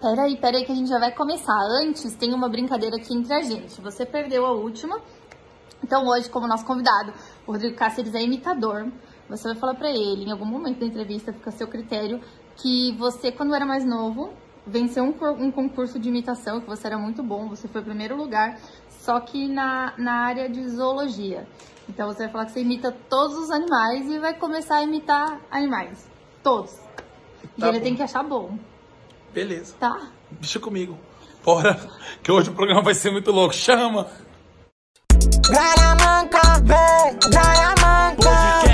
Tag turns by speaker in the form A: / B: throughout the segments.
A: Peraí, peraí que a gente já vai começar. Antes, tem uma brincadeira aqui entre a gente. Você perdeu a última. Então, hoje, como nosso convidado, o Rodrigo Cáceres é imitador. Você vai falar pra ele, em algum momento da entrevista, fica a seu critério, que você, quando era mais novo, venceu um, cor- um concurso de imitação, que você era muito bom, você foi primeiro lugar, só que na, na área de zoologia. Então, você vai falar que você imita todos os animais e vai começar a imitar animais. Todos. e
B: Tá
A: ele
B: bom.
A: tem que achar bom,
B: Beleza.
A: tá?
B: Deixa comigo. Bora, que hoje o programa vai ser muito louco. Chama!
C: Garamanca, vem, Garamanca.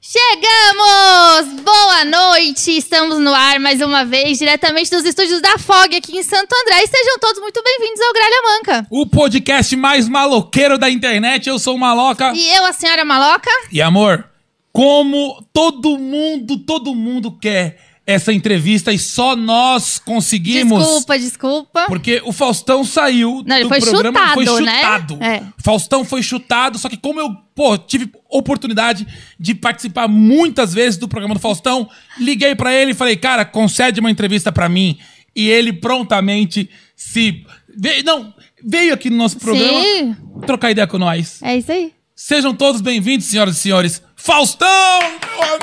D: Chegamos! Boa noite! Estamos no ar mais uma vez, diretamente dos estúdios da FOG aqui em Santo André. E sejam todos muito bem-vindos ao Gralha Manca.
E: O podcast mais maloqueiro da internet, eu sou o Maloca. E,
D: E eu, a senhora Maloca,
E: amor, como todo mundo, todo mundo quer essa entrevista e só nós conseguimos.
D: desculpa, desculpa.
E: Porque o Faustão saiu
D: Não, ele
E: do
D: foi
E: programa, foi
D: chutado, né?
E: chutado.
D: É.
E: Faustão foi chutado, só que como eu, pô, tive oportunidade de participar muitas vezes do programa do Faustão, liguei pra ele e falei: "Cara, concede uma entrevista pra mim". E ele prontamente se veio, não, veio aqui no nosso programa
D: Sim.
E: trocar ideia com nós.
D: É isso aí.
E: Sejam todos bem-vindos, senhoras e senhores. Faustão!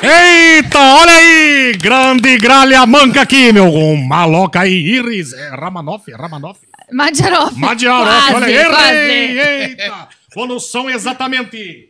F: Eita, olha aí! Grande gralha manca aqui, meu. Um maloca aí, Iris. É Ramanoff, Ramanoff.
D: Madjarov.
F: Madiaroff, olha aí. Errei!
D: quase.
F: Eita! Quando são exatamente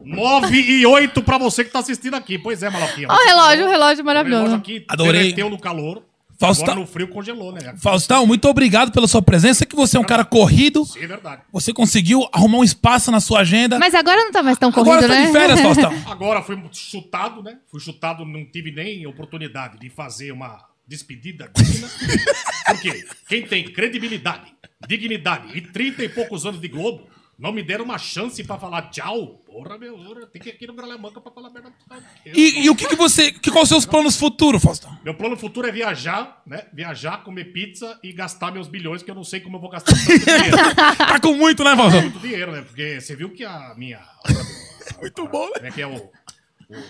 F: 9 e 8 pra você que tá assistindo aqui. Pois é, maloquinha.
D: Ó o relógio, o relógio
F: O relógio
D: maravilhoso.
F: aqui
E: Adorei.
F: derreteu no calor.
E: Fausta-
F: Agora no frio congelou, né?
E: Faustão, muito obrigado pela sua presença, que você é um cara corrido.
F: Sim, é verdade.
E: Você conseguiu arrumar um espaço na sua agenda.
D: Mas agora não tá mais tão corrido,
E: Agora tá
D: né?
E: de férias, Faustão.
F: Agora fui chutado, né? Fui chutado, não tive nem oportunidade de fazer uma despedida digna. Porque quem tem credibilidade, dignidade e 30 e poucos anos de Globo não me deram uma chance pra falar tchau. Porra, meu, porra, tem que ir aqui no Gralamanca pra falar merda. pra todo mundo.
E: E, e o que, que você. Que, quais os seus planos futuros, Faustão?
F: Meu plano futuro é viajar, né? Viajar, comer pizza e gastar meus bilhões, que eu não sei como eu vou gastar tanto dinheiro.
E: Tá com muito, né, Faustão?
F: Muito dinheiro, né? Porque você viu que a minha
E: Muito bom, né?
F: Como é que é o. o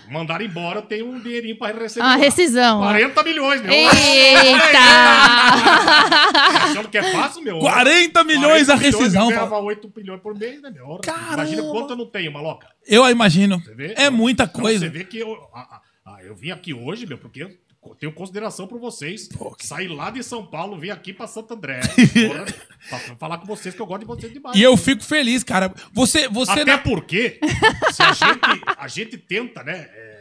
F: mandar embora, eu tenho um dinheirinho pra receber.
D: Ah,
F: lá.
D: rescisão.
F: 40 milhões, meu.
D: Eita!
F: Achando que é fácil, meu.
E: 40 milhões a
F: 40
E: rescisão,
F: Eu
E: Faustão.
F: ganhava 8 milhões por mês, né, meu? Imagina quanto eu não tenho, maloca.
E: Eu imagino.
F: Você vê?
E: É muita
F: Então, Você
E: coisa.
F: vê que eu. Ah, ah, ah, eu vim aqui hoje, meu, porque eu tenho consideração por vocês. Saí lá de São Paulo, vim aqui pra Santo André. agora, pra falar com vocês, que eu gosto de vocês demais.
E: E eu fico feliz, cara. Você. você
F: Até porque, se a gente, a gente tenta, né? É,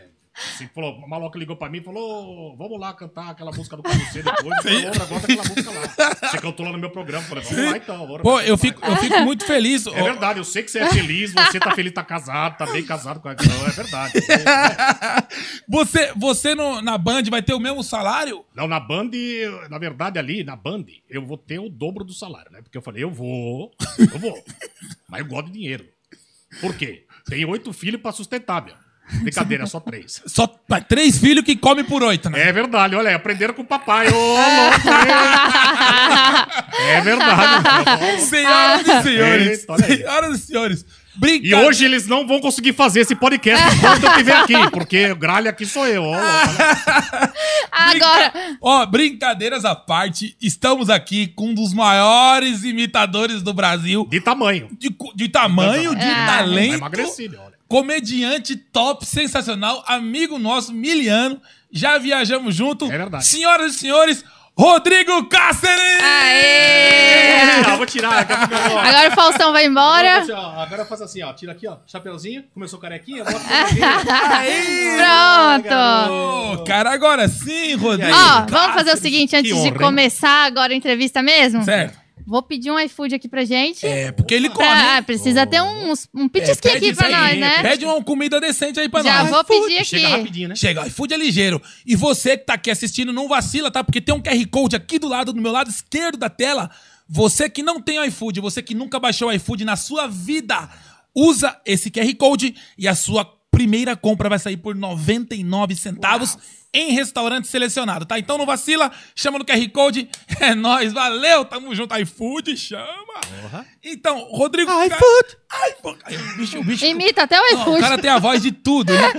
F: se falou, o maloca ligou pra mim e falou: "Ô, vamos lá cantar aquela música do Camucê depois. Eu falei, "Ô, agora aquela música lá. Você cantou lá no meu programa. Eu falei, vamos lá então. Bora,
E: Pô,
F: vamos
E: eu
F: lá,
E: fico,
F: então."
E: eu fico muito feliz.
F: É verdade, eu sei que você é feliz, você tá feliz, tá casado, tá bem casado com a Não, é verdade. Eu-
E: Você, você no- na Band vai ter o mesmo salário?
F: Não, na Band, eu- na verdade, ali, na Band, eu vou ter o dobro do salário, né? Porque eu falei, eu vou, eu vou. mas eu gosto de dinheiro. Por quê? Tem oito filhos pra sustentar, meu. Brincadeira, é só três.
E: Só pra três filhos que come por oito, né?
F: É verdade, olha aí, aprenderam com o papai. Ô, louco! é verdade.
E: Senhoras e senhores.
F: Eita, É. Ah. olha aí.
E: Senhoras e senhores.
G: Tá.
F: E
E: Brincadeira.
F: hoje eles não vão conseguir fazer esse podcast enquanto eu estiver aqui, porque o gralha aqui sou eu. Ô, louco.
D: Agora.
E: Brinca- Ó, brincadeiras à parte, estamos aqui com um dos maiores imitadores do Brasil.
F: De tamanho.
E: De, cu- de tamanho, de
D: Ah,
F: Tá
E: talento.
F: emagrecido, olha.
E: Comediante top, sensacional, amigo nosso, miliano. Já viajamos junto.
F: É verdade.
E: Senhoras e senhores, Rodrigo Cáceres!
D: Ah.
G: É.
D: Aê!
F: Ah, vou tirar. daqui a pouco eu vou-
D: Agora o Faustão vai embora.
G: Assim, ó, agora faz assim, ó. Tira aqui, ó. Chapeuzinho. Começou carequinha. Bota
D: Pronto!
E: Ô, cara, agora sim, Rodrigo. Tá
D: Ó,
E: Cáceres.
D: vamos fazer o seguinte, antes de
F: honra, hein?
D: começar agora a entrevista mesmo.
E: Certo.
D: Vou pedir um iFood aqui pra gente.
E: É, porque ele
D: Pra-
E: corre.
D: ah, precisa ter um, um
E: Pede
D: petisquinho aqui
E: isso
D: pra
E: aí, é,
D: nós, né?
E: Pede uma comida decente aí pra
D: Já
E: nós.
D: vou pedir aqui.
G: Chega rapidinho, né?
E: Chega, o iFood é ligeiro. E você que tá aqui assistindo, não vacila, tá? Porque tem um QR Code aqui do lado, do meu lado esquerdo da tela. Você que não tem iFood, você que nunca baixou o iFood na sua vida, usa esse QR Code e a sua primeira compra vai sair por 99 centavos em restaurante selecionado, tá? Então não vacila, chama no QR Code. É nóis, valeu, tamo junto. iFood, chama. Então, Rodrigo... iFood! iFood! Bicho, o bicho...
D: Imita até o
E: Não, o
D: iFood.
E: cara tem a voz de tudo, né?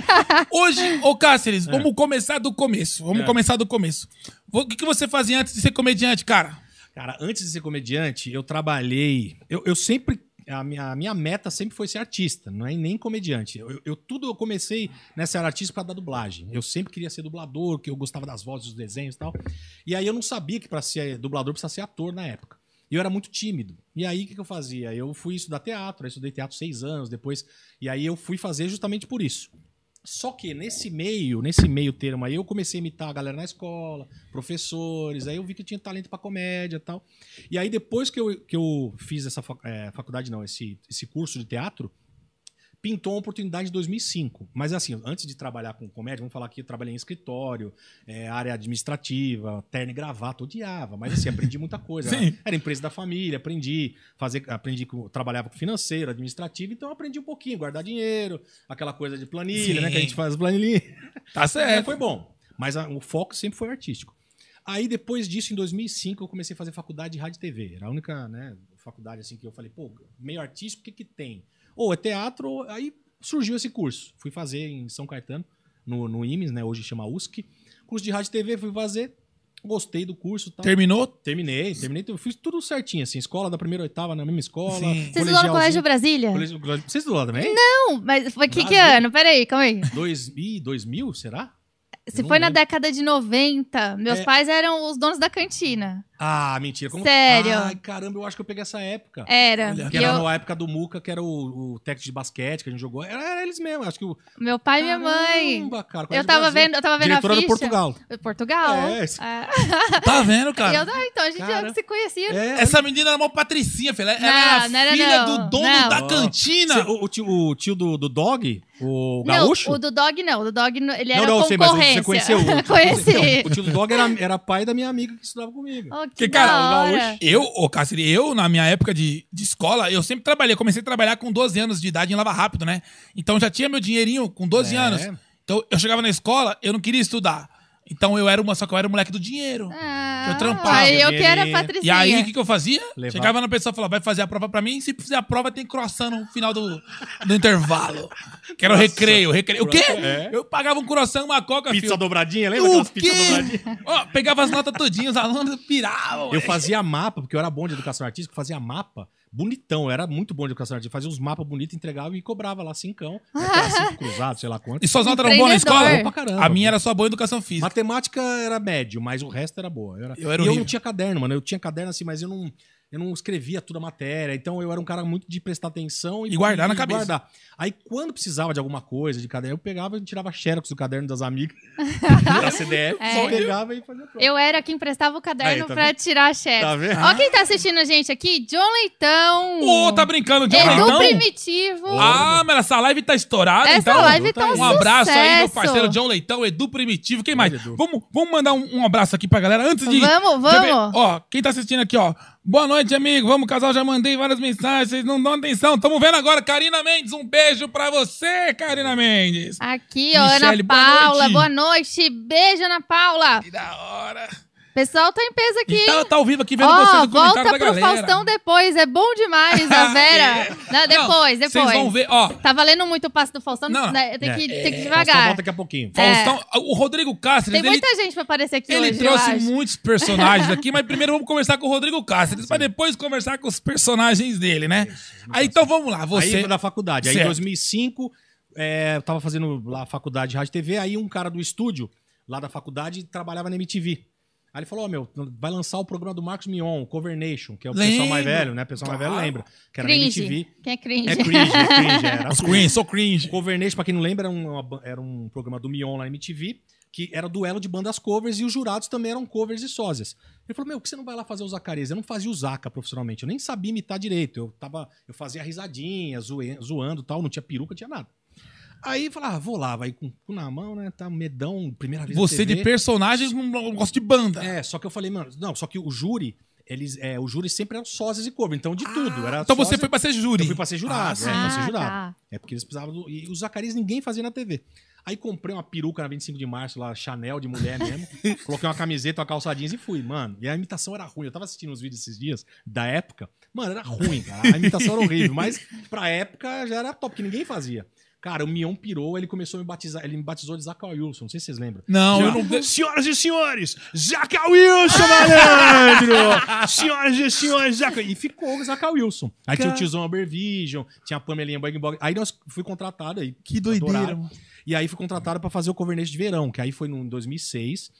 E: Hoje, ô Cáceres, vamos começar do começo. Vamos começar do começo. Vo- O que, que você fazia antes de ser comediante, cara?
G: Cara, antes de ser comediante, eu trabalhei. Eu, eu sempre. A minha, a minha meta sempre foi ser artista, não é nem comediante. Eu, eu- eu- tudo eu comecei nessa era artista por causa da dublagem. Eu sempre queria ser dublador, que eu gostava das vozes, dos desenhos e tal. E aí eu não sabia que para ser dublador precisava ser ator na época. E eu era muito tímido. E aí o que, que eu fazia? Eu fui estudar teatro, aí estudei teatro seis anos depois. E aí eu fui fazer justamente por isso. Só que nesse meio, nesse meio termo aí, eu comecei a imitar a galera na escola, professores, aí eu vi que eu tinha talento pra comédia e tal. E aí depois que eu, que eu fiz essa fac- eh, faculdade, não, esse, esse curso de teatro, pintou uma oportunidade em 2005. Mas assim, antes de trabalhar com comédia, vamos falar que eu trabalhei em escritório, eh, área administrativa, terno e gravata, odiava. Mas assim, aprendi muita coisa.
E: Sim.
G: Era, era empresa da família, aprendi, fazer, aprendi que eu trabalhava com financeiro, administrativo, então eu aprendi um pouquinho, guardar dinheiro, aquela coisa de planilha,
E: Sim.
G: né? Que a gente faz planilha.
E: Tá
G: É,
E: certo.
G: foi bom. Mas a- o foco sempre foi artístico. Aí depois disso, em 2005, eu comecei a fazer faculdade de rádio e TV. Era a única né, faculdade assim que eu falei, pô, meio artístico, o que, que tem? Ou é teatro, ou... aí surgiu esse curso. Fui fazer em São Caetano, no, no IMES, né? Hoje chama USC. Curso de rádio e TV, fui fazer. Gostei do curso e tal.
E: Terminou?
G: Terminei, terminei. Eu fiz tudo certinho, assim. Escola da primeira oitava na mesma escola.
D: Vocês
E: Sim.
D: vão no Colégio
G: colegialzinho.
D: Brasília?
G: Colégio- colégio- Vocês estudaram também?
D: Não, mas foi que, que
G: Brasil.
D: ano? Peraí, calma aí.
G: Dois, ih, 2000, será?
D: Se
G: não
D: foi na
G: lembro.
D: década de 90, meus
G: É.
D: pais eram os donos da cantina.
G: Ah, mentira. Como...
D: Sério?
G: Ai, caramba, eu acho que eu peguei essa época.
D: Era.
G: Que
D: E
G: era
D: eu-
G: na época do Muca, que era o, o técnico de basquete que a gente jogou. Era, era eles mesmo, acho que o...
D: meu pai e minha mãe.
G: Caramba, cara,
D: Eu
G: Colégio
D: tava
G: Brasil.
D: vendo, eu tava vendo
G: Diretora
D: a
G: do
D: ficha.
G: Portugal.
D: Portugal.
G: É, esse-
D: Ah,
E: Tá vendo, cara?
D: e eu- ah, então a gente já
G: Cara.
D: se conhecia.
G: É,
E: Essa menina era uma patricinha, filha. Ela
D: Não,
E: era
D: não era
E: filha
D: não.
E: do dono
D: Não.
E: da cantina.
G: cê- o, o tio, o tio do, do Dog, o
D: Não,
G: gaúcho?
D: o do dog não. O do dog não- ele era
G: não, não, eu sei, mas
D: concorrência.
G: você conheceu o...
D: Conheci.
G: Então, o tio do Dog era, era pai da minha amiga que estudava comigo.
D: Oh, que
E: Porque,
D: da
E: cara,
D: hora.
E: eu, ô Cássio, eu, na minha época de, de escola, eu sempre trabalhei. Eu comecei a trabalhar com 12 anos de idade em Lava Rápido, né? Então já tinha meu dinheirinho com 12
G: É.
E: anos. Então eu chegava na escola, eu não queria estudar. Então eu era uma, só que eu era o moleque do dinheiro.
D: Ah,
G: é um
E: eu trampava.
D: aí eu que era
G: Dinheirinho.
E: E
D: patricinha.
E: aí, o que, que eu fazia?
G: Levava.
E: Chegava na pessoa e falava, vai fazer a prova pra mim? Se fizer a prova, tem croissant no final do, do intervalo. Que era o recreio, recreio. O quê?
G: É.
E: Eu pagava um croissant, uma coca,
G: Pizza
E: filho.
G: dobradinha, lembra
E: O
G: aquelas
E: quê?
G: pizzas dobradinhas?
E: Ó, pegava as notas todinhas, os alunos piravam.
G: Eu
E: velho.
G: fazia mapa, porque eu era bom de educação artística, eu fazia mapa bonitão, eu era muito bom de educação artística, fazia uns mapas bonitos, entregava e cobrava lá cincão, né, que era cinco cruzados, sei lá quanto.
E: E suas
D: Um
E: notas eram boas na
D: Empreendedor.
E: escola?
G: Boa pra caramba.
E: a minha era só boa em educação física.
G: Matemática era médio, mas o resto era boa. Eu
E: Eu
G: era,
E: era
G: e eu
E: horrível.
G: não tinha caderno, mano. Eu tinha caderno assim, mas eu não, eu não escrevia toda a matéria. Então eu era um cara muito de prestar atenção e,
E: E guardar na
G: e
E: cabeça.
G: guardar. Aí quando precisava de alguma coisa, de caderno, eu pegava e tirava xerox do caderno das amigas da CDF,
D: É.
G: pegava e fazia prova.
D: Eu era quem prestava o caderno
G: Aí, tá
D: pra tirar a xerox.
G: Tá vendo?
D: Ó quem tá assistindo a gente aqui, John Leitão.
E: Ô, tá brincando de
D: Edu
E: Leitão?
D: Primitivo.
E: Ah, mas essa live tá estourada,
D: Essa
E: então.
D: live tá
E: um
D: um
E: abraço aí, meu
D: sucesso.
E: parceiro John Leitão, Edu Primitivo. Quem mais?
G: Olha, Edu.
E: Vamos, vamos mandar um, um abraço aqui pra galera antes de.
D: Vamos,
E: Deixa eu ver.
D: vamos.
E: Ó, quem tá assistindo aqui, ó. Boa noite, amigo. Vamos, casal. Já mandei várias mensagens, vocês não dão atenção. Tamo vendo agora. Karina Mendes, um beijo pra você, Karina Mendes.
D: Aqui, ó, Ana
E: Michele, boa
D: Paula,
E: noite.
D: boa noite. Beijo, Ana Paula.
E: Que da hora.
D: Pessoal tá em peso aqui.
E: E
D: hein?
E: tá, tá ao vivo aqui vendo vocês
D: Ó,
E: no comentário
D: volta
E: da
D: pro
E: galera.
D: Faustão depois, é bom demais, a Vera. Não, depois,
E: Não,
D: depois.
E: Vocês vão ver, ó.
D: Tá valendo muito o passe do Faustão,
E: Não,
D: né? tem,
G: é,
D: que, tem que
G: Faustão
D: devagar.
G: volta daqui a pouquinho.
D: É.
E: Faustão, o Rodrigo Cáceres,
D: Tem
E: ele,
D: muita gente pra aparecer aqui
E: ele
D: hoje, eu
E: trouxe
D: acho.
E: muitos personagens aqui, mas primeiro vamos conversar com o Rodrigo Cáceres, pra depois conversar com os personagens dele, né? Aí então vamos lá, você.
G: Aí foi da faculdade. Aí
E: Certo.
G: em 2005, é, eu tava fazendo lá a faculdade de rádio e TV, aí um cara do estúdio, lá da faculdade, trabalhava na MTV. Aí ele falou, ó, meu, vai lançar o programa do Marcos Mion, o Cover Nation, que é o pessoal mais
E: Lembro.
G: velho, né? O pessoal mais velho
E: Claro.
G: lembra. Que era na
D: Cringe.
G: MTV.
D: Quem é cringe?
G: É cringe, é cringe. Era
E: Os cringe, sou cringe.
G: Cover Nation, pra quem não lembra, era um, uma ba- era um programa do Mion lá na MTV, que era duelo de bandas covers e os jurados também eram covers e sósias. Ele falou, meu, por que você não vai lá fazer o Zacareza? Eu não fazia o Zaca profissionalmente, eu nem sabia imitar direito. Eu tava, eu fazia risadinha, zoe, zoando e tal, não tinha peruca, não tinha nada. Aí eu falava, ah, vou lá, vai com o cu na mão, né, tá medão, primeira vez na É,
E: Você de tá.
G: TV.
E: personagens não gosta de banda.
G: É, só que eu falei, mano, não, só que o júri eles, é, o júri sempre eram sósias e cover, então de tudo. Era
E: Então você
G: sósia-
E: foi pra ser
G: eu
E: júri.
G: fui pra ser jurado,
E: Ah,
G: é,
D: sim.
G: pra ser
D: Ah,
G: jurado.
D: tá.
G: É porque eles precisavam do... E o Zacarias ninguém fazia na TV. Aí comprei uma peruca na 25 de março, lá, Chanel de mulher mesmo. coloquei uma camiseta, uma calça jeans e fui, mano. E a imitação era ruim. Eu tava assistindo uns vídeos esses dias, da época. Mano, era ruim, cara. A imitação era horrível. Mas pra época já era top, porque ninguém fazia. Cara, o Mion pirou, ele começou a me batizar. Ele me batizou de Zaca Wilson, não sei se vocês lembram.
E: Não, eu
G: Já-
E: não.
G: Senhoras e senhores, Zaca Wilson, malandro! Senhoras e senhores, Zaca... E ficou o Zaca Wilson. Aí tinha o tiozão Albert Vision, tinha a Pamelinha Bang Bog. Aí nós fui contratado aí.
E: Que doideira,
G: adoraram.
E: mano.
G: E aí fui contratado pra fazer o Covernation de Verão, que aí foi no- em 2006.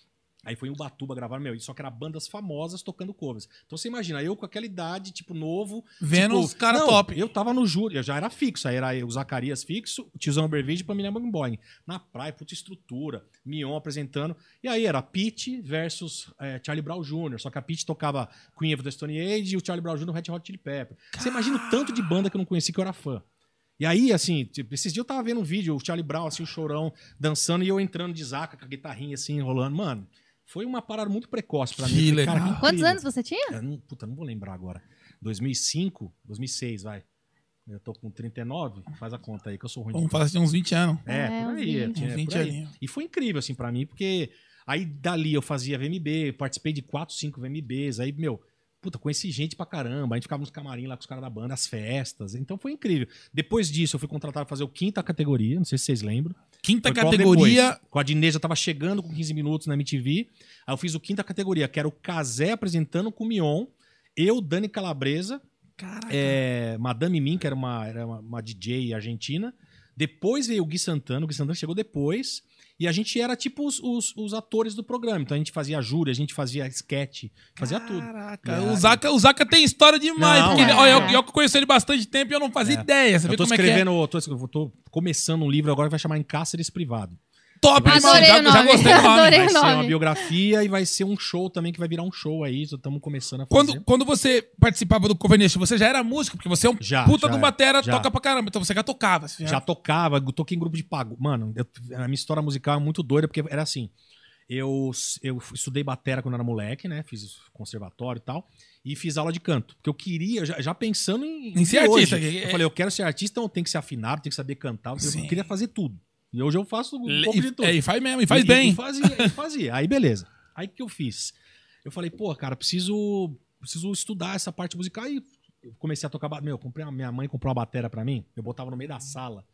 G: Aí foi em Ubatuba gravar, meu, e só que era bandas famosas tocando covers. Então você imagina, eu com aquela idade, tipo, novo,
E: Vendo
G: Tipo,
E: os caras
G: não,
E: top.
G: Eu tava no júri, eu já era fixo. Aí era o Zacarias fixo, o tiozão Bervide pra Milena Bamboing. Na praia, puta estrutura, Mion apresentando. E aí era Pete versus eh, Charlie Brown Jr. Só que a Pete tocava Queen of the Stone Age e o Charlie Brown Jr. Red Hot Chili Pepper. Você imagina o tanto de banda que eu não conheci que eu era fã. E aí, assim, tipo, esses dias eu tava vendo um vídeo, o Charlie Brown, assim, o chorão, dançando e eu entrando de zaca com a guitarrinha, assim, enrolando. Mano, foi uma parada muito precoce pra mim.
E: Que
G: Eu falei,
E: legal.
G: que
D: Quantos
G: incrível.
D: anos você tinha?
G: Eu não, puta, não vou lembrar agora. 2005, 2006, vai. Eu tô com 39, faz a conta aí que eu sou ruim. de
E: Vamos falar assim, uns 20 anos.
G: é,
D: É,
G: por
D: uns
G: aí,
D: 20.
G: é,
E: Uns 20
G: por aí.
E: aninhos.
G: E foi incrível, assim, pra mim, porque aí dali eu fazia VMB, participei de 4, 5 VMBs, aí, meu, puta, conheci gente pra caramba, a gente ficava nos camarim lá com os caras da banda, as festas, então foi incrível. Depois disso, eu fui contratado pra fazer o quinta categoria, não sei se vocês lembram.
E: Quinta
G: Foi logo
E: categoria.
G: depois. Com a Dinê já tava chegando com 15 minutos na MTV. Aí eu fiz o quinta categoria, que era o Casé apresentando com o Mion. Eu, Dani Calabresa,
E: Caraca.
G: é, Madame Min, que era, uma, era uma, uma DJ argentina. Depois veio o Gui Santana, o Gui Santana chegou depois. E a gente era tipo os, os- os atores do programa. Então a gente fazia júri, a gente fazia sketch, fazia tudo.
E: Caraca,
G: É.
E: o Zaca, o Zaca tem história demais.
G: Não,
E: porque ele-
D: é.
E: olha, eu, eu que conheço ele bastante tempo e eu não fazia
G: É.
E: ideia. Você
G: Eu
E: vê
G: tô
E: como é que é.
G: escrevendo, tô, escrevendo- tô começando um livro agora que vai chamar Em Cáceres Privado.
E: Top,
D: Adorei
E: irmão.
D: o
E: Já, já
D: nome.
E: gostei do nome.
D: Adorei.
G: Vai ser uma
D: nome.
G: biografia e vai ser um show também, que vai virar um show aí. Estamos começando a fazer.
E: Quando, quando você participava do Covenation, você já era músico, porque você é um
G: Já,
E: puta
G: já
E: de um
G: era,
E: batera,
G: já.
E: toca pra caramba. Então você já tocava. Você
G: Já tocava, toquei em grupo de pago. Mano, eu- a minha história musical é muito doida, porque era assim. Eu, eu estudei batera quando era moleque, né? Fiz conservatório e tal. E fiz aula de canto. Porque eu queria, já, já pensando em.
E: Em ser
G: em
E: artista, que-
G: Eu falei, eu quero ser artista, então eu tenho que ser afinado, tenho que saber cantar. eu
E: Sim.
G: queria fazer tudo. E hoje eu faço um pouco de
E: E,
G: tudo.
E: é, e faz mesmo, e faz
G: E-
E: bem.
G: E fazia, e fazia. Aí beleza. Aí o que eu fiz? Eu falei, pô, cara, preciso, preciso estudar essa parte musical. E eu comecei a tocar. ba- Meu, comprei uma- minha mãe comprou uma batera pra mim. Eu botava no meio da sala.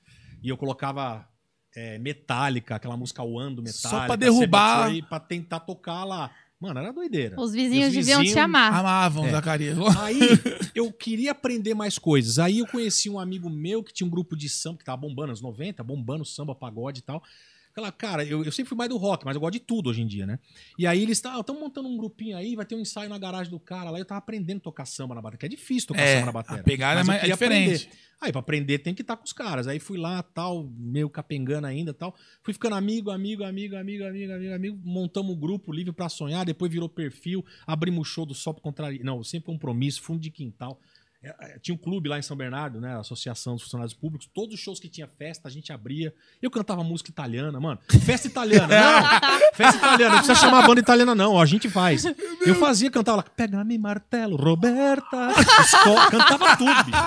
G: E eu colocava é, metálica, aquela música One do
E: Só
G: Metallica.
E: pra derrubar.
G: Sabaton Aí, pra tentar tocar lá. Mano, era doideira.
D: Os vizinhos
G: Os
D: deviam te
G: vizinhos-
D: amar.
G: É.
E: Amavam, Zacarias.
G: Aí eu queria aprender mais coisas. Aí eu conheci um amigo meu que tinha um grupo de samba que tava bombando nos 90, bombando samba, pagode e tal. Aquela, cara, eu, eu sempre fui mais do rock, mas eu gosto de tudo hoje em dia, né? E aí eles estão montando um grupinho aí, vai ter um ensaio na garagem do cara lá. Eu tava aprendendo a tocar samba na bateria, que é difícil tocar
E: É,
G: samba na bateria.
E: a pegada é mais- é diferente.
G: Aí pra aprender tem que estar com os caras. Aí fui lá, tal, meio capengando ainda, tal. Fui ficando amigo, amigo, amigo, amigo, amigo, amigo, amigo. Montamos um grupo livre pra sonhar, depois virou perfil, abrimos o show do Sol pro Contrário. Não, sempre compromisso, fundo de quintal. É, é, Tinha um clube lá em São Bernardo, né? A Associação dos Funcionários Públicos. Todos os shows que tinha festa, a gente abria. Eu cantava música italiana, mano. Festa italiana, não! Festa italiana, não precisa chamar a banda italiana, não. A gente faz. Eu fazia, cantava lá, pega-me martelo, Roberta. Esco- Cantava tudo, bicho.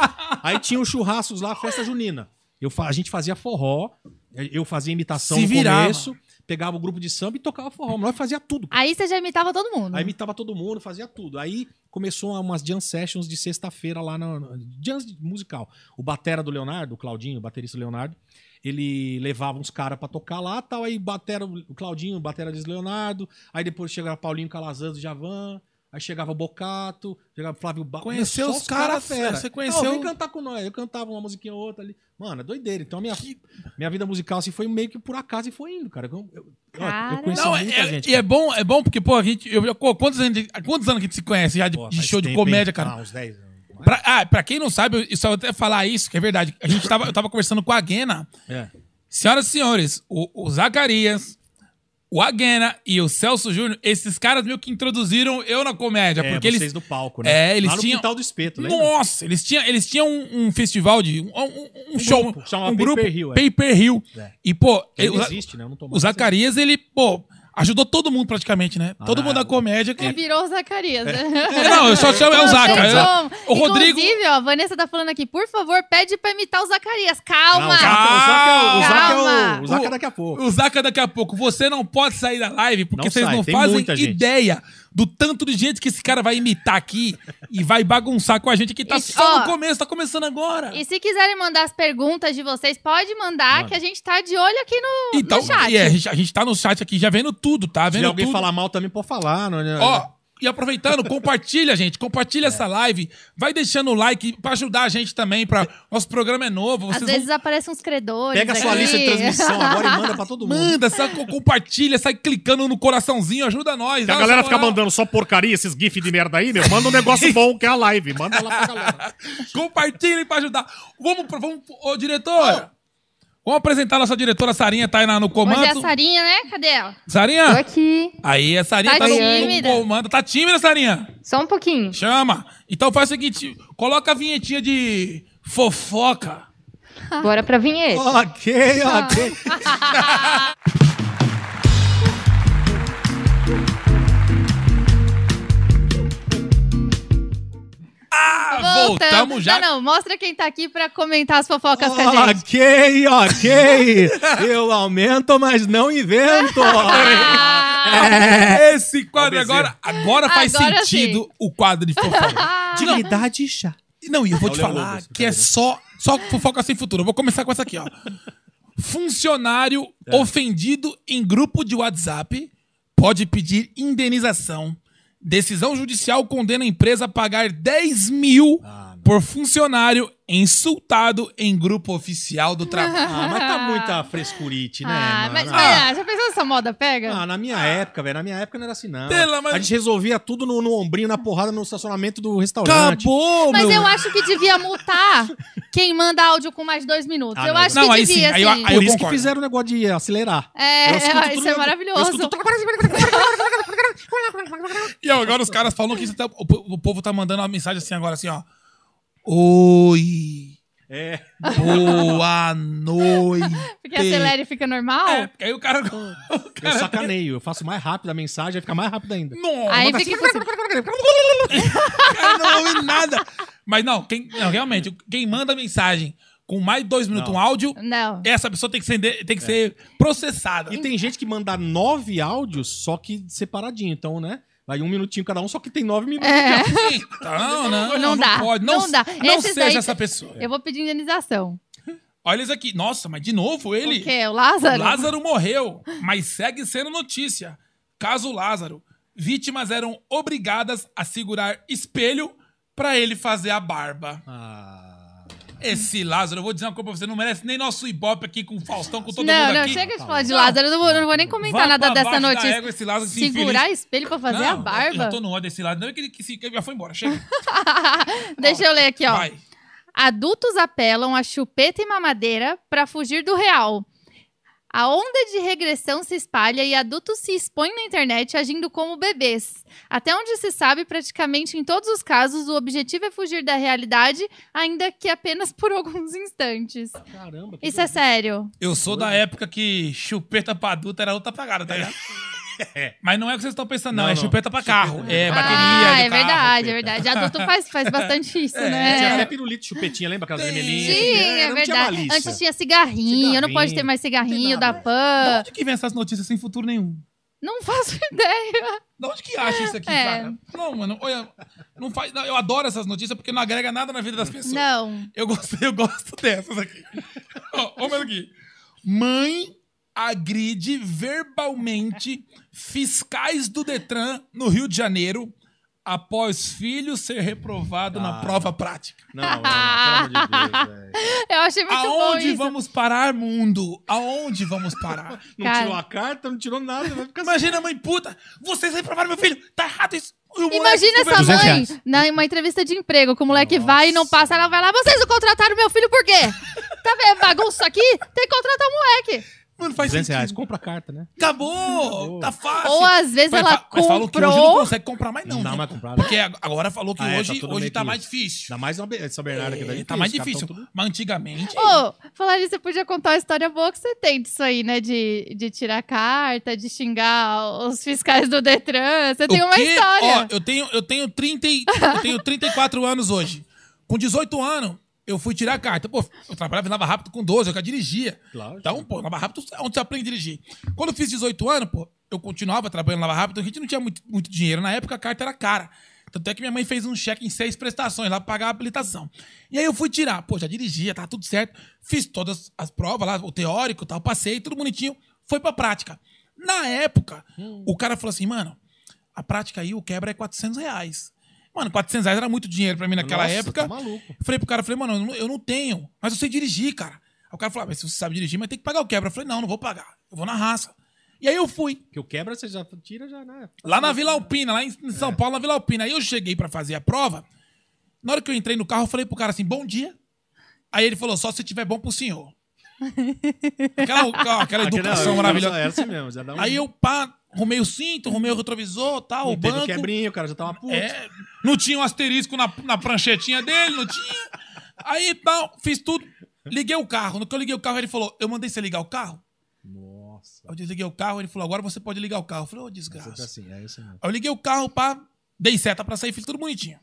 G: Aí tinha os churrascos lá, festa junina. Eu, fa- a gente fazia forró, é, eu fazia imitação
E: Se
G: no
E: virava.
G: começo, pegava o grupo de samba e tocava forró. Nós fazia tudo.
D: Aí você já imitava todo mundo. né?
G: Aí imitava todo mundo, fazia tudo. Aí começou umas jam sessions de sexta-feira lá na. na- Jam musical. O batera do Leonardo, o Claudinho, o baterista Leonardo, ele levava uns caras pra tocar lá tal. Aí batera, o Claudinho, batera de Leonardo. Aí depois chegava Paulinho Calazans do Javan. Aí chegava Bocato, chegava Flávio Ba...
E: Conheceu
G: Só
E: os caras,
G: fera.
E: você conheceu-
G: Não, vem cantar com nós. Eu cantava uma musiquinha ou outra ali. Mano, é doideira. Então a minha, minha vida musical assim, foi meio que por acaso e foi indo, cara. Eu, eu, eu- eu
D: Cara.
G: conheci
E: Não,
G: muita
E: é-
G: gente.
E: e é bom, é bom porque, pô, a gente. Eu, eu- quantos, anos, quantos anos que a gente se conhece já de,
G: Pô,
E: de
G: faz
E: show de
G: tempo,
E: comédia,
G: hein?
E: cara?
G: Ah, uns 10 anos.
E: Pra, ah, pra quem não sabe, eu- eu só vou até falar isso, que é verdade. A gente tava, eu tava conversando com a Guena.
G: É.
E: Senhoras e senhores, o, o Zacarias, o Aguena e o Celso Júnior, esses caras meio que introduziram eu na comédia.
G: É,
E: porque
G: vocês
E: eles.
G: do palco, né?
E: É, eles
G: Lá no
E: tinham-
G: quintal do espeto, lembra?
E: Nossa, eles tinham, eles tinham um, um festival de. Um, um- um show.
G: grupo, chamava
E: um
G: Paper
E: grupo.
G: Hill, é.
E: Paper Hill.
G: É.
E: E, pô,
G: Ele
E: o-
G: existe, né? Eu não tô
E: o
G: mais.
E: Zacarias, ele, pô, Ajudou todo mundo praticamente, né?
G: Ah.
E: todo mundo da comédia. que-
D: Virou o Zacarias.
E: É, não, eu só chamo é o
D: Não
E: Zaca.
D: tem
E: É-
D: como.
E: O Rodrigo.
D: Então, Inclusive, ó, a Vanessa tá falando aqui, por favor, pede pra imitar o Zacarias. Calma!
G: Não, o Zaca- o Zaca é o- o Zaca é o-
D: Calma.
G: o Zaca é daqui a pouco.
E: O Zaca daqui a pouco. Você não pode sair da live porque
G: Não
E: vocês
G: sai,
E: não
G: tem
E: fazem
G: muita gente.
E: ideia do tanto de gente que esse cara vai imitar aqui e vai bagunçar com a gente que tá
D: E-
E: só
D: ó,
E: no começo, tá começando agora.
D: E se quiserem mandar as perguntas de vocês, pode mandar, que a gente tá de olho aqui no,
E: Então,
D: no chat.
E: e é, a, gente, a gente tá no chat aqui já vendo tudo, tá? Vendo
G: Se alguém
E: tudo.
G: falar né? mal também pode falar. Não, é? não-
E: Ó, e aproveitando, compartilha, gente. Compartilha essa live. Vai deixando o like pra ajudar a gente também. Pra... Nosso programa é novo.
D: Às
E: Vocês vão
D: vezes aparecem uns credores.
G: Pega a sua
D: aqui.
G: lista de transmissão agora e manda pra todo mundo.
E: Manda, sai, co- compartilha, sai clicando no coraçãozinho, ajuda nós.
F: Se a
E: dá
F: galera
E: essa
F: fica
E: moral.
F: mandando só porcaria, esses gifs de merda aí, meu, manda um negócio bom que é a live. Manda lá pra galera.
E: Compartilhem pra ajudar. Vamos, pro- vamos pro- ô, diretor! Vamos apresentar nossa diretora Sarinha, tá aí na- no comando.
D: Hoje é a Sarinha, né? Cadê ela?
E: Sarinha?
H: aqui.
E: Aí, a Sarinha tá,
D: Tá
E: no-
D: tímida.
E: no comando. Tá tímida, Sarinha?
H: Só um pouquinho.
E: Chama. Então faz o seguinte, coloca a vinhetinha de fofoca.
D: Ah.
H: Bora pra vinheta.
G: Ok, ok.
E: Ah, voltamos já.
D: Não, não, mostra quem tá aqui pra comentar as fofocas com a gente.
G: Ok, ok. Eu aumento, mas não invento.
D: Ah,
E: Esse quadro agora, agora faz
D: Agora
E: sentido o quadro de fofoca.
G: Dignidade chá.
E: Não, e eu vou te falar que é só, só fofoca sem futuro. Eu vou começar com essa aqui, ó. Funcionário ofendido em grupo de WhatsApp pode pedir indenização. Decisão judicial condena a empresa a pagar 10 mil por funcionário insultado em grupo oficial do trabalho.
G: Ah, mas tá muita frescurite, né?
D: Ah,
G: mano?
D: mas,
G: Ah,
D: mas, ah, já pensou se essa moda pega?
G: ah, na minha época, velho, na minha época não era assim, não.
E: Pela, mas-
G: A gente resolvia tudo no, no ombrinho, na porrada, no estacionamento do restaurante.
E: Acabou,
D: Mas
E: meu.
D: eu acho que devia multar quem manda áudio com mais de dois minutos.
G: Ah,
D: eu
G: não,
D: acho
E: não,
D: que
E: aí
D: devia,
E: sim, aí
D: assim.
E: eu- aí
G: Por isso
E: concordo.
G: que fizeram o negócio de acelerar. Eu escuto
D: É,
G: tudo
D: isso é
G: no- Eu
D: maravilhoso.
G: escuto tudo-
E: E agora os caras falam que isso tá- o, po- o povo tá mandando uma mensagem assim agora, assim, ó. Oi.
G: É.
E: Boa noite.
D: Porque acelera e fica normal.
E: É, porque aí o cara.
G: Eu sacaneio, eu faço mais rápido a mensagem, aí fica mais rápido ainda.
E: Não,
D: Aí
E: mas-
D: fica impossível.
E: o cara não ouve nada. Mas não, quem, não, realmente, quem manda mensagem com mais de dois minutos um áudio,
D: Não.
E: essa pessoa tem que ser, tem que ser processada.
D: Então,
G: E tem gente que manda nove áudios, só que separadinho. Então, né? Vai um minutinho cada um, só que tem nove minutos.
D: É.
E: Então, é não, não,
D: Não dá,
E: pode. Não,
D: não dá.
E: não
D: Esses
E: seja
D: daí-
E: essa pessoa.
D: Eu vou pedir indenização.
E: Olha isso aqui. Nossa, mas de novo ele.
D: O quê? O Lázaro?
E: Lázaro morreu, mas segue sendo notícia. Caso Lázaro, vítimas eram obrigadas a segurar espelho pra ele fazer a barba.
G: Ah,
E: Esse Lázaro, eu vou dizer uma coisa pra você, não merece nem nosso ibope aqui com o Faustão, com todo
D: não,
E: mundo
D: não,
E: aqui.
D: chega de falar de Lázaro. Eu não vou, eu não vou nem comentar
E: Vá
D: nada
E: pra
D: dessa
E: baixo da
D: notícia.
E: égua esse Lázaro, esse
D: Segurar
E: infeliz.
D: espelho pra fazer a
E: Não,
D: barba?
E: Eu tô no ódio desse lado. Não é que ele que se, que já foi embora, chega.
D: Deixa eu ler aqui, ó.
E: Vai.
D: Adultos apelam a chupeta e mamadeira para fugir do real. A onda de regressão se espalha e adultos se expõem na internet agindo como bebês. Até onde se sabe, praticamente em todos os casos, o objetivo é fugir da realidade, ainda que apenas por alguns instantes.
G: Caramba.
D: Isso é sério.
E: Eu sou da época que chupeta pra adulta era outra pagada, tá ligado? Mas não é o que vocês estão pensando, não.
G: Não,
E: é
G: não.
E: chupeta pra carro. É, bateria.
D: ah,
E: do
D: é
E: carro.
D: verdade, é verdade. Adulto faz, faz bastante isso,
G: Tinha
D: né?
G: até pirulito, chupetinha, lembra aquelas vermelhinhas?
D: Sim, é
G: Não É, Tinha
D: verdade.
G: malícia.
D: Antes tinha cigarrinho, não pode ter mais cigarrinho da
E: Da
D: PAN.
E: onde que vem essas notícias sem futuro nenhum?
D: Não faço ideia.
E: Da onde que acha isso aqui,
D: É.
E: cara? Não, mano, olha, não faz, não, eu adoro essas notícias porque não agrega nada na vida das pessoas.
D: Não.
E: Eu gosto, eu gosto dessas aqui. Ó, ó, mais aqui. Mãe agride verbalmente fiscais do Detran no Rio de Janeiro após filho ser reprovado na
G: Ah.
E: prova prática.
G: Não, não, não, pelo amor de Deus, velho.
D: Eu achei muito bom
E: Aonde
D: isso.
E: vamos parar, mundo? Aonde vamos parar?
G: Não
D: Cara.
G: tirou a carta, não tirou nada, né? vai ficar
E: Imagina a mãe puta, vocês reprovaram meu filho, tá errado isso. E o moleque
D: Imagina
E: conversando.
D: essa mãe na, em uma entrevista de emprego, que o moleque vai e não passa, É ela vai lá, vocês não contrataram meu filho por quê? Tá vendo bagunça aqui? Tem que contratar o moleque.
E: Mano, faz
G: 200 reais.
E: sentido.
G: Compra a carta, né?
E: Acabou! Tá fácil.
D: Ou às vezes
E: Mas
D: ela
E: fa- mas falam que hoje não
D: comprou.
E: consegue comprar mais, não.
G: Não dá
E: né?
G: mais comprar, né?
E: Porque ag- agora falou que
G: Ah, é,
E: hoje,
G: tá tudo
E: hoje
G: meio
E: tá
G: que-
E: mais difícil.
G: Ainda mais uma be- essa Bernarda que
E: É,
G: dá
E: tá mais
G: os caras
E: difícil.
G: tão tudo-
E: Mas antigamente.
D: Ô, falar isso, você podia contar uma história boa que você tem disso aí, né? De, de tirar carta, de xingar os fiscais do Detran. Você tem
E: O
D: uma
E: quê? Ó,
D: história.
E: eu tenho, eu tenho 30, e- eu tenho 34 anos hoje. Com 18 anos, eu fui tirar a carta. Pô, eu trabalhava em Lava Rápido com 12, eu já dirigia.
G: Claro.
E: Então, pô, Lava Rápido é onde você aprende a dirigir. Quando eu fiz 18 anos, pô, eu continuava trabalhando em Lava Rápido, a gente não tinha muito, muito dinheiro. Na época a carta era cara. Tanto é que minha mãe fez um cheque em seis prestações lá pra pagar a habilitação. E aí eu fui tirar. Pô, já dirigia, tá tudo certo. Fiz todas as provas lá, o teórico e tal, passei, tudo bonitinho. Foi pra prática. Na época, o cara falou assim, mano, a prática aí, o quebra é 400 reais. Mano, 400 reais era muito dinheiro pra mim naquela
G: Nossa,
E: época.
G: tá maluco.
E: Falei pro cara, falei, mano, eu não, eu não tenho, mas eu sei dirigir, cara. Aí o cara falou, ah, mas se você sabe dirigir, mas tem que pagar o quebra. Eu falei, não, não vou pagar, eu vou na raça. E aí eu fui.
G: Porque o quebra você já tira, já, né?
E: Lá na Vila Alpina, lá em em São Paulo, na Vila Alpina. Aí eu cheguei pra fazer a prova. Na hora que eu entrei no carro, eu falei pro cara assim, bom dia. Aí ele falou, só se tiver bom pro senhor. Aquela, ó, aquela
G: Aquele-
E: educação
G: não,
E: maravilhosa.
G: Era assim mesmo. Já dá um...
E: Aí eu, pá, arrumei o cinto, arrumei o retrovisor, tal, né? o
G: Não teve
E: banco.
G: quebrinho, o cara já tava puto.
E: É, não tinha um asterisco na, na pranchetinha dele, não tinha. Aí então, fiz tudo, liguei o carro. No que eu liguei o carro, ele falou: Eu mandei você ligar o carro?
G: Nossa.
E: Eu desliguei o carro, ele falou: Agora você pode ligar o carro. Eu falei: Ô, desgraça.
G: Sempre assim, é isso mesmo.
E: Aí eu liguei o carro, pá, dei seta pra sair, fiz tudo bonitinho.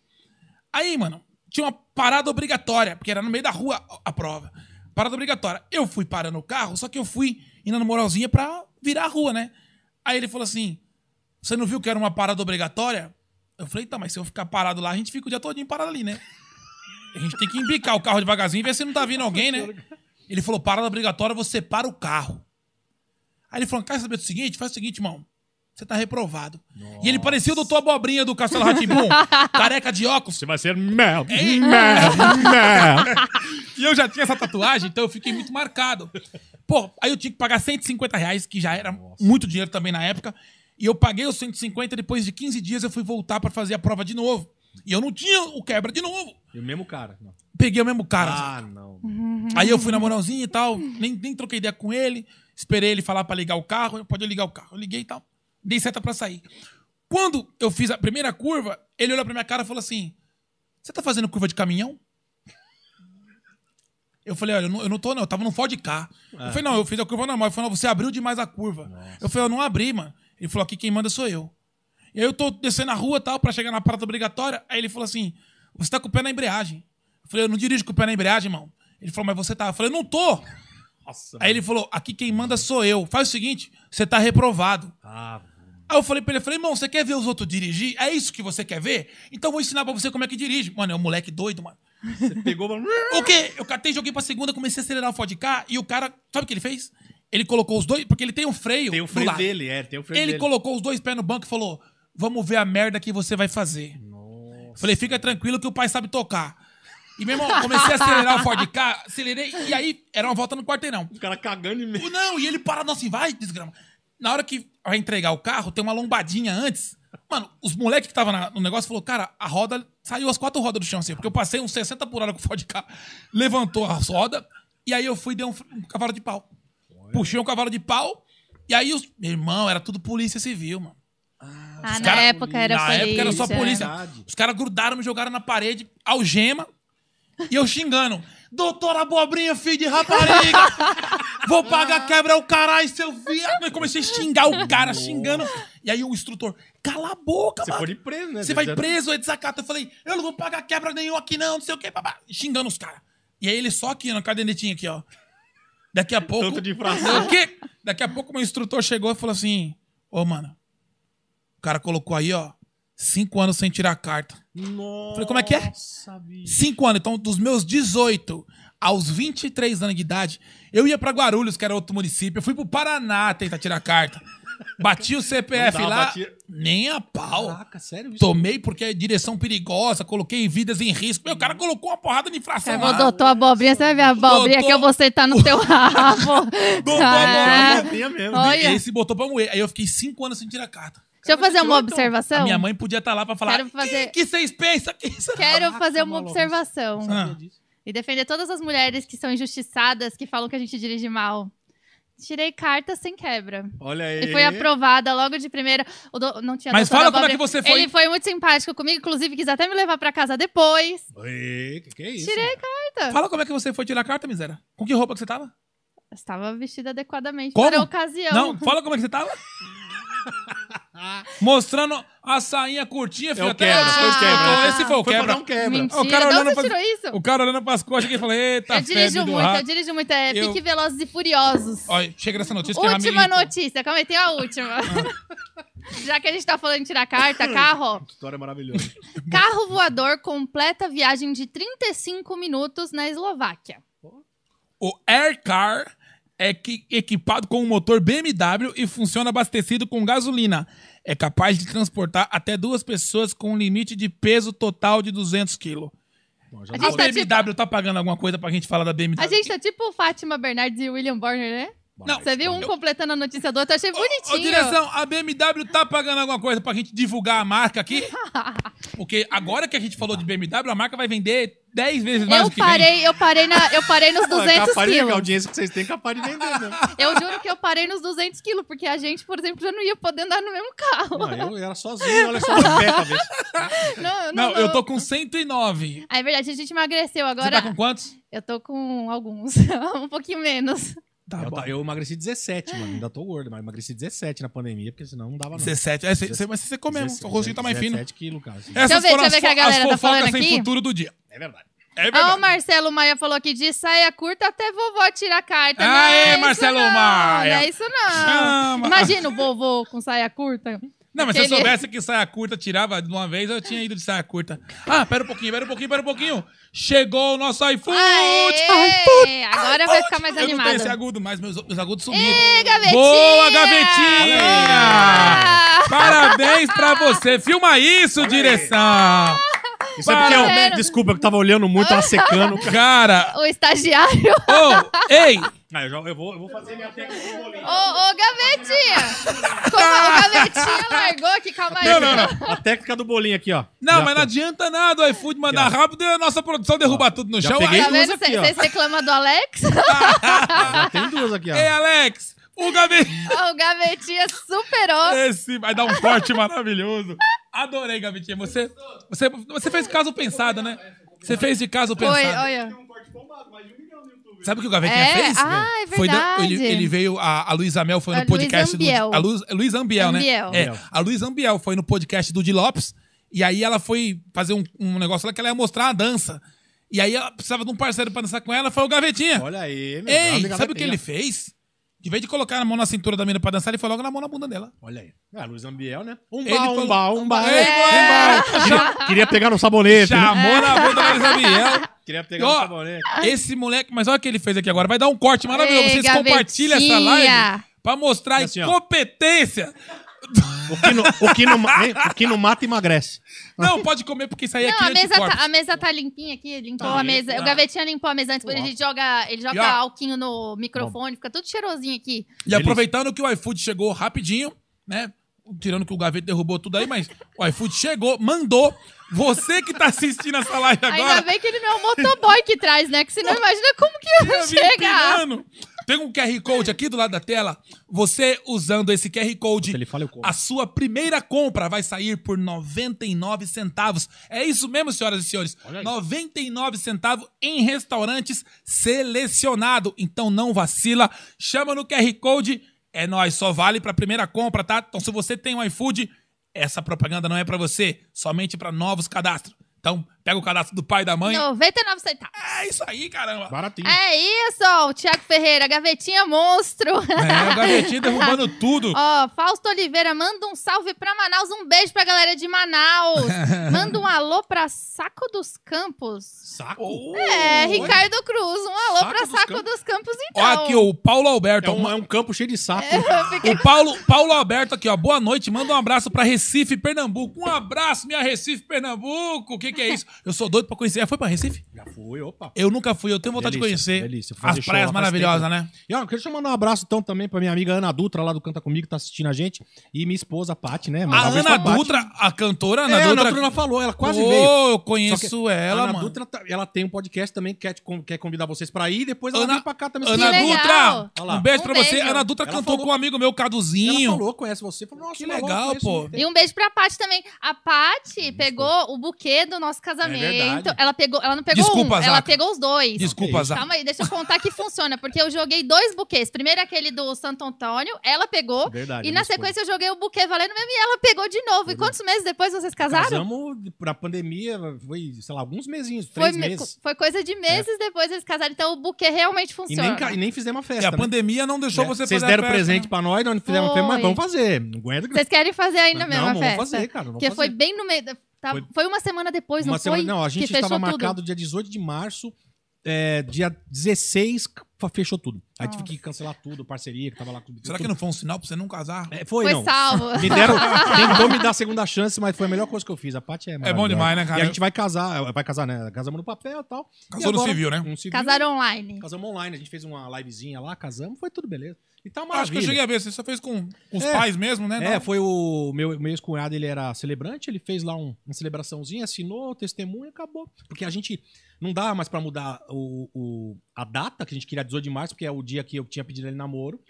E: Aí, mano, tinha uma parada obrigatória, porque era no meio da rua a- a prova. Parada obrigatória. Eu fui parando o carro, só que eu fui indo na moralzinha pra virar a rua, né? Aí ele falou assim: Você não viu que era uma parada obrigatória? Eu falei: Tá, mas se eu ficar parado lá, a gente fica o dia todinho parado ali, né? A gente tem que embicar o carro devagarzinho e ver se não tá vindo alguém, né? Ele falou: Parada obrigatória, você para o carro. Aí ele falou: Quer saber do seguinte? Faz o seguinte, irmão. Você tá reprovado. E ele parecia o doutor Abobrinha do Castelo Ratimbum. careca de óculos.
F: Você vai ser mel.
G: É.
E: Ei.
F: Mel. Mel.
E: E eu já tinha essa tatuagem, então eu fiquei muito marcado. Pô, aí eu tinha que pagar 150 reais, que já era muito dinheiro também na época. E eu paguei os 150, depois de 15 dias eu fui voltar pra fazer a prova de novo. E eu não tinha o quebra de novo.
G: E o mesmo cara. Não.
E: Peguei o mesmo cara.
G: Ah, não.
E: Aí eu fui na moralzinha e tal, nem, nem troquei ideia com ele, esperei ele falar pra ligar o carro, eu, pode eu ligar o carro. Eu liguei e tal, dei seta pra sair. Quando eu fiz a primeira curva, ele olhou pra minha cara e falou assim: Você tá fazendo curva de caminhão? Eu falei, olha, eu não, eu não tô, não, eu tava no Ford K. Eu falei, não, eu fiz a curva normal. Ele falou, não, você abriu demais a curva. Eu falei, eu não abri, mano. Ele falou, aqui quem manda sou eu. E aí eu tô descendo a rua tal, pra chegar na parada obrigatória. Aí ele falou assim: você tá com o pé na embreagem. Eu falei, eu não dirijo com o pé na embreagem, irmão. Ele falou, mas você tá. Eu falei, eu não tô.
G: Nossa.
E: Aí ele falou, aqui quem manda sou eu. Faz o seguinte, você tá reprovado.
G: Ah,
E: Aí eu falei pra ele, eu falei, irmão, você quer ver os outros dirigir? É isso que você quer ver? Então eu vou ensinar pra você como é que dirige. Mano, é um moleque doido, mano.
G: você pegou. mano.
E: O quê? Eu catei, joguei pra segunda, comecei a acelerar o Ford K e o cara, sabe o que ele fez? Ele colocou os dois, porque ele tem um freio.
G: Tem o
E: do
G: freio
E: lado.
G: dele, é. Tem o freio
E: Ele
G: dele.
E: colocou os dois pés no banco e falou: Vamos ver a merda que você vai fazer. Falei: Fica tranquilo que o pai sabe tocar. E meu irmão, comecei a acelerar o Ford K, acelerei, e aí era uma volta no quarteirão.
G: O cara cagando e mesmo.
E: O Não, e ele parado assim, vai, desgrama. Na hora que vai entregar o carro, tem uma lombadinha antes. Mano, os moleques que estavam no negócio falou, cara, a roda saiu as quatro rodas do chão assim, porque eu passei uns 60 por hora com o Ford K, levantou as rodas, e aí eu fui e dei um, fr- um cavalo de pau. Puxei um cavalo de pau, e aí os. Meu irmão, era tudo polícia civil, mano.
D: Ah, na
E: cara-
D: época era
E: na
D: polícia.
E: época era só polícia.
G: Verdade.
E: Os caras grudaram, me jogaram na parede, algema, e eu xingando. Doutora Abobrinha, filho de rapariga! Vou pagar quebra o caralho, seu viado! Eu comecei a xingar o cara, xingando. E aí o instrutor, cala a boca,
G: Você
E: mano.
G: pode ir preso, né?
E: Você vai
G: Já-
E: preso, é desacato. Eu falei, eu não vou pagar quebra nenhum aqui, não, não sei o quê, babá. Xingando os caras. E aí ele só aqui, na cadernetinha aqui, ó. Daqui a pouco.
G: Tanto de infração.
E: o quê? Daqui a pouco meu instrutor chegou e falou assim: Ô, mano, o cara colocou aí, ó, cinco anos sem tirar a carta.
G: Nossa.
E: Falei, como é que é?
G: bicho.
E: Cinco anos. Então, dos meus 18 aos 23 anos de idade, eu ia pra Guarulhos, que era outro município. Eu fui pro Paraná tentar tirar carta. Bati o CPF
G: Não dá,
E: lá.
G: batia.
E: Nem a pau.
G: Caraca, sério isso?
E: Tomei porque é direção perigosa, coloquei vidas em risco. Meu, o cara colocou uma porrada de infração
D: Ô,
E: lá.
D: doutor Abobrinha, você vai ver a abobrinha
E: Doutor-
D: que eu vou sentar no teu rabo.
E: Doutor
D: Ah,
E: Abobrinha.
G: Tinha mesmo.
E: E
D: Olha,
E: esse botou pra moer. Aí eu fiquei cinco anos sem tirar carta.
D: deixa eu fazer uma
E: um A
D: observação.
E: minha mãe podia estar lá pra falar,
D: Quero fazer-
E: que, que vocês pensam? Que isso?
D: Quero fazer uma
G: Ah, maluco.
D: observação.
E: Ah,
D: E defender todas as mulheres que são injustiçadas, que falam que a gente dirige mal. Tirei carta sem quebra.
G: Olha aí.
D: E foi aprovada logo de primeira. O do- Não tinha
E: Mas
D: doutor
E: fala como é
D: Abobrinha.
E: que você foi.
D: Ele foi muito simpático comigo, inclusive quis até me levar pra casa depois.
G: Ei, que, que é isso?
D: Tirei
E: Fala como é que você foi tirar a carta, miséria. Com que roupa que você tava?
D: Eu Estava vestida adequadamente
E: Como?
D: para a ocasião.
E: Não, fala como é que você tava. Mostrando a sainha curtinha, filho.
G: É o
E: até-
G: quebra,
D: foi o quebra.
E: Então, Esse foi o
G: Foi pra
E: quebra.
G: dar um quebra.
D: Mentira.
E: O cara
D: de
E: olhando
D: onde
E: pra-
D: você tirou isso?
E: O cara olhando pras costas aqui e falou, eita,
D: eu dirijo
E: tá febre do
D: muito,
E: rato.
D: eu dirijo muito. É
E: Eu-
D: Pique Velozes e Furiosos.
E: Olha, chega nessa notícia que é
D: última
E: Ramirito.
D: notícia. Calma aí, tem a última.
E: Ah.
D: Já que a gente tá falando de tirar carta, carro.
G: História é maravilhosa.
D: Carro voador completa viagem de 35 minutos na Eslováquia.
E: O Aircar é que- equipado com um motor BMW e funciona abastecido com gasolina. É capaz de transportar até duas pessoas com um limite de peso total de 200 quilos.
G: Bom, já
D: A
E: A,
G: deu-
D: gente tá
E: BMW tá pagando alguma coisa pra gente falar da BMW?
D: A gente tá tipo Fátima Bernardes e William Borner, né?
E: Não.
D: Você viu um completando a notícia do outro? Eu achei
E: Ô,
D: bonitinho.
E: ô, direção, a BMW tá pagando alguma coisa pra gente divulgar a marca aqui? Porque agora que a gente falou de BMW, a marca vai vender 10 vezes mais
D: eu
E: do que vende.
D: parei, eu parei na, eu parei nos
G: Não, é
D: 200
G: capaz de- A
D: quilos.
G: audiência que vocês têm é capaz de vender, né?
D: Eu juro que eu parei nos 200 quilos, porque a gente, por exemplo, já não ia poder andar no mesmo carro.
G: Não, eu era sozinho, olha só o pé, talvez.
D: Não,
E: Não,
D: não,
E: eu tô com 109.
D: É verdade, a gente emagreceu
E: Você
D: agora.
E: tá com quantos?
D: Eu tô com alguns, um pouquinho menos.
E: Tá
G: eu,
E: bom.
G: ta- eu emagreci 17, mano. Ainda tô gordo, mas emagreci 17 na pandemia, porque senão não dava não.
E: 17. É, cê, cê, mas você comeu, seu rostinho tá mais fino.
G: 17 quilos, cara. assim.
E: Essas
D: ver, deixa
E: foram
D: eu
E: as,
D: ver o que a
E: fo- as
D: galera tá
E: fofocas
D: falando
E: sem
D: aqui.
E: futuro do dia.
F: É verdade.
E: É
D: Ah, o
E: verdade.
D: Marcelo Maia falou aqui de saia curta até vovó tirar carta. Não
E: Aê,
D: é isso
E: Marcelo
D: não,
E: Maia.
D: Não é isso não.
E: Chama.
D: Imagina o vovô com saia curta.
E: não, mas se
D: aquele-
E: eu soubesse que saia curta tirava de uma vez, eu tinha ido de saia curta. Ah, pera um pouquinho, pera um pouquinho, pera um pouquinho. Chegou o nosso iFood!
D: Aê, agora vai ficar mais
E: eu não tenho esse
D: animado.
E: agudo mais, meus, meus agudos sumiram.
D: Ê, gavetinha!
E: Boa, gavetinha!
D: Ah!
E: Parabéns pra você. Filma isso, direção.
G: Isso é porque
D: Parabéns.
G: eu, desculpa, eu tava olhando muito, tava secando.
E: Cara,
D: O estagiário.
E: oh, ei,
G: Ah, eu, já- eu vou, eu vou fazer minha técnica.
D: Ô, ô, gavetinha! Como a gavetinha largou aqui, calma aí.
E: Ah! não, não, não.
G: A técnica do bolinho aqui, ó.
E: Não,
G: Já
E: mas não
G: pe-
E: adianta nada o iFood mandar rápido e a nossa produção derrubar tudo no
G: já
E: chão.
G: peguei
E: Aí-
D: Tá
G: duas
D: vendo?
G: aqui, ó.
D: Vocês reclamam do Alex?
G: Já tem duas aqui, ó.
E: Ei, Alex, o Gabi...
D: Ó, o gavetinha superou.
E: Esse vai dar um corte maravilhoso. Adorei, Gabitinha. Você, você, você fez caso pensado, né? Você fez de caso
D: Foi,
E: pensado.
D: olha.
E: Sabe o que o Gavetinha
D: É?
E: fez?
D: Ah, é
E: Foi da-
D: verdade.
E: ele, ele veio, a, a Luísa Mel foi
D: A
E: no podcast
D: Luísa Ambiel.
E: do. A Luiz, Luísa Ambiel,
D: Ambiel.
E: né? É, a Luísa Ambiel foi no podcast do Di Lopes. E aí ela foi fazer um, um negócio lá que ela ia mostrar a dança. E aí ela precisava de um parceiro pra dançar com ela, foi o Gavetinha.
G: Olha aí, meu. é
E: Ei,
G: amiga,
E: sabe o
G: vai
E: que ele
G: ter,
E: fez? De vez de colocar a mão na cintura da mina pra dançar, ele foi logo na mão na bunda dela.
G: ó. Olha aí. Ah, Luiz Ambiel, né?
E: Ele
G: Umba,
E: falou-
G: umba, umba.
D: é
E: Ei,
G: umba. Queria- Queria pegar no sabonete. né?
E: Chamou na bunda da Luísa Ambiel.
G: Queria pegar
E: Ó.
G: no sabonete.
E: Esse moleque, mas olha o que ele fez aqui agora. Vai dar um corte maravilhoso.
D: Ei,
E: Vocês
D: gavetinha.
E: compartilham essa live pra mostrar a
G: Assim, ó.
E: incompetência.
G: O que, não, o, que não, ma- hein? o que não mata emagrece.
E: Não, pode comer, porque isso aí é
D: Não, a
E: 500
D: mesa,
E: corpos.
D: tá, a mesa tá limpinha aqui, limpou
G: Tá
D: a mesa.
G: limpa.
D: O gavetinha limpou a mesa antes, porque ele joga, ele joga
E: E, ó.
D: alquinho no microfone, fica tudo cheirosinho aqui.
E: E aproveitando que o iFood chegou rapidinho, né? Tirando que o gavete derrubou tudo aí, mas o iFood chegou, mandou. Você que tá assistindo essa live
D: Ainda
E: agora,
D: bem que ele não é o motoboy que traz, né? Que senão imagina como que eu
E: vem
D: chega.
E: empinando. Tá Tem um QR Code aqui do lado da tela. Você usando esse QR Code,
G: Se ele fala, eu compro.
E: a sua primeira compra vai sair por 99 centavos. É isso mesmo, senhoras e senhores. 99 centavos em restaurantes selecionado. Então não vacila, chama no QR Code. É nóis, só vale pra primeira compra, tá? Então se você tem um iFood, essa propaganda não é pra você, somente pra novos cadastros. Então pega o cadastro do pai e da mãe.
D: 99 centavos.
E: É isso aí, caramba.
G: Baratinho.
D: É isso, ó, o Thiago Ferreira, gavetinha monstro.
E: É, o gavetinho derrubando tudo.
D: Ó, Fausto Oliveira, manda um salve pra Manaus, um beijo pra galera de Manaus. manda um alô pra Saco dos Campos.
G: Saco?
D: É, Ricardo Cruz, um alô
G: Saco
D: pra
G: dos
D: Saco
G: Campos.
D: dos Campos, então.
E: Ó, aqui o Paulo Alberto.
G: É um, é um campo cheio de saco.
D: Eu fiquei-
E: O Paulo, Paulo Alberto aqui, ó. Boa noite. Manda um abraço pra Recife, Pernambuco. Um abraço, minha Recife, Pernambuco. O que, que é isso? Eu sou doido pra conhecer. Já foi pra Recife?
G: Já fui, opa.
E: Eu nunca fui, eu tenho vontade
G: Delícia,
E: de conhecer.
G: delícia. Fui fazer
E: As
G: show
E: praias
G: lá faz
E: maravilhosas,
G: tempo.
E: né?
G: E ó, quero te mandar um abraço então também pra minha amiga Ana Dutra, lá do Canta Comigo, que tá assistindo a gente. E minha esposa, a Paty, né?
E: A
G: Mandar um beijo
E: Ana
G: pra Paty.
E: Dutra, a cantora Ana
G: é,
E: Dutra.
G: a Ana Dutra falou, ela quase
E: Ô,
G: veio.
E: eu
G: Só
E: conheço
G: que
E: ela,
G: a Ana
E: mano.
G: Dutra, tá- ela tem um podcast também, quer, te con- quer convidar vocês pra ir, depois ela
E: Ana-
G: vem pra cá também.
E: Ana
D: Que legal.
E: Dutra,
G: Olha lá.
E: um beijo
D: Um
E: pra você.
D: beijo.
E: Ana Dutra
G: é Ela
E: cantou
G: falou-
E: com um amigo meu,
G: Ela
E: Caduzinho.
G: falou, conhece você. Falou, nossa,
E: Que
G: maluco,
E: legal,
G: conheço
E: pô.
G: você.
D: E um beijo pra Paty também. A Paty pegou o buquê do nosso casamento.
G: É verdade.
D: ela, pegou, ela não pegou
E: Desculpa,
D: um, ela
E: Zaca.
D: pegou os dois.
E: Desculpa,
G: Tá
E: Zá.
D: Calma aí, deixa eu contar que funciona, porque eu joguei dois buquês. Primeiro aquele do Santo Antônio, ela pegou.
G: Verdade,
D: e
G: é
D: na
G: minha
D: sequência eu joguei o buquê valendo mesmo e ela pegou de novo. E quantos meses depois vocês casaram?
G: Casamos na pandemia, foi, sei lá, alguns mesinhos,
D: foi,
G: três
D: me-
G: meses. É.
D: foi coisa de meses depois eles casaram. Então o buquê realmente
G: E
D: funciona.
G: nem, ca- e nem fizemos uma
E: E
G: festa.
E: É, a
G: né?
E: pandemia não deixou
G: Né?
E: você
G: Vocês
E: fazer a
G: deram
E: festa,
G: presente
E: né?
G: pra nós, nós não fizemos uma festa, mas
D: Foi.
G: vamos fazer. Não aguenta que
D: Vocês querem fazer ainda
G: Não,
D: mesmo a
G: vamos
D: festa?
G: fazer, cara, vamos
D: Porque foi
G: fazer.
D: bem no meio. da- tá- foi...
G: Foi-
D: uma semana depois,
G: uma
D: não
G: semana-
D: foi?
G: Não, a gente
D: que fechou
G: estava
D: tudo.
G: marcado dia 18 de março, é, dia 16 fa- fechou tudo. Aí tive que cancelar tudo, parceria que tava lá com
E: Será que
G: tudo.
E: não foi um sinal pra você não casar?
G: É, foi,
D: Foi
G: não.
D: salvo.
G: Me deram, tentou me dar a segunda chance, mas foi a melhor coisa que eu fiz. A Paty é maravilhosa.
E: demais, né, cara?
G: E a gente vai casar, vai casar, né? Casamos no papel e tal. E
E: Casou no civil, né?
G: Um civil.
D: É. Casaram online.
G: Casamos online, a gente fez uma livezinha lá, casamos, foi tudo beleza. E tá uma
E: Acho que eu cheguei a ver. Você só fez com os
G: É.
E: pais mesmo, né?
G: É,
E: Não.
G: foi o meu, meu ex-cunhado, ele era celebrante, ele fez lá um- uma celebraçãozinha, assinou o testemunho e acabou. Porque a gente não dá mais pra mudar o, o- a data, que a gente queria 18 de março, porque é o dia que eu tinha pedido ele namoro.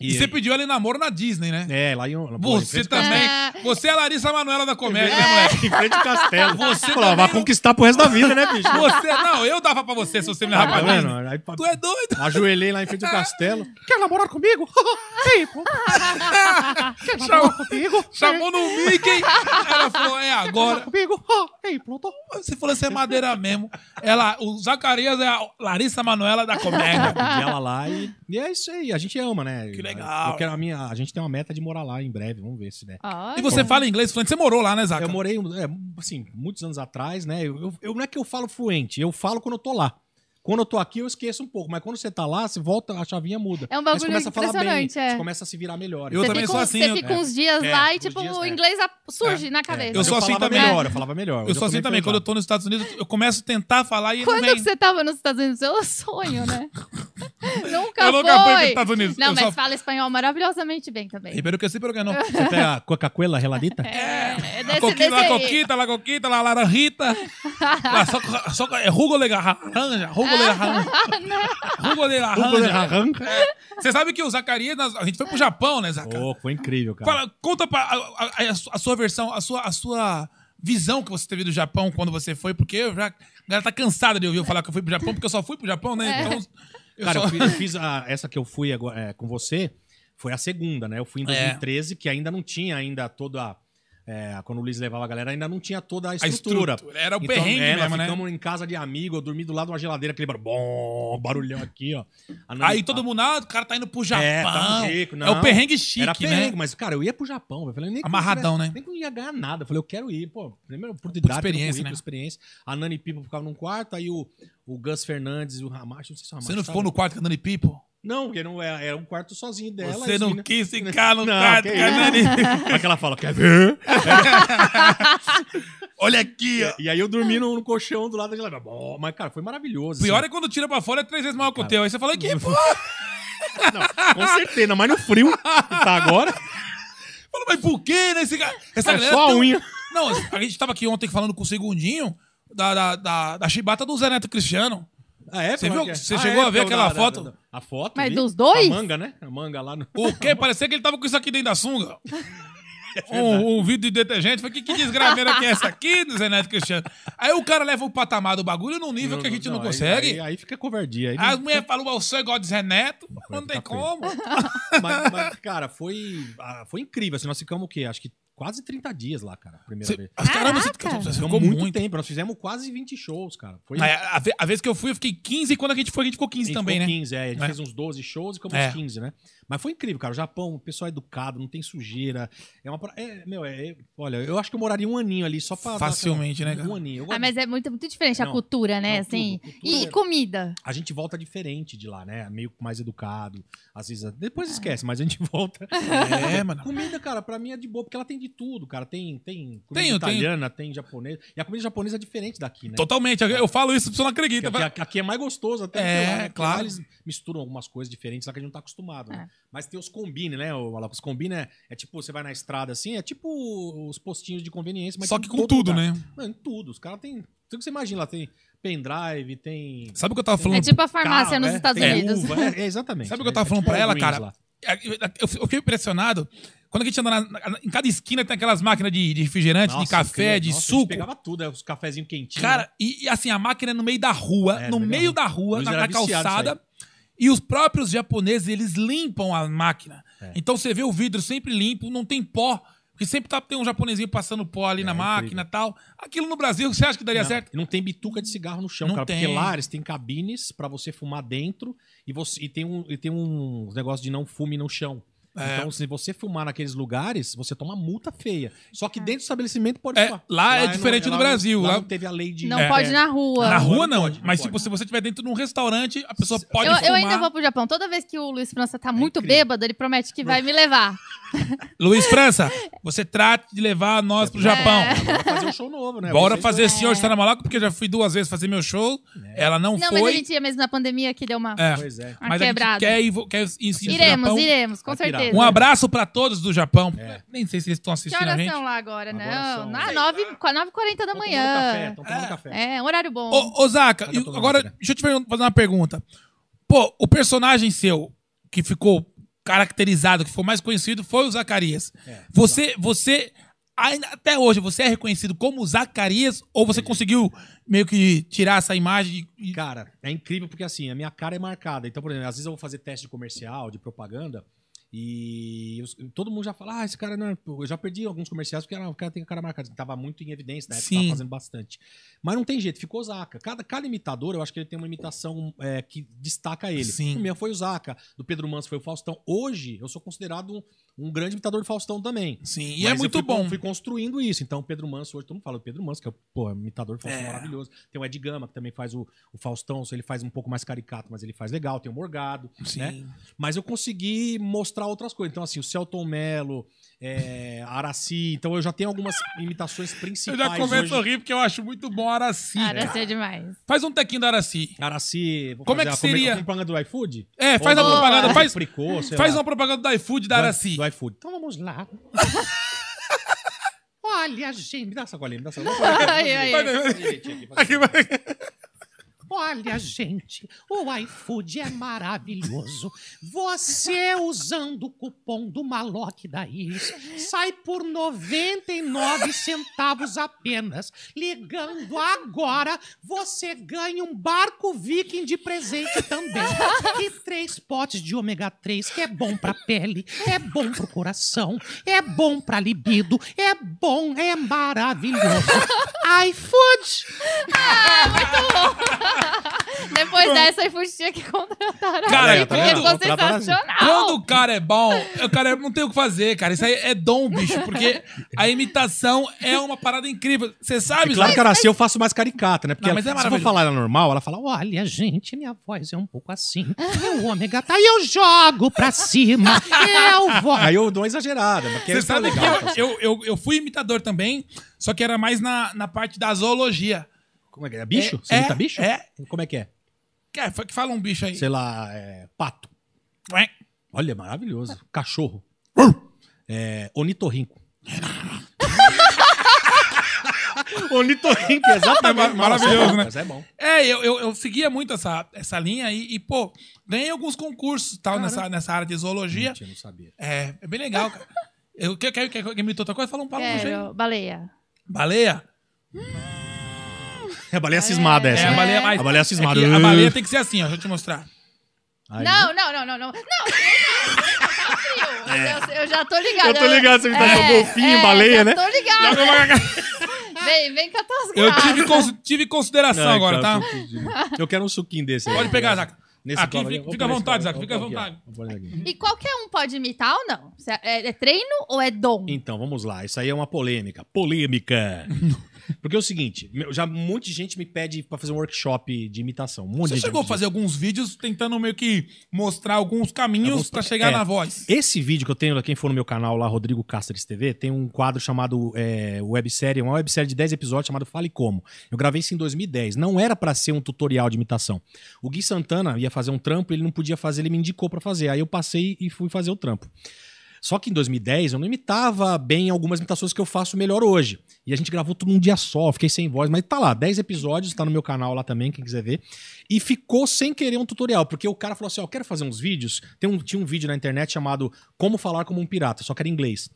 E: E você pediu ela em namoro na Disney, né?
G: É, lá em... lá- pô, em
E: Você
G: frente-
E: também.
D: É.
E: Você é a Larissa Manoela da comédia, né,
D: É.
E: moleque?
G: Em frente ao castelo.
E: Você
G: Falou,
E: também
G: vai
E: não-
G: conquistar pro resto da vida, né, bicho?
E: Você, não, eu dava pra você se você me
G: Tá
E: dava pra
G: vendo?
E: Disney.
G: Aí,
E: Tu é Ah. doido?
G: Ajoelhei lá em frente ao castelo. Quer namorar comigo? Ei, pô, quer namorar comigo?
E: Chamou no Mickey. Ela falou, é
G: Namorar
E: agora.
G: comigo? Ei, Pluto.
E: Você falou, você é madeira mesmo. Ela, o Zacarias é a Larissa Manoela da comédia.
G: E É, um ela lá e, e é isso aí. A gente ama, né?
E: Que legal.
G: Eu quero a, minha, a gente tem uma meta de morar lá em breve, vamos ver se der.
D: Olha.
E: E você fala inglês fluente. Você morou lá, né, Zaca?
G: Eu morei, é, assim, muitos anos atrás, né? Eu, eu- eu- não é que eu falo fluente, eu falo quando eu tô lá. Quando eu tô aqui, eu esqueço um pouco, mas quando você tá lá, você volta, a chavinha muda.
D: É um
G: Aí você
D: bagulho
G: começa a falar bem,
D: impressionante, é.
G: você começa a se virar melhor.
E: Eu
D: Você
E: também
D: fica,
E: sou
D: um-
E: assim,
D: Você
E: eu-
D: fica uns dias
G: É,
D: lá e,
G: uns
D: tipo,
G: dias,
D: o
G: é.
D: inglês a- surge na cabeça.
E: Eu sou assim
G: falava
E: também.
G: melhor, eu falava melhor. Hoje
E: Eu sou assim também.
G: fui
E: Quando eu tô nos Estados Unidos, eu começo a tentar falar e não
D: Quando é
E: vem.
D: que você tava nos Estados Unidos? Eu sonho, né? nunca foi.
E: Eu nunca fui pros Estados Unidos.
D: Não,
E: Eu
D: mas
E: só-
D: fala espanhol maravilhosamente bem também.
E: Ribeiro que sim, pero que não.
G: Você tem a Coca-Cola reladita?
D: É, é
E: A
D: desse,
E: coquita,
D: desse
E: la
D: aí.
E: coquita, la coquita, la laranjita. La só, só, é rugo de laranja, rugo de laranja.
D: Ah,
E: Rugo de laranja.
G: Arranca.
E: Você sabe que o Zacarias, nós- a gente foi pro Japão, né, Zacarias?
G: Pô, foi incrível, cara.
E: Fala, conta pra, a, a- a su- a sua versão, a sua, a sua visão que você teve do Japão quando você foi, porque eu já, a galera tá cansada de ouvir eu falar que eu fui pro Japão, porque eu só fui pro Japão,
D: É.
E: né? Então, eu
G: Cara,
E: só-
G: eu fi- eu fiz, a- essa que eu fui agora, é, com você, foi a segunda, né? Eu
E: É.
G: fui em 2013, que ainda não tinha ainda toda a... é, quando o Luiz levava a galera, ainda não tinha toda a
E: a
G: estrutura.
E: estrutura. Era o perrengue
G: é, nós
E: mesmo, né?
G: ficamos em casa de amigo, eu dormi do lado de uma geladeira, aquele bar- bom, barulhão aqui, ó. A Nani-
E: Aí todo mundo, ah, o cara tá indo pro Japão.
G: É,
E: É,
G: tá no rico, não.
E: o perrengue chique,
G: Era perrengue,
E: né?
G: mas, cara, eu ia pro Japão. Eu falei, nem que eu
E: Amarradão,
G: tivesse-
E: né?
G: Nem que eu ia ganhar nada. Eu falei, eu quero ir, pô. Primeira oportunidade,
E: Puta experiência,
G: currículo,
E: né?
G: experiência. A Nani Pipo ficava num quarto, aí o, o Gus Fernandes e o Ramacho, não sei se o Ramacho
E: Você não
G: tava-
E: ficou no quarto cantando pipo?
G: Não, porque não era, era um quarto sozinho dela.
E: Você não
G: né?
E: quis ficar no
G: Não,
E: quarto né?
G: que isso.
E: cantando
G: Como é que ela fala? Quer ver?
E: Olha aqui, ó.
G: E aí eu dormi no, no colchão do lado daquela. Bom, Mas, cara, foi maravilhoso. assim."
E: Pior é quando tira pra fora é três vezes maior que o teu. Aí você fala, que porra?
G: é Com certeza, mas no frio
E: é
G: que tá agora.
E: Fala, mas por quê, né? Esse cara... Essa
G: É
E: galera
G: só a
E: tão-
G: unha.
E: Não, a gente tava aqui ontem falando com o Segundinho da, da, da, da chibata do Zé Neto Cristiano.
G: Ah, é,
E: Você
G: como
E: viu?
G: é que é?
E: Você
G: Ah,
E: chegou
G: é,
E: a ver
G: pelo-
E: aquela
G: da- da-
E: foto?
G: da- a foto?
D: Mas
G: vi.
D: dos dois?
G: A manga, né? A manga lá no.
E: O quê? Parecia que ele tava com isso aqui dentro da sunga.
G: É
E: Um, um vídeo de detergente. Falei, que, que desgraveira que é essa aqui, do Zé Neto Cristiano? Aí o cara leva o patamar do bagulho num nível que a gente não,
G: aí-
E: consegue.
G: Aí, aí fica covardia. Aí
E: As mulheres falam, "Ué, o seu é igual de Zé Neto. Não tem
G: tá feio.
E: como.
G: mas, mas, cara, foi, ah, foi incrível. Assim, nós ficamos o quê? Acho que quase 30 dias lá, cara. a Primeira vez.
E: Caramba, você,
D: Caraca.
E: você ficou
G: Ficou muito,
E: muito.
G: tempo. Nós fizemos quase 20 shows, cara. Foi
E: Aí, a, ve- a vez que eu fui, eu fiquei 15 e quando a gente foi, a gente ficou 15
G: a gente
E: Ah, é? também,
G: ficou
E: né?
G: 15, é. A gente
E: É.
G: fez uns 12 shows e ficamos
E: É.
G: uns 15, né? Mas foi incrível, cara. O Japão, o pessoal é educado, não tem sujeira. É uma. pra- É, meu, é, é- olha, eu acho que eu moraria um aninho ali só pra. dar aquela-
E: Facilmente, né, cara?
G: Um aninho. Eu
D: Ah,
G: gosto-
D: mas é muito, muito diferente a
G: Não.
D: cultura, né?
G: Não,
D: assim.
G: tudo, cultura
D: E
G: é-
D: comida.
G: A gente volta diferente de lá, né? Meio mais
D: Ah.
G: educado. Às vezes. Depois esquece, mas a gente volta.
E: É, mano.
G: né? Comida, cara, pra mim é de boa, porque ela tem de tudo, cara. Tem, tem comida
E: Tem, eu tenho.
G: italiana, tem japonesa. E a comida japonesa é diferente daqui, né?
E: Totalmente. Eu- Eu falo isso, você não acredita.
G: Porque aqui, aqui é mais gostoso até. do
E: É,
G: que lá, né? Porque
E: claro.
G: lá Eles misturam algumas coisas diferentes lá que a gente não tá acostumado, né?
D: É.
G: Mas tem os combine, né, ô, Alok? Os combine é, é tipo, você vai na estrada assim, é tipo os postinhos é de conveniência. Mas
E: Só
G: tem
E: que
G: em
E: com
G: todo
E: tudo,
G: lugar.
E: né?
G: Mano, em tudo. Os caras têm... Tudo que você imagina lá. Tem pendrive, tem...
E: Sabe o que eu tava falando?
D: É tipo a farmácia
G: carro,
D: nos
E: né?
G: é,
D: Estados
G: tem
D: Unidos.
G: uva, é, é, exatamente.
E: Sabe o que eu
G: É-
E: tava
G: é
E: falando
G: tipo
E: pra ela,
G: Halloween
E: cara?
G: lá.
E: É, Eu eu fiquei impressionado. Quando a gente anda na- na- em cada esquina tem aquelas máquinas de, de refrigerante, de
G: Nossa,
E: café,
G: eu-
E: de
G: nossa, a gente
E: suco.
G: pegava tudo, é, os cafezinhos quentinhos. né?
E: Cara, e, e assim, a máquina é no meio da rua,
G: É,
E: no
G: no meio da
E: meio da
G: rua.
E: rua,
G: Luiz
E: na,
G: era
E: na
G: viciado nisso
E: calçada. E os próprios japoneses, eles limpam a máquina.
G: É.
E: Então você vê o vidro sempre limpo, não tem pó. Porque sempre tá, tem um japonesinho passando pó ali na máquina e tal. Aquilo no Brasil, você acha que daria
G: É, Não,
E: certo?
G: e Não tem bituca de cigarro no chão,
E: Não
G: cara.
E: tem.
G: Porque lá eles têm cabines pra você fumar dentro e, você, e tem um, e tem um negócio de não fume no chão.
E: É.
G: Então, se você fumar naqueles lugares, você toma multa feia. Só que dentro do estabelecimento pode
E: É,
G: fumar.
E: lá é
G: não-
E: diferente do
G: lá
E: Brasil,
G: Não, lá
E: lá-
G: não teve a lei de.
D: Não
E: É.
D: pode na rua.
E: na rua
G: Agora
E: não,
G: não pode, não
E: mas tipo, se
G: pode.
E: você- você estiver dentro de um restaurante, a pessoa pode
D: eu, eu
E: fumar. É
D: ainda vou pro Japão. Toda vez que o Luiz França tá muito
G: incrível.
D: bêbado, ele promete que vai me levar.
E: Luiz França, você trate de levar nós
G: É.
E: pro Japão.
D: É.
G: Bora fazer um show novo, né?
E: Bora
G: Vocês
E: fazer Senhor Está na Malaco, porque eu já fui duas vezes fazer meu show. Ela não,
D: Não, mas a
E: foi.
D: gente ia mesmo na pandemia que deu uma.
E: É,
G: dois- É. Pois é.
D: uma
E: mas
D: quebrada.
E: a gente quer ir, vo- quer ir sim pro
D: iremos,
E: Japão.
D: iremos, com
G: Vai pirar.
D: certeza.
E: Um abraço pra todos do Japão.
G: É.
E: Nem sei se eles estão
D: Que
E: assistindo a
D: horas
E: gente.
D: são lá agora?
G: Agora
D: não,
G: são-
D: na 9, 9h40 da
G: Tão tomando um Então café,
D: manhã.
G: tão tomando café.
D: É, um horário bom.
E: Ô, ô Zaca,
G: Olha,
E: e
G: tô na
E: agora
G: madeira.
E: deixa eu te per- fazer uma pergunta. Pô, o personagem seu que ficou caracterizado, que ficou mais conhecido, foi o Zacarias.
D: É.
G: É.
E: você, você, ainda- até hoje, você é reconhecido como Zacarias ou você conseguiu meio que tirar essa imagem? e-
G: Cara, é incrível porque assim, a minha cara é marcada. Então, por exemplo, às vezes eu vou fazer teste de comercial, de propaganda, e os- todo mundo já fala, ah, esse cara não. é- Eu já perdi alguns comerciais porque era- o cara tem a cara marcada. Tava muito em evidência na época,
E: Sim.
G: tava fazendo bastante. Mas não tem jeito, ficou o Zaca. Cada, cada imitador, eu acho que ele tem uma imitação é, que destaca ele.
E: Sim.
G: O meu foi o Zaca, do Pedro Manso foi o Faustão. Hoje, eu sou considerado um, um grande imitador do Faustão também.
E: Sim, e
G: Mas
E: é
G: eu
E: muito
G: fui,
E: bom.
G: Fui construindo isso. Então, o Pedro Manso, hoje todo mundo fala do Pedro Manso, que é o pô, é um imitador do Faustão
E: É.
G: maravilhoso. Tem o Ed Gama, que também faz o, o Faustão, ele faz um pouco mais caricato, mas ele faz legal. Tem o Morgado, né?
E: Sim.
G: Mas eu consegui mostrar outras coisas. Então, assim, o Celton Mello, é, Araci. Então, eu já tenho algumas imitações
E: Eu
G: principais
E: já começo
G: hoje.
E: a rir porque eu acho muito bom a Araci.
D: Cara, isso é demais.
E: Faz um tequinho da Araci.
G: Araci, vou
E: Como é que
G: fazer a comer-
E: seria?
G: a propaganda do iFood?
E: É, faz a
D: Boa.
E: propaganda, faz,
G: Fricô, sei
E: faz
G: lá.
E: uma propaganda do iFood da
G: Do-
E: Araci.
G: Do iFood. Então vamos lá. Olha, gente, me dá essa sacolinha, me dá essa
D: Ai, ai, ai.
E: Aqui vai-
G: Olha, gente, o iFood é maravilhoso. Você usando o cupom do Maloc da Iris sai por 99 centavos apenas. Ligando agora, você ganha um barco viking de presente também. E três potes de ômega 3, que é bom pra pele, é bom pro coração, é bom pra libido, é bom, é maravilhoso. iFood!
D: Depois dessa, eu tinha que contratar a
E: Cara,
G: É,
D: Ari,
E: tá
D: porque
E: vendo?
D: ficou
G: Contratar a Ari.
E: Quando
D: sensacional.
E: o cara é bom, o cara não tem o que fazer, cara. Isso aí é dom, bicho, porque a imitação é uma parada incrível. Você sabe,
G: É Claro
E: Zé?
G: que a Aracy eu faço mais caricata, né? Porque
E: Não, mas é
G: se eu for
E: maravilhoso.
G: falar ela normal, ela fala: Olha, gente, minha voz é um pouco assim. o ômega tá. Eu jogo pra cima. Eu vou. Aí eu dou uma exagerada, mas que
E: Você
G: é tá
E: sabe que
G: legal.
E: eu, eu, eu, eu fui imitador também, só que era mais na, na parte da zoologia.
G: Como é que é? Bicho?
E: É,
G: Você imita
E: é,
G: bicho?
E: é.
G: Como é que é?
E: Que, foi que fala um bicho aí.
G: Sei lá, é, pato.
E: Ué.
G: Olha, maravilhoso. Cachorro. É, onitorrinco. onitorrinco,
E: É
G: exatamente.
E: ma- maravilhoso,
G: Nossa, é bom,
E: né?
G: Mas é bom.
E: É, eu, eu, eu seguia muito essa, essa linha e, e, pô, ganhei alguns concursos tal nessa, nessa área de zoologia.
G: Gente, eu não sabia.
E: É, é bem legal, cara. Eu, quer, quer, quer, quer imitar outra coisa? Fala um papo aí.
D: Quero, baleia.
E: Baleia?
G: É a baleia cismada
E: É,
G: essa.
E: a
G: né?
E: baleia mais.
G: A baleia cismada.
E: É que a baleia tem que ser assim, ó. Deixa eu te mostrar.
G: Aí,
D: Não, não, não, não, não. Não, não, não, não, não, não, não, eu já tô ligada.
G: É.
D: É,
G: Eu tô ligado, você me tá com golfinho, baleia,
D: já
G: né?
D: tô ligada. vem, vem catar as
E: Eu
D: garras.
E: tive, cons- tive consideração
G: Ai,
E: agora,
G: cara,
E: tá?
G: eu tô pedindo. Eu quero um suquinho desse aí.
E: Pode pegar, Zaca.
G: Nesse
E: Aqui
G: copo
E: fica-
G: Vou
E: fica à
G: pôr esse
E: vontade,
G: copo-
E: Zaca,
G: vou
E: fica à
G: pôr aqui, ó.
E: vontade.
G: Vou pôr ele aqui.
D: E qualquer um pode imitar ou não? Se É, é treino ou é dom?
G: Então, vamos lá. Isso aí é uma polêmica. Polêmica! Porque é o seguinte, meu, já um monte de gente me pede pra fazer um workshop de imitação. Um monte
E: Você
G: de
E: chegou a
G: gente.
E: fazer alguns vídeos tentando meio que mostrar alguns caminhos
G: Alguns-
E: pra chegar
G: é.
E: na voz.
G: Esse vídeo que eu tenho, quem for no meu canal lá, Rodrigo Cáceres TV, tem um quadro chamado é, Websérie, uma websérie de 10 episódios chamado Fale Como. Eu gravei isso em 2010. Não era pra ser um tutorial de imitação. O Gui Santana ia fazer um trampo, ele não podia fazer, ele me indicou pra fazer. Aí eu passei e fui fazer o trampo. Só que em 2010 eu não imitava bem algumas imitações que eu faço melhor hoje. E a gente gravou tudo num dia só, eu fiquei sem voz, mas tá lá, 10 episódios, tá no meu canal lá também, quem quiser ver. E ficou sem querer um tutorial, porque o cara falou assim: ó, eu quero fazer uns vídeos. Tem um, tinha um vídeo na internet chamado Como Falar Como um Pirata, só que era em inglês.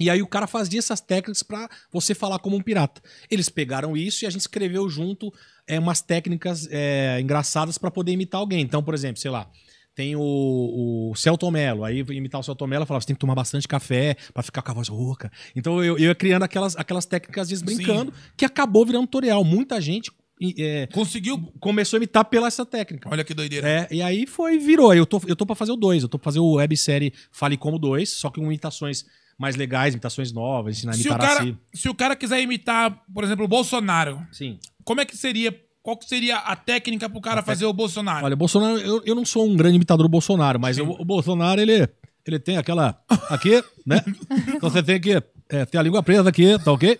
G: E aí o cara fazia essas técnicas pra você falar como um pirata. Eles pegaram isso e a gente escreveu junto é, umas técnicas é, engraçadas pra poder imitar alguém. Então, por exemplo, sei lá, tem o, o Celton Mello. Aí imitar o Celton Mello, eu falava, você tem que tomar bastante café pra ficar com a voz rouca. Então eu, eu ia criando aquelas, aquelas técnicas às vezes brincando, que acabou virando tutorial. Muita gente e, é,
E: Conseguiu.
G: começou a imitar pela essa técnica.
E: Olha que doideira.
G: É, e aí foi, virou. Eu tô, eu tô pra fazer o 2, eu tô pra fazer o websérie Fale Como 2, só que com imitações mais legais, imitações novas, ensinar a
E: Se o,
G: imitar a
E: cara,
G: si.
E: se o cara quiser imitar, por exemplo, o Bolsonaro,
G: Sim.
E: como é que seria? Qual que seria a técnica pro cara
G: A
E: fazer o Bolsonaro?
G: Olha, o Bolsonaro, eu, eu não sou um grande imitador do Bolsonaro, mas o, o Bolsonaro, ele, ele tem aquela. Aqui, né? Então você tem que é, ter a língua presa aqui, tá ok?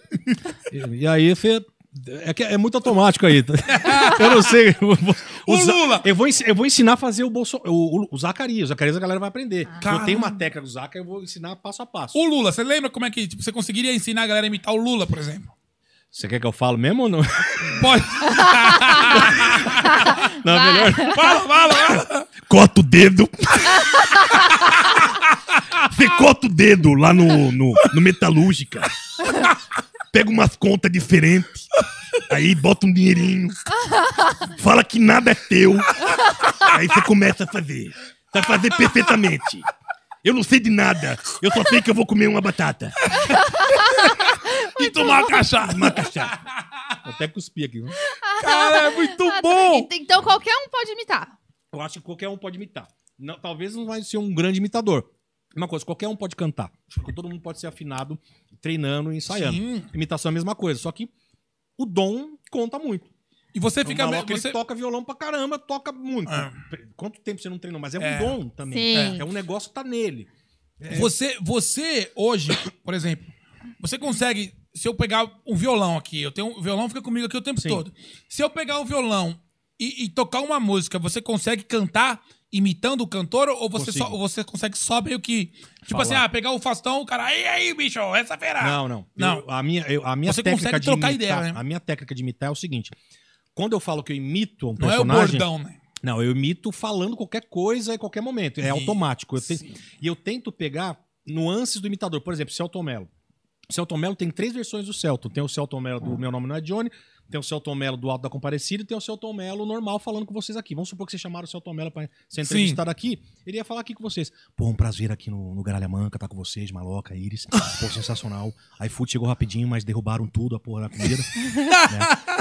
G: E, e aí você. É, que é muito automático aí. tá? Eu não sei. eu vou-
E: O
G: Za-
E: Lula!
G: Eu vou, ens- eu vou ensinar a fazer o, Bolso, o, o, o Zacarias. O Zacarias a galera vai aprender.
E: Caramba.
G: Eu tenho uma técnica do Zaca, eu vou ensinar passo a passo.
E: O Lula, você lembra como é que tipo, você conseguiria ensinar a galera a imitar o Lula, por exemplo?
G: Você quer que eu falo mesmo ou não?
E: Pode.
G: Não, é melhor.
E: Tá fala, fala, fala.
I: Corta o dedo. Você corta o dedo lá no, no, no Metalúrgica. Pega umas contas diferentes. Aí bota um dinheirinho. Fala que nada é teu. Aí você começa a fazer. Vai fazer perfeitamente. Eu não sei de nada. Eu só sei que eu vou comer uma batata.
E: E tomar a cachaça.
I: Uma cachaça.
G: Até cuspi aqui. viu?
E: Cara, é muito bom.
D: Ent- Então qualquer um pode imitar.
G: Eu acho que qualquer um pode imitar. Não- talvez não vai ser um grande imitador. Uma coisa, qualquer um pode cantar. Porque todo mundo pode ser afinado, treinando e ensaiando.
E: Sim.
G: Imitação é a mesma coisa, só que o dom conta muito.
E: E você
G: O
E: fica...
G: Maloca, ele
E: você-
G: um toca violão pra caramba, toca muito. Quanto tempo você não treinou? Mas é um
E: É.
G: dom também.
D: Sim.
G: É um negócio que tá nele.
E: Você, você hoje, por exemplo, você consegue. Se eu pegar um violão aqui, eu tenho um o violão fica comigo aqui o tempo
G: Sim.
E: todo. Se eu pegar um violão e, e tocar uma música, você consegue cantar imitando o cantor ou você
G: Consigo.
E: só ou você consegue só meio que tipo
G: Falar.
E: assim, ah, pegar o Faustão, o cara, aí aí, bicho, essa é feira.
G: Não, não.
E: Não.
G: Eu- a minha, eu- a minha
E: Você
G: técnica
E: consegue
G: de
E: trocar
G: imitar,
E: ideia, né?
G: A minha técnica de imitar é o seguinte. Quando eu falo que eu imito um
E: Não é o
G: personagem,
E: bordão, né?
G: Não, eu imito falando qualquer coisa em qualquer momento. É automático. Eu te- E eu tento pegar nuances do imitador. Por exemplo, Celton Mello. O Celton Mello tem três versões do Celton. Tem o Celton Mello do Meu Nome Não É Johnny, tem o Celton Mello do Alto da Comparecida e tem o Celton Mello normal falando com vocês aqui. Vamos supor que vocês chamaram o Celton Mello pra
E: Sim.
G: ser entrevistado aqui. Ele ia falar aqui com vocês. Pô, um prazer aqui no, no Garalha Manca, tá com vocês, Maloca, Iris. Pô, sensacional. A iFood chegou rapidinho, mas derrubaram tudo, a porra da comida. né?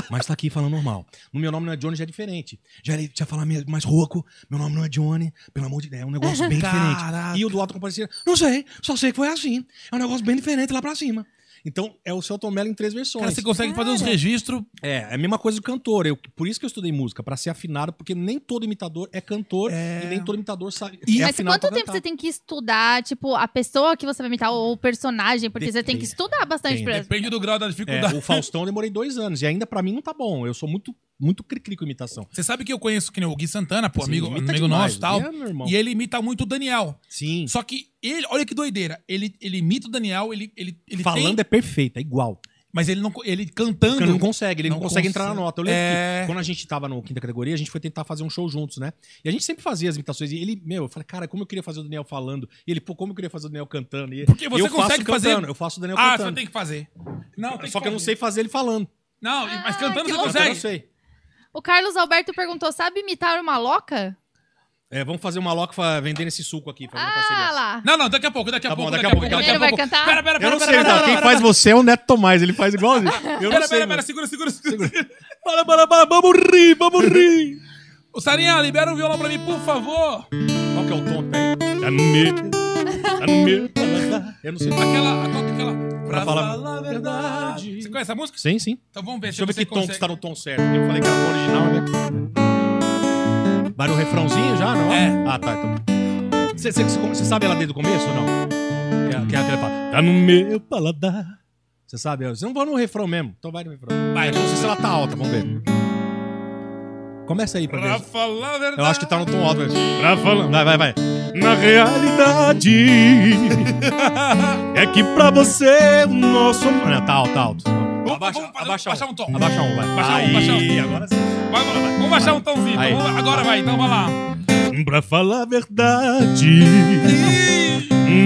G: Mas tá aqui falando normal. No meu nome não é Johnny, já é diferente. Já ele já fala me- mais rouco, meu nome não é Johnny, pelo amor de Deus, é um negócio bem
E: Caraca.
G: diferente. E o do Alto Comparecido, não sei, só sei que foi assim. É um negócio bem diferente lá pra cima. Então, é o Celton Mello em três versões.
E: Cara, você consegue fazer uns registros.
G: É, é a mesma coisa do cantor. Eu, por isso que eu estudei música, pra ser afinado, porque nem todo imitador é cantor
E: É.
G: e nem todo imitador sabe. é
D: Mas
G: afinado
D: quanto
G: pra
D: tempo
G: cantar.
D: você tem que estudar, tipo, a pessoa que você vai imitar ou o personagem? Porque você tem que
G: Depende.
D: estudar bastante
G: Tem,
D: pra...
E: Depende do grau da
G: É,
E: dificuldade.
G: o Faustão eu demorei dois anos e ainda pra mim não tá bom. Eu sou muito, muito cri-cri com imitação.
E: Você sabe que eu conheço que nem o Gui Santana, pô,
G: É. Sim,
E: amigo,
G: imita
E: amigo nosso
G: demais.
E: e tal.
G: É, meu irmão.
E: e ele imita muito o Daniel.
G: Sim.
E: Só que ele, olha que doideira, ele, ele imita o Daniel, ele, ele, ele
G: Falando
E: tem,
G: é perfeito, é igual.
E: mas ele não ele cantando.
G: Porque ele não consegue, ele não,
E: Não consegue.
G: consegue entrar na nota. Eu lembro
E: É.
G: que quando a gente tava no quinta categoria, a gente foi tentar fazer um show juntos, né? E a gente sempre fazia as imitações. E ele, meu, eu falei, cara, como eu queria fazer o Daniel falando. E ele, pô, como eu queria fazer o Daniel cantando. E
E: Porque você
G: eu faço
E: consegue fazer-
G: cantando, Eu faço o Daniel
E: ah,
G: cantando.
E: você tem que fazer. Não, tem
G: Só que eu não
E: fazer.
G: sei fazer ele falando.
E: Não, mas cantando
D: Ah, que
E: você
D: louco.
G: Cantando eu
E: consegue.
G: sei.
D: O Carlos Alberto perguntou, sabe imitar uma loca?
G: É, vamos fazer uma loca fa- vendendo esse suco aqui. Fazendo
D: Ah,
G: parceria.
D: lá.
E: Não, não, daqui a pouco, daqui a
G: Tá bom,
E: pouco,
G: daqui a pouco,
E: daqui
D: daqui a
E: a
D: Primeiro
E: pouco.
D: vai cantar?
E: Pera, pera,
G: Eu
E: pera,
G: não
E: pera,
G: sei,
E: pera,
G: não. Quem
E: pera,
G: faz você é o Neto Tomás. Ele faz igualzinho. Eu não
E: Pera,
G: sei.
E: pera,
G: mano.
E: pera, segura, segura, segura.
I: Para, para, para, vamos rir, vamos rir.
E: Ô, Sarinha, libera um violão pra mim, por favor.
G: Qual que é o tom que tem?
F: Tá no meio. Tá no meio. paladar.
J: Eu não sei.
E: Aquela, a- qual que é aquela?
J: Pra falar-
E: a verdade. Você conhece a música?
J: Sim, sim.
E: Então vamos ver
J: Deixa eu ver
E: você
J: que tom
E: consegue.
J: que tá está no tom certo. porque Eu falei que era o original, né? Vai no refrãozinho já, não?
E: É.
J: Ah, tá. Então. Você, você, você- você sabe ela desde o começo ou não? Que é, que é aquele fala,
F: Tá no meu paladar.
J: Você sabe? Você não vai no refrão mesmo. Então vai no refrão.
E: Vai,
J: Eu não sei se ela tá alta, vamos ver. Começa aí pra
E: Pra
J: ver.
E: falar a verdade.
J: Eu acho que tá no tom alto. mesmo.
F: Pra falar.
J: Vai, vai, vai.
F: Na realidade. é que pra você o nosso amor.
J: Não, tá alto, tá alto.
E: Vamos-
J: Abaixa,
E: vamos fazer-
J: abaixa,
E: baixar um tom.
J: Abaixa um, vai.
E: Baixar um,
J: Aí,
E: baixar um.
J: agora sim.
E: Vai, vai, vai. Vamos baixar um tomzinho.
J: Aí.
E: então vamos- agora vai, então vamos lá.
F: Pra falar a verdade.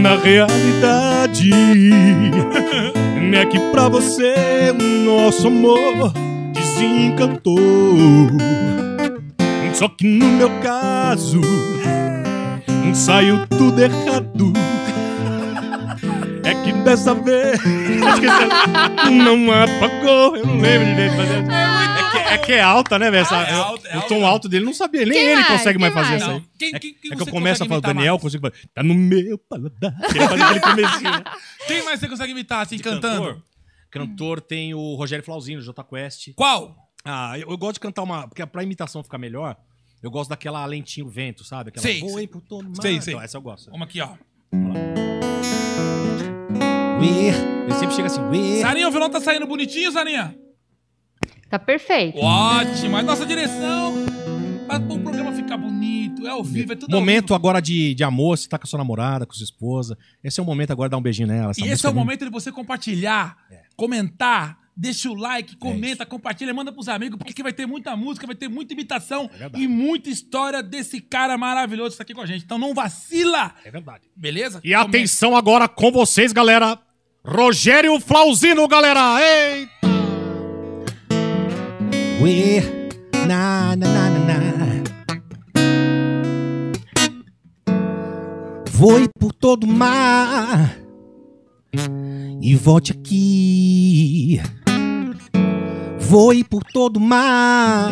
F: Na realidade, é que pra você o nosso amor desencantou. Só que no meu caso, saiu tudo errado. É que dessa vez não apagou. Eu lembro de fazer.
J: É que, é que é alta, né, velho? Essa-
E: É alta, é
J: o tom alto dele não sabia. Nem
D: Quem
J: ele
D: mais? Quem
J: consegue mais fazer
D: mais?
J: isso aí.
E: Não. Quem-
J: É-
E: quem-
J: é
E: quem
J: que eu
E: você
J: começo a
E: consegue
J: falar, o
E: imitar
J: Daniel,
E: mais?
J: consigo fazer.
F: Tá no meu paladar. Ele faz aquele comecinho. né?
E: Quem mais você consegue imitar assim,
J: De
E: cantando?
J: Cantor, cantor tem o Rogério Flauzino, Jota Quest.
E: Qual?
J: Ah, eu, eu gosto de cantar uma. Porque pra imitação ficar melhor, eu gosto daquela lentinho vento, sabe? Aquela
E: Sei,
J: voa
E: sei.
J: aí pro todo mundo.
E: Sei, sei.
J: Essa eu gosto.
E: Vamos aqui, ó.
J: Ele sempre chega assim. "Uê".
E: Sarinha, o violão tá saindo bonitinho, Sarinha?
K: Tá perfeito.
E: Ótimo. A nossa direção. Mas pro programa ficar bonito, é ao vivo, é tudo ao
J: Momento
E: vivo.
J: agora de, de amor, você tá com a sua namorada, com a sua esposa. Esse é o momento agora de dar um beijinho nela. essa
E: E esse
J: música É.
E: é o
J: linda.
E: momento de você compartilhar, comentar, deixa o
J: É
E: like, comenta, compartilha, manda pros amigos, porque aqui vai ter muita música, vai ter muita imitação
J: É verdade.
E: e muita história desse cara maravilhoso que tá aqui com a gente. Então não vacila,
J: É verdade.
E: beleza?
G: E atenção agora com vocês, galera. Rogério Flauzino, galera. Ei!
J: Uê, na, na, na, na, na. Voe por todo o mar e volte aqui. Voe por todo o mar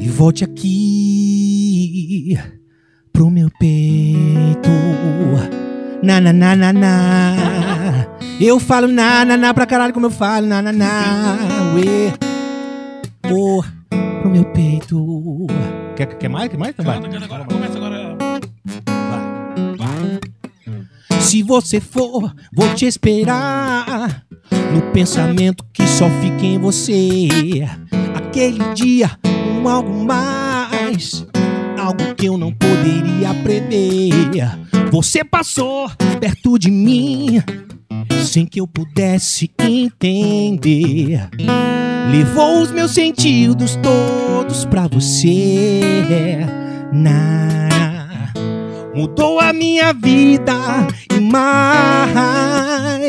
J: e volte aqui pro meu peito. Na, na, na, na, na. Eu falo na, na, na pra caralho como eu falo, na, na, na. Uê amor pro meu peito. Quer, quer mais? Quer mais? Então vai.
E: Canta, canta agora, começa agora.
J: Se você for, vou te esperar. No pensamento que só fica em você. Aquele dia, um algo mais. Algo que eu não poderia prever. Você passou perto de mim. Sem que eu pudesse entender. Levou os meus sentidos todos pra você. Na mudou a minha vida e mais.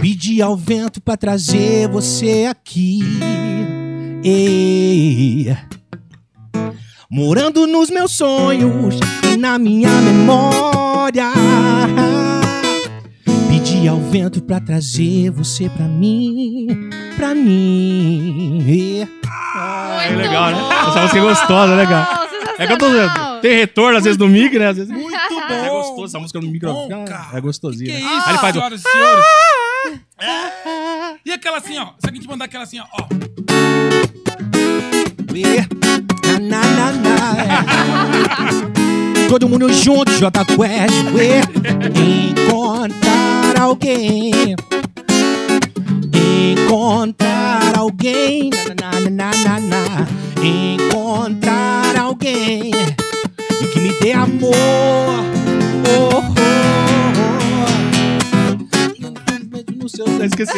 J: Pedi ao vento pra trazer você aqui. Ei. Morando nos meus sonhos e na minha memória. Pedi ao vento pra trazer você pra mim, pra mim.
D: Ah,
J: É legal, né? Essa música é gostosa, é legal. É que eu tô dizendo, tem retorno às vezes no mic, né? Às vezes...
E: Muito bom.
J: É gostoso essa música no microfone.
E: bom, cara.
J: é gostosinha.
E: Que é
J: né?
E: isso,
J: Aí ele faz o...
E: senhoras e senhores? É. E aquela assim, ó. Se a gente mandar aquela assim, ó. ó.
J: É, Na, na, na,
G: É.
J: na. Todo mundo junto, J Quest. ué. Encontrar alguém. Encontrar alguém. Na, na, na, na, na.
E: é
J: Encontrar alguém. E que me dê amor. Oh, oh, oh. Eu esqueci.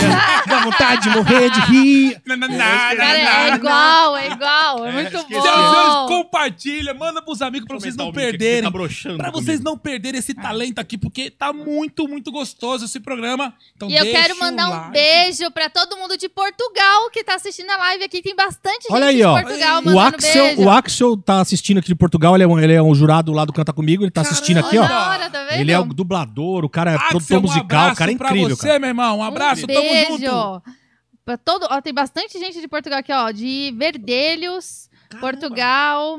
J: Dá vontade de morrer de rir.
E: Na, na, na,
D: Cara,
E: na,
D: é
E: na.
D: igual, é igual. É muito
E: Senhoras e senhores,
J: um
D: bom.
E: compartilha, manda pros amigos pra vocês não
G: Aumentar o mic aqui,
E: perderem.
G: Tá broxando Ah.
E: Pra vocês não perderem esse talento aqui, porque tá muito, muito gostoso esse programa. Então
D: E eu
E: deixa
D: quero
E: o
D: mandar um
E: like.
D: beijo pra todo mundo de Portugal que tá assistindo a live aqui. Tem bastante
J: Olha
D: gente
J: aí, ó.
D: de Portugal
J: O
D: mandando
J: Axel,
D: beijo.
J: o Axel tá assistindo aqui de Portugal, ele é um, ele é um jurado lá do Canta Comigo, ele tá assistindo aqui,
D: Olha
J: ó.
D: da hora, tá vendo?
J: Ele é o dublador, o cara é
E: Axel,
J: produtor
E: um
J: musical, o cara é
E: abraço pra
J: incrível,
E: você,
J: cara.
E: meu irmão. Um abraço,
D: um
E: tamo
D: beijo.
E: junto.
D: Pra todo, ó, tem bastante gente de Portugal aqui, ó. De Verdelhos, Portugal.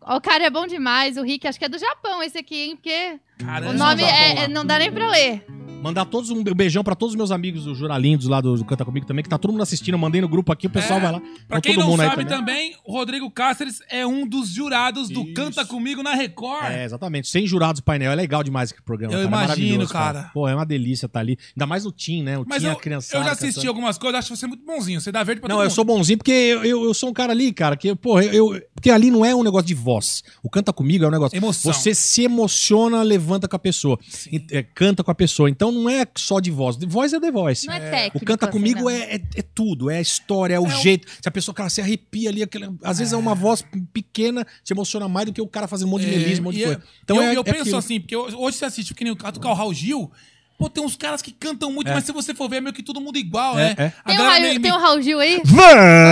D: Ó, o cara é bom demais, o Rick. Acho que é do Japão esse aqui, hein? Porque o
E: Caramba.
D: nome
G: Japão,
D: é,
G: lá.
D: é- não dá nem pra ler.
G: Mandar todos um beijão pra todos os meus amigos do Juralindos lá do, do Canta Comigo também, que tá todo mundo assistindo. Eu mandei no grupo aqui, o pessoal
E: É.
G: vai lá.
E: Pra
G: Então,
E: quem
G: todo
E: não
G: mundo aí
E: sabe também, o Rodrigo Cáceres é um dos jurados do
G: Isso.
E: Canta Comigo na Record.
G: É, exatamente. Sem jurados painel. É legal demais esse programa.
E: Eu
G: cara. É
E: imagino,
G: maravilhoso,
E: cara.
G: Pô, é uma delícia tá ali. Ainda mais o Tim, né? O
E: Mas
G: Tim,
E: eu,
G: a criançada.
E: eu já assisti algumas coisas, acho você muito bonzinho. Você dá verde pra
G: Não,
E: todo
G: eu
E: mundo.
G: sou bonzinho porque eu, eu, eu sou um cara ali, cara, que, pô, eu, eu- Porque ali não é um negócio de voz. O canta comigo é um negócio.
E: Emoção.
G: Você se emociona, levanta com a pessoa. E- é, canta com a pessoa. Então não é só de voz. De voz é The Voice.
D: Não é, técnico.
G: O canta
D: assim,
G: comigo
D: não.
G: é, é, é tudo, é a história, é
E: um
G: o jeito. Se a pessoa, cara, se arrepia ali, aquele- às vezes é uma voz pequena, te emociona mais do que o cara fazendo um monte de
E: É,
G: melismo, um monte
E: e
G: de coisa.
E: Então
G: Então
E: eu,
G: é,
E: eu
G: é
E: penso
G: aquilo.
E: assim, porque hoje hoje você assiste, porque nem o caso do Carl Gil, pô, tem uns caras que cantam muito, mas se você for ver, é meio que todo mundo igual,
G: É,
E: né?
G: é.
E: A
D: Tem o,
E: galera
D: Raul,
E: meio-
D: tem um o Raul Gil aí?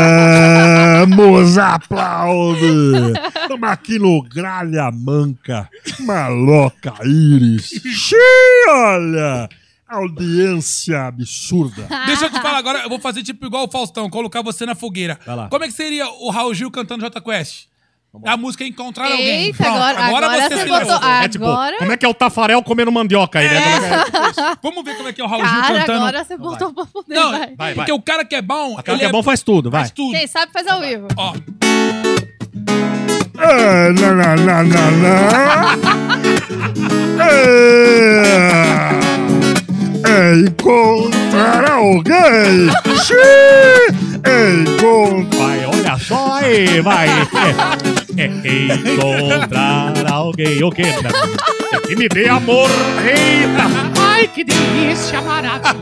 I: Vamos aplaudir! Estamos aqui no Gralha Manca, Maloca Íris. Xiii, olha! Audiência absurda.
E: Deixa eu te falar agora, eu vou fazer tipo igual o Faustão, colocar você na fogueira.
G: Vai lá.
E: Como é que seria o Raul Gil cantando Jota Quest? A música é Encontrar Alguém.
D: Eita,
E: Pronto,
D: agora, agora, você
E: virou.
D: botou.
F: É tipo,
D: Agora.
F: como é que é o Tafarel comendo mandioca aí,
J: É,
F: né?
E: Vamos ver como é que é o Raul Gil
D: Ah. Cara,
E: cantando.
D: agora você botou pra poder.
E: Não,
D: vai.
F: Vai, vai.
E: porque o cara que é bom,
G: Cara
E: ele
G: que é bom faz tudo, vai.
E: faz tudo.
D: Quem sabe faz ao vivo.
E: Ó,
I: Ah, na, na, na, na, na. Ah, é encontrar alguém. Xiii, é encontrar.
F: Vai, olha só aí, vai. É, é encontrar alguém, o quê? É que me dê amor. Eita. Ai, que delícia, maravilhosa.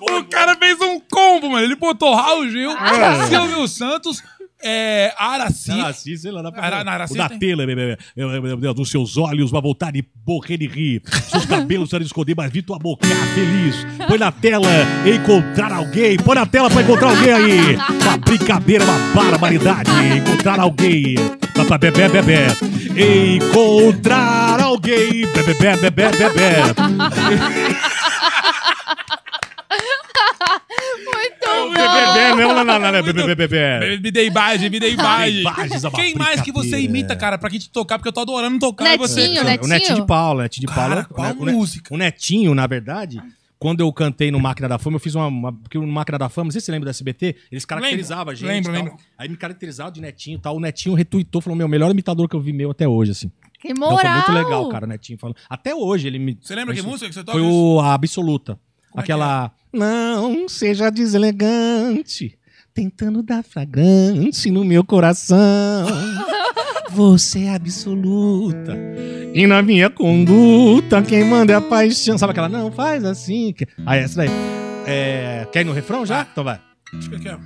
E: o cara fez um combo, mano. Ele botou Raul Gil,
D: Ah.
E: Silvio Santos, é, Araci.
G: Araci, sei lá, dá pra-
E: Ara- na Araci
G: O da
E: tem-
G: tela, bebê. Meu, meu, meu Deus, dos seus olhos vai voltar e morrer de rir. Seus cabelos para esconder, mas vi tua boca ah, feliz. Põe na tela encontrar alguém. Põe na tela pra encontrar alguém aí. Uma brincadeira, uma barbaridade. Encontrar alguém. Ba- ba- Bebê, bebê. Encontrar alguém. Bebê, bebê, bebê, bebê.
D: Muito
F: Bebê,
D: bom.
F: não, não, não, não, não, bebê, bebê.
E: Me dei imagem, me dei imagem.
G: Imagens, é uma
E: Quem mais que você
G: brincadeira.
E: imita, cara, pra gente tocar? Porque eu tô adorando tocar e você.
D: Netinho, Netinho.
G: O Netinho de Paula, Netinho de Paula. é
E: Cara, qual
G: o Ne- o Ne-
E: música?
G: O Netinho, na verdade, quando eu cantei no Máquina da Fama, eu fiz uma, uma- porque no Máquina da Fama, não sei se você lembra do SBT, eles caracterizavam a gente.
E: Lembro,
G: e tal.
E: lembro.
G: Aí me caracterizavam de Netinho e tal. O Netinho retuitou, falou, meu, melhor imitador que eu vi meu até hoje, assim.
D: Que
G: Então,
D: moral.
G: foi muito legal, cara, o Netinho falando. Até hoje ele me...
E: Você lembra que
G: Isso-
E: música que você toca?
G: Foi o, a Absoluta.
E: Como é que
G: aquela... Não seja deselegante, tentando dar fragrante no meu coração. Você é absoluta. E na minha conduta, quem manda é a paixão. Sabe aquela? Não, faz assim. que- Ah, essa daí. É, quer ir no refrão já? Então vai.
E: Acho que aqui, ó.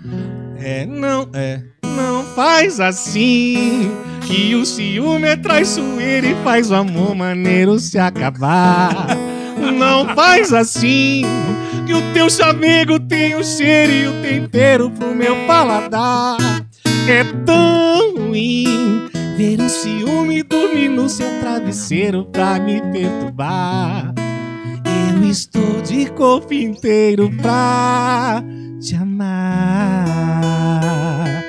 G: É, não, é. Não faz assim, que o ciúme é traiçoeiro e faz o amor maneiro se acabar. Não faz assim, que o teu chamego tem o cheiro e o tempero pro meu paladar. É tão ruim ver um ciúme dormir no seu travesseiro pra me perturbar. Eu estou de corpo inteiro pra te amar.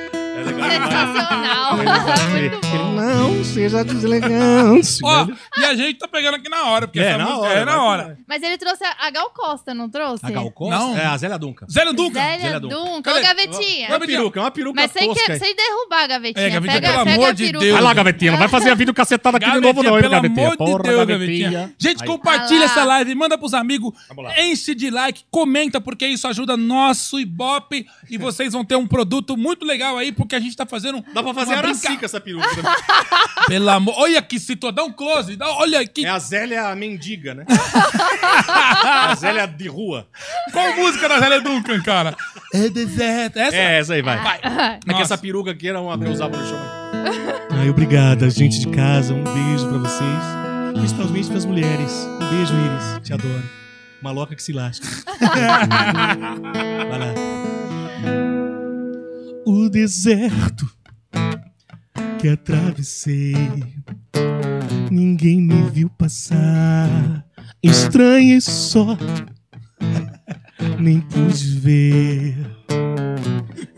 E: É
D: Sensacional. muito bom.
G: Não seja deselegante.
E: Ó, e a gente tá pegando aqui na hora, porque
G: É,
E: essa
G: na
E: música
G: hora,
E: é na
G: vai
E: hora.
D: Mas ele trouxe a a Gal Costa, não trouxe?
G: A Gal Costa?
E: Não.
G: É, a Zélia Dunca.
E: Zé Landuca.
D: Zélia
G: Zélia Duncan.
D: Duncan. Ô,
E: Cadê?
D: gavetinha.
E: Vai, Gavetinha.
G: é uma peruca
D: Mas sem, que,
G: aí.
D: sem derrubar a gavetinha.
E: É, gavetinha,
D: pega,
E: pelo
D: pega
E: amor
D: a
E: de
D: peruca.
E: Deus.
F: Vai lá, gavetinha, não vai fazer a vídeo cacetada aqui de
E: Gavetinha,
F: novo não, hein,
E: pelo
F: gavetinha.
E: amor de
F: Porra,
E: Deus,
F: gavetinha.
E: Gavetinha. Gente,
G: Aí.
E: compartilha
D: Vai lá.
E: essa live, manda pros amigos,
F: Vamos lá.
E: enche de like, comenta, porque isso ajuda nosso Ibope e vocês vão ter um produto muito legal aí, porque a gente tá fazendo.
F: Dá pra fazer
E: uma
F: araci com
E: brinca-
F: essa peruca.
E: Pelo amor. Olha que citou, dá um close, dá- olha que.
F: É a Zélia mendiga, né? a Zélia de rua.
E: Qual música da Zélia Duncan, cara? É deserto. Essa?
F: É, essa aí vai.
E: Vai.
F: É que
E: Nossa.
F: essa peruca aqui era uma que eu usava no show.
G: Ai, obrigada, gente de casa. Um beijo pra vocês. Principalmente pras mulheres. Um beijo, Iris. Te adoro. Maloca que se lasca. Vai lá. O deserto que atravessei. Ninguém me viu passar. Estranha e só.
I: nem pus ver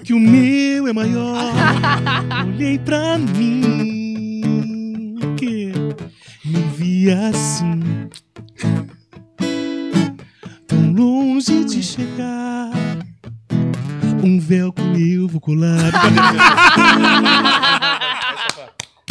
I: que o meu é maior. Olhei pra mim que me vi assim, tão longe de chegar. Um velcro eu vou colar.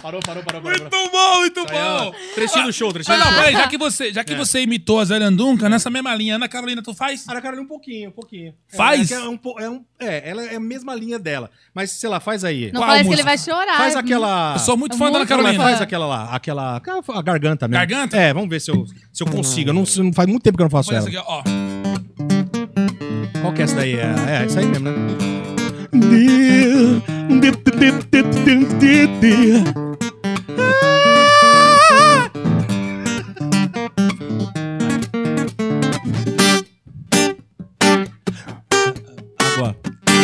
F: Parou, parou, parou, parou.
E: Muito
F: parou.
E: bom, muito
G: Aí, ó,
E: bom.
G: Trechinho do show, trechinho
E: Mas
G: do
E: não,
G: show.
E: peraí, já que você, já que você imitou a Zarandunca, nessa mesma linha, Ana Carolina, tu faz?
G: Ana Carolina, um pouquinho, um pouquinho.
E: Faz?
G: É, é, que é um, po- é, um- é, ela é a mesma linha dela. Mas, sei lá, faz aí.
D: Não
E: Qual
D: parece que
E: música?
D: ele vai chorar.
G: Faz aquela...
E: Eu sou muito fã da Ana
D: Muito
G: Carolina.
E: Carolina.
G: Faz aquela lá, aquela... A garganta mesmo.
E: Garganta?
G: É, vamos ver se eu, se eu consigo. Eu não, se- não faz muito tempo que eu não faço
E: Põe
G: ela.
E: essa aqui, ó.
G: Qual que é essa daí? É, é, isso aí mesmo, né?
I: De- de- de- de- de- de- de- Ah!
G: Agora.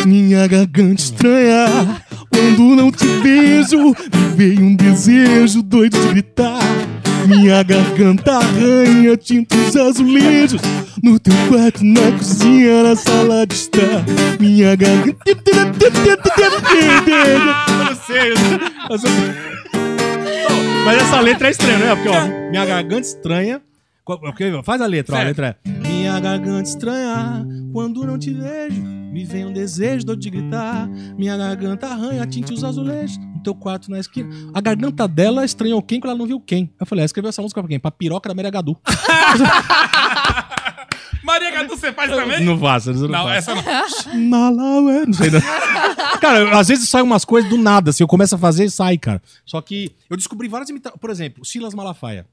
I: Minha garganta estranha, quando não te beijo, me veio um desejo doido de gritar. Minha garganta arranha tintos azulejos no teu quarto, na cozinha, na sala de estar. Minha garganta.
G: Eu Ah, não sei. eu não- eu sou- Mas essa letra é estranha, né? Porque, ó, minha garganta estranha. Qual- porque- Faz a letra, ó. A
E: Certo.
G: letra é. Minha garganta estranha, quando não te vejo, me vem um desejo doido de gritar. Minha garganta arranha, tinte os azulejos no teu quarto na esquina. A garganta dela estranhou quem, que ela não viu quem. Eu falei, ela escreveu essa música pra quem? Pra piroca da Maria Gadu.
E: Maria Gadu, você faz também?
G: Não faça, não,
E: Não, é-
G: faça.
E: essa não.
I: Malaué.
G: Não sei, não. cara, às vezes saem umas coisas do nada, assim, eu começo a fazer e sai, cara. Só que eu descobri várias imitações. Por exemplo, Silas Malafaia.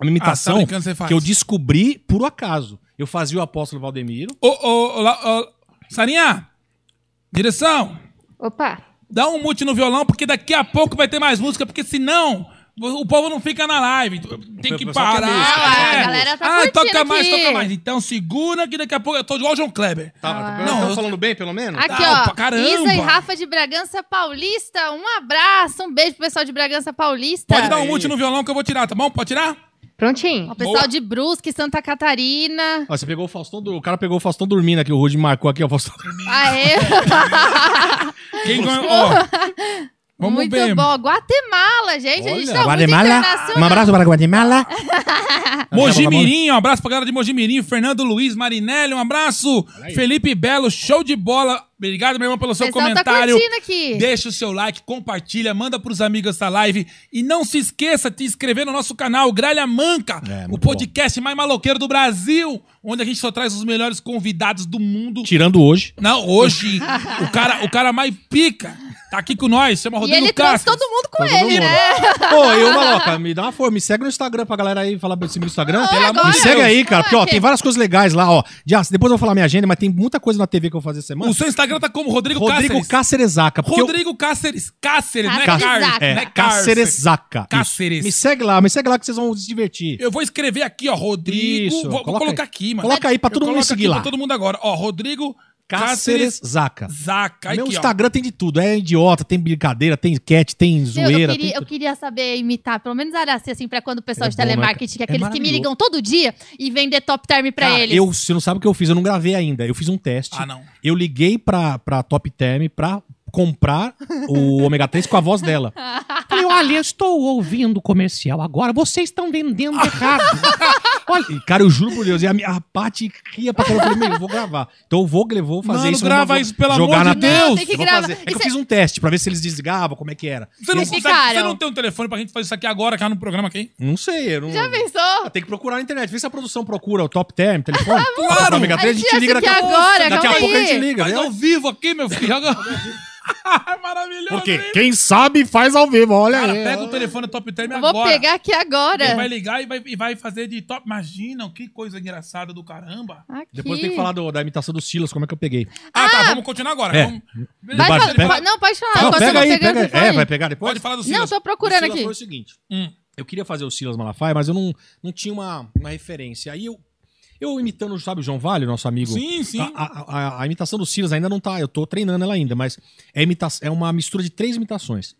G: É Uma
E: Ah, tá
G: imitação
E: brincando, você faz.
G: que eu descobri por um acaso. Eu fazia o apóstolo Valdemiro.
E: Ô, ô, ô, lá, ô, Sarinha, direção,
H: Opa.
E: dá um mute no violão, porque daqui a pouco vai ter mais música, porque senão o povo não fica na live. Tem que
G: O pessoal quer
E: parar.
G: música,
D: Ah, quer a música. galera tá
E: Ah,
D: curtindo
E: toca mais,
D: aqui. Tá.
E: toca mais. Então segura que daqui a pouco eu tô igual o João Kleber.
G: Tava,
E: Não,
G: não,
E: eu-
G: falando bem, pelo menos?
D: Aqui,
E: Não,
D: ó.
E: pra caramba.
D: Isa e Rafa de Bragança Paulista. Um abraço, um beijo pro pessoal de Bragança Paulista.
E: Pode dar um mute no violão que eu vou tirar, tá bom? Pode tirar?
H: Prontinho.
D: O pessoal de Brusque, Santa Catarina.
G: Ó, você pegou o Faustão, do- o cara pegou o Faustão dormindo aqui, o Rude marcou aqui, ó, o Faustão dormindo.
D: Aê!
E: Quem ganhou? Ó, vamos
D: Muito
E: ver.
D: bom. Guatemala, gente. a gente tá muito internacional.
G: um abraço para Guatemala. Tá
E: Mojimirim, um abraço pra galera de Mojimirim, Fernando Luiz Marinelli, um abraço. Felipe Belo, show de bola. Obrigado, meu irmão, pelo
D: O
E: seu
D: pessoal tá
E: comentário.
D: curtindo aqui.
E: Deixa o seu like, compartilha, manda pros amigos essa live. E não se esqueça de se inscrever no nosso canal, Gralha Manca,
G: É, muito
E: o podcast mais maloqueiro do Brasil, onde a gente só traz os melhores convidados do mundo.
G: Tirando hoje.
E: Não, hoje, o cara, o cara mais pica tá aqui com nós, chama
D: E
E: Rodrigo
D: ele trouxe
E: Castro.
D: todo mundo com
G: Todo
D: ele,
G: mundo.
D: né?
G: Pô, eu, Maloca, me dá uma força. Me segue no Instagram pra galera aí falar pra você no Instagram.
D: Pelo amor
G: me
D: de
G: segue
D: Deus.
G: aí, cara, porque ó,
D: Olha,
G: tem várias coisas legais lá, ó. Já, depois eu vou falar minha agenda, mas tem muita coisa na TV que eu vou fazer semana.
E: O seu Instagram tá como Rodrigo,
G: Rodrigo
E: Cáceres.
G: Cáceresaca. porque eu-
E: Rodrigo Cáceres. Cáceres, né?
D: Cáceres.
E: Cáceres.
G: É,
E: né?
G: Cáceresaca.
E: Cáceres.
G: Isso. Me segue lá, me segue lá que vocês vão se divertir.
E: Eu vou escrever aqui, ó, Rodrigo.
G: Isso,
E: vou, vou
G: coloca
E: colocar
G: aí.
E: aqui, mano.
G: Coloca aí pra
E: Eu
G: todo mundo
E: coloco
G: seguir
E: aqui
G: lá.
E: Pra todo mundo agora. Ó, Rodrigo Cáceres
G: Cáceresaca.
E: Zaca.
G: Meu
E: aqui, ó.
G: Instagram tem de tudo. É idiota, tem brincadeira, tem enquete, tem
D: Eu,
G: zoeira.
D: queria,
G: tem
D: eu
G: tudo.
D: queria saber imitar, pelo menos Araci, assim, pra quando o pessoal
G: É
D: de
G: bom, né,
D: telemarketing, que é
G: cara? É
D: aqueles que me
G: maravilhoso.
D: ligam todo dia e vender top term pra
G: Cara,
D: eles.
G: Eu, você não sabe o que eu fiz, eu não gravei ainda. Eu fiz um teste.
E: Ah, não.
G: Eu liguei pra, pra Top Term pra comprar o ômega 3 com a voz dela. Falei, olha, eu estou ouvindo o comercial agora, vocês estão vendendo errado. olha, e, cara, eu juro por Deus, e a, minha- a Paty ria pra caramba. Eu falei, meu, eu vou gravar. Então eu vou, eu vou fazer
E: Mano,
G: isso.
E: grava
G: eu vou
E: isso, pelo
G: jogar
E: amor
G: na
E: de
G: TV.
E: Deus.
D: Não, tem que
G: Vou
D: gravar.
G: fazer. É que eu
D: Isso é-
G: fiz um teste pra ver se eles desligavam, como é que era.
E: Você não,
D: Eles
E: consegue,
D: ficaram.
E: você não tem um telefone pra gente fazer isso aqui agora, cá no programa aqui?
G: Não sei, eu não.
D: Já pensou?
G: Tem que procurar na internet. Vê se a produção procura o top term, telefone.
E: Claro.
G: O ômega 3, a gente
D: Ah, A gente
G: liga
D: acha
G: daqui a
D: que
G: pouco.
D: agora,
G: Daqui a
D: calma
G: pouco a
D: aí.
G: gente liga.
E: Faz
G: né?
E: ao vivo aqui, meu filho. Agora- Maravilhoso.
F: Porque
E: hein?
F: quem sabe faz ao vivo, olha
E: Cara,
F: aí.
G: É.
E: pega o telefone top term
D: Eu
E: agora.
D: vou pegar aqui
E: Ele
G: né?
D: agora.
E: vai ligar e vai, e vai fazer de top. Imagina, que coisa engraçada do caramba.
D: Aqui.
G: Depois eu tenho que falar do- da imitação do Silas, como é que eu peguei.
E: Ah, tá, vamos continuar agora.
G: É.
E: Vamos-
D: Vai
G: Bate-
D: falar-
G: pega-
D: fa- Não, pode falar.
G: Não,
D: enquanto eu
G: pega
D: vou
G: aí,
D: Ah, pegando
G: pega
D: o
G: aí. É,
D: telefone.
G: vai pegar depois.
E: Pode falar do
D: Não,
E: Silas.
D: tô procurando
G: O Silas
D: aqui.
G: foi o seguinte.
E: Hum.
G: Eu queria fazer o Silas Malafaia, mas eu não, não tinha uma, uma referência. Aí eu, eu imitando, sabe, o João Vale, nosso amigo.
E: Sim, sim.
G: A, a- a- a imitação do Silas ainda não tá, eu tô treinando ela ainda, mas é, imita é uma mistura de três imitações.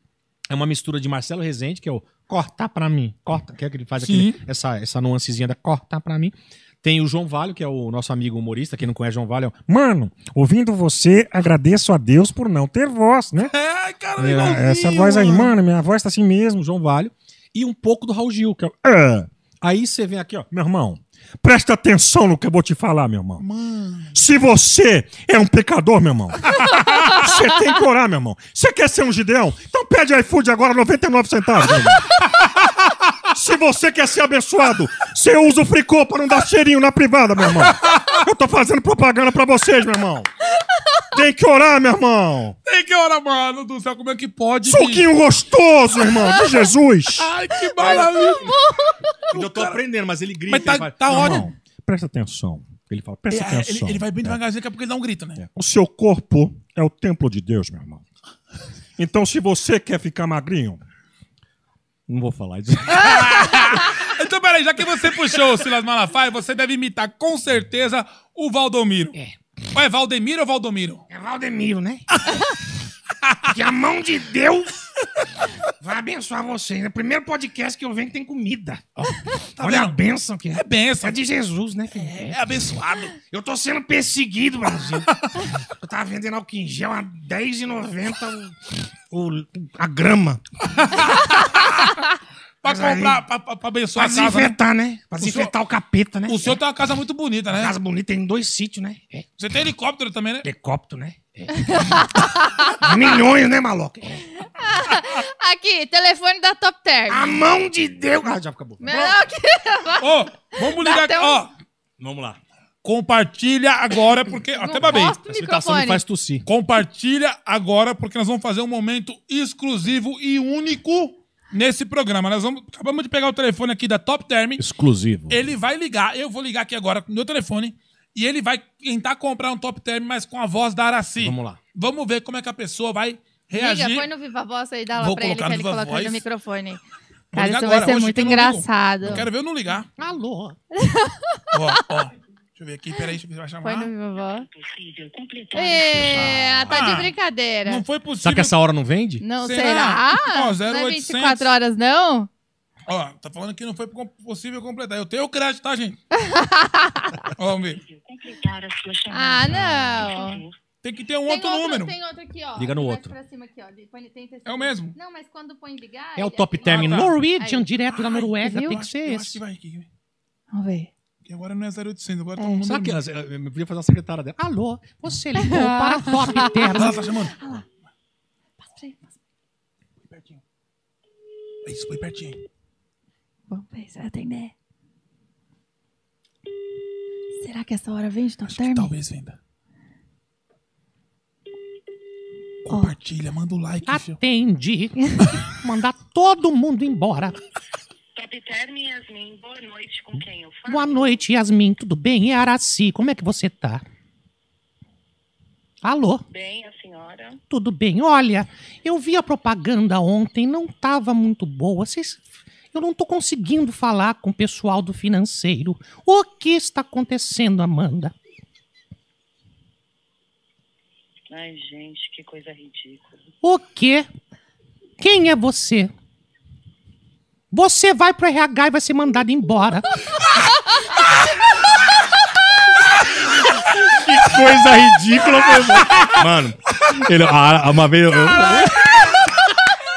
G: É uma mistura de Marcelo Rezende, que é o corta pra mim, corta, que é que ele faz
E: Sim.
G: aquele, essa, essa nuancezinha da corta pra mim. Tem o João Valho, que é o nosso amigo humorista. Quem não conhece João Valho, é um-
L: Mano, ouvindo você, agradeço a Deus por não ter voz, né?
E: É, cara,
L: É,
E: legalzinho,
L: essa voz aí,
E: mano.
L: mano, minha voz tá assim mesmo.
G: o João Valho. E um pouco do Raul Gil, que é o...
L: Ah,
G: Aí você vem aqui, ó.
L: meu irmão, presta atenção no que eu vou te falar, meu irmão. Se você é um pecador, meu irmão, você tem que orar, meu irmão. Você quer ser um gideão? Então pede iFood agora, 99 centavos. meu irmão. Se você quer ser abençoado, você usa o fricô pra não dar cheirinho na privada, meu irmão. Eu tô fazendo propaganda pra vocês, meu irmão. Tem que orar, meu irmão.
E: Tem que orar, mano do céu, como é que pode? bicho?
L: Suquinho gostoso, irmão, de Jesus.
E: Ai, que maravilha.
G: Eu tô aprendendo, mas ele grita.
E: Mas tá,
G: ele faz-
E: tá
L: Meu
E: ótimo.
L: irmão, Presta atenção. Ele fala, presta
E: É,
L: atenção.
E: ele, ele vai bem
L: É.
E: devagarzinho, daqui a pouco ele dá um grito, né?
L: O seu corpo é o templo de Deus, meu irmão. Então, se você quer ficar magrinho,
G: Não vou falar disso.
E: Então, peraí, já que você puxou o Silas Malafaia, você deve imitar com certeza o Valdomiro. É. Ou é Valdemiro ou Valdomiro?
I: É Valdemiro, né? que a mão de Deus vai abençoar vocês. É o primeiro podcast que eu venho que tem comida. Olha a bênção que é.
E: Tá É benção.
I: É de Jesus, né, filho?
E: É abençoado.
I: Eu tô sendo perseguido, Brasil. eu tava vendendo álcool em gel a R$10,90 o, o- a grama.
E: Pra
I: Mas aí-
E: comprar, pra, pra, pra
I: Pra
E: abençoar a casa. né?
I: desinfetar, né? Pra desinfetar o capeta, né? É.
E: O senhor tem uma casa muito bonita, né?
I: Casa bonita tem dois sítios, né? É.
E: Você tem helicóptero também, né?
I: Helicóptero, né? É. Milhões, né, maloca? É.
D: Aqui, telefone da Top Term. tipo,
G: Ah,
I: A mão de Deus. Ah, já acabou.
D: Meu, aqui.
E: Ó, vamos
D: Dá
E: ligar aqui,
D: até um-
E: ó.
G: Vamos lá.
E: Compartilha agora, porque. Até babei.
D: Mostra o
G: A imitação me
D: microfone.
G: faz tossir.
E: Compartilha agora, porque nós vamos fazer um momento exclusivo e único nesse programa. Nós vamos. Acabamos de pegar o telefone aqui da Top Term.
G: Exclusivo.
E: Ele vai ligar, eu vou ligar aqui agora no meu telefone e ele vai tentar comprar um top term, mas com a voz da Araci.
G: Vamos lá.
E: Vamos ver como é que a pessoa vai reagir.
D: Liga, põe no Viva Voz aí, dá lá
E: Vou
D: pra ele, que
E: colocar no
D: ele
E: Viva
D: coloca aí no
E: Voz.
D: microfone.
E: Vou
D: Cara,
E: ligar
D: isso
E: agora,
D: vai ser
E: hoje
D: muito
E: que eu não ligo.
D: engraçado.
E: Eu quero ver eu não ligar.
G: Alô.
E: Ó, ó. Deixa eu ver aqui, peraí, deixa eu ver se vai
D: Põe no
E: chamar.
D: Viva Voz. É, tá de
E: Ah,
D: brincadeira.
E: Não foi
G: Será
E: possível.
G: que essa hora não vende?
D: Não,
E: Será?
D: será?
E: Ó,
D: não é
E: 0800.
D: 24 horas, não?
E: Ó, tá falando que não foi com- possível completar. Eu tenho o crédito, tá, gente? ó, vamos ver.
D: Ah, não.
E: Tem que ter um outro
D: tem outro,
E: número.
D: Tem outro aqui, ó.
G: Liga no
D: Mais
G: outro.
D: pra cima aqui, ó. Põe- tem texto
E: É o
D: aqui.
E: mesmo.
D: Não, mas quando põe ligar...
G: É o
D: ele-
G: top term
E: Ah, tá.
G: Norwegian,
D: Aí.
G: direto da Noruega.
D: Viu?
E: Eu
G: Tem que
E: acho-
G: ser
E: eu acho
G: esse.
E: que vai aqui.
D: Vamos ver.
E: Que agora não é 0800, agora tá
D: É.
E: um número.
G: Será que
E: novo.
G: ela, eu eu podia fazer uma secretária dela? Alô, você ligou para a Top Term.
E: Ela tá chamando.
D: Passa pra aí, passa.
E: Põe pertinho. É isso, põe pertinho. aí.
D: Vamos ver se vai atender. Será que essa hora vende top
E: Acho que
D: term?
E: talvez venda. Compartilha, manda o like,
D: Ah.
E: filho.
G: Atende. Mandar todo mundo embora.
M: Top Term, Yasmin, boa noite, com quem eu falo?
G: Boa noite, Yasmin. Tudo bem? E Araci, como é que você tá? Alô,
M: Bem, a senhora?
G: tudo bem? Olha, eu vi a propaganda ontem, não tava muito boa. Vocês, eu não tô conseguindo falar com o pessoal do financeiro. O que está acontecendo, Amanda?
M: Ai, gente, que coisa ridícula.
G: O quê? Quem é você? Você vai pro RH e vai ser mandado embora.
I: Que coisa ridícula, meu irmão. Mano, ele, a-
G: ah,
I: a- uma vez eu. eu-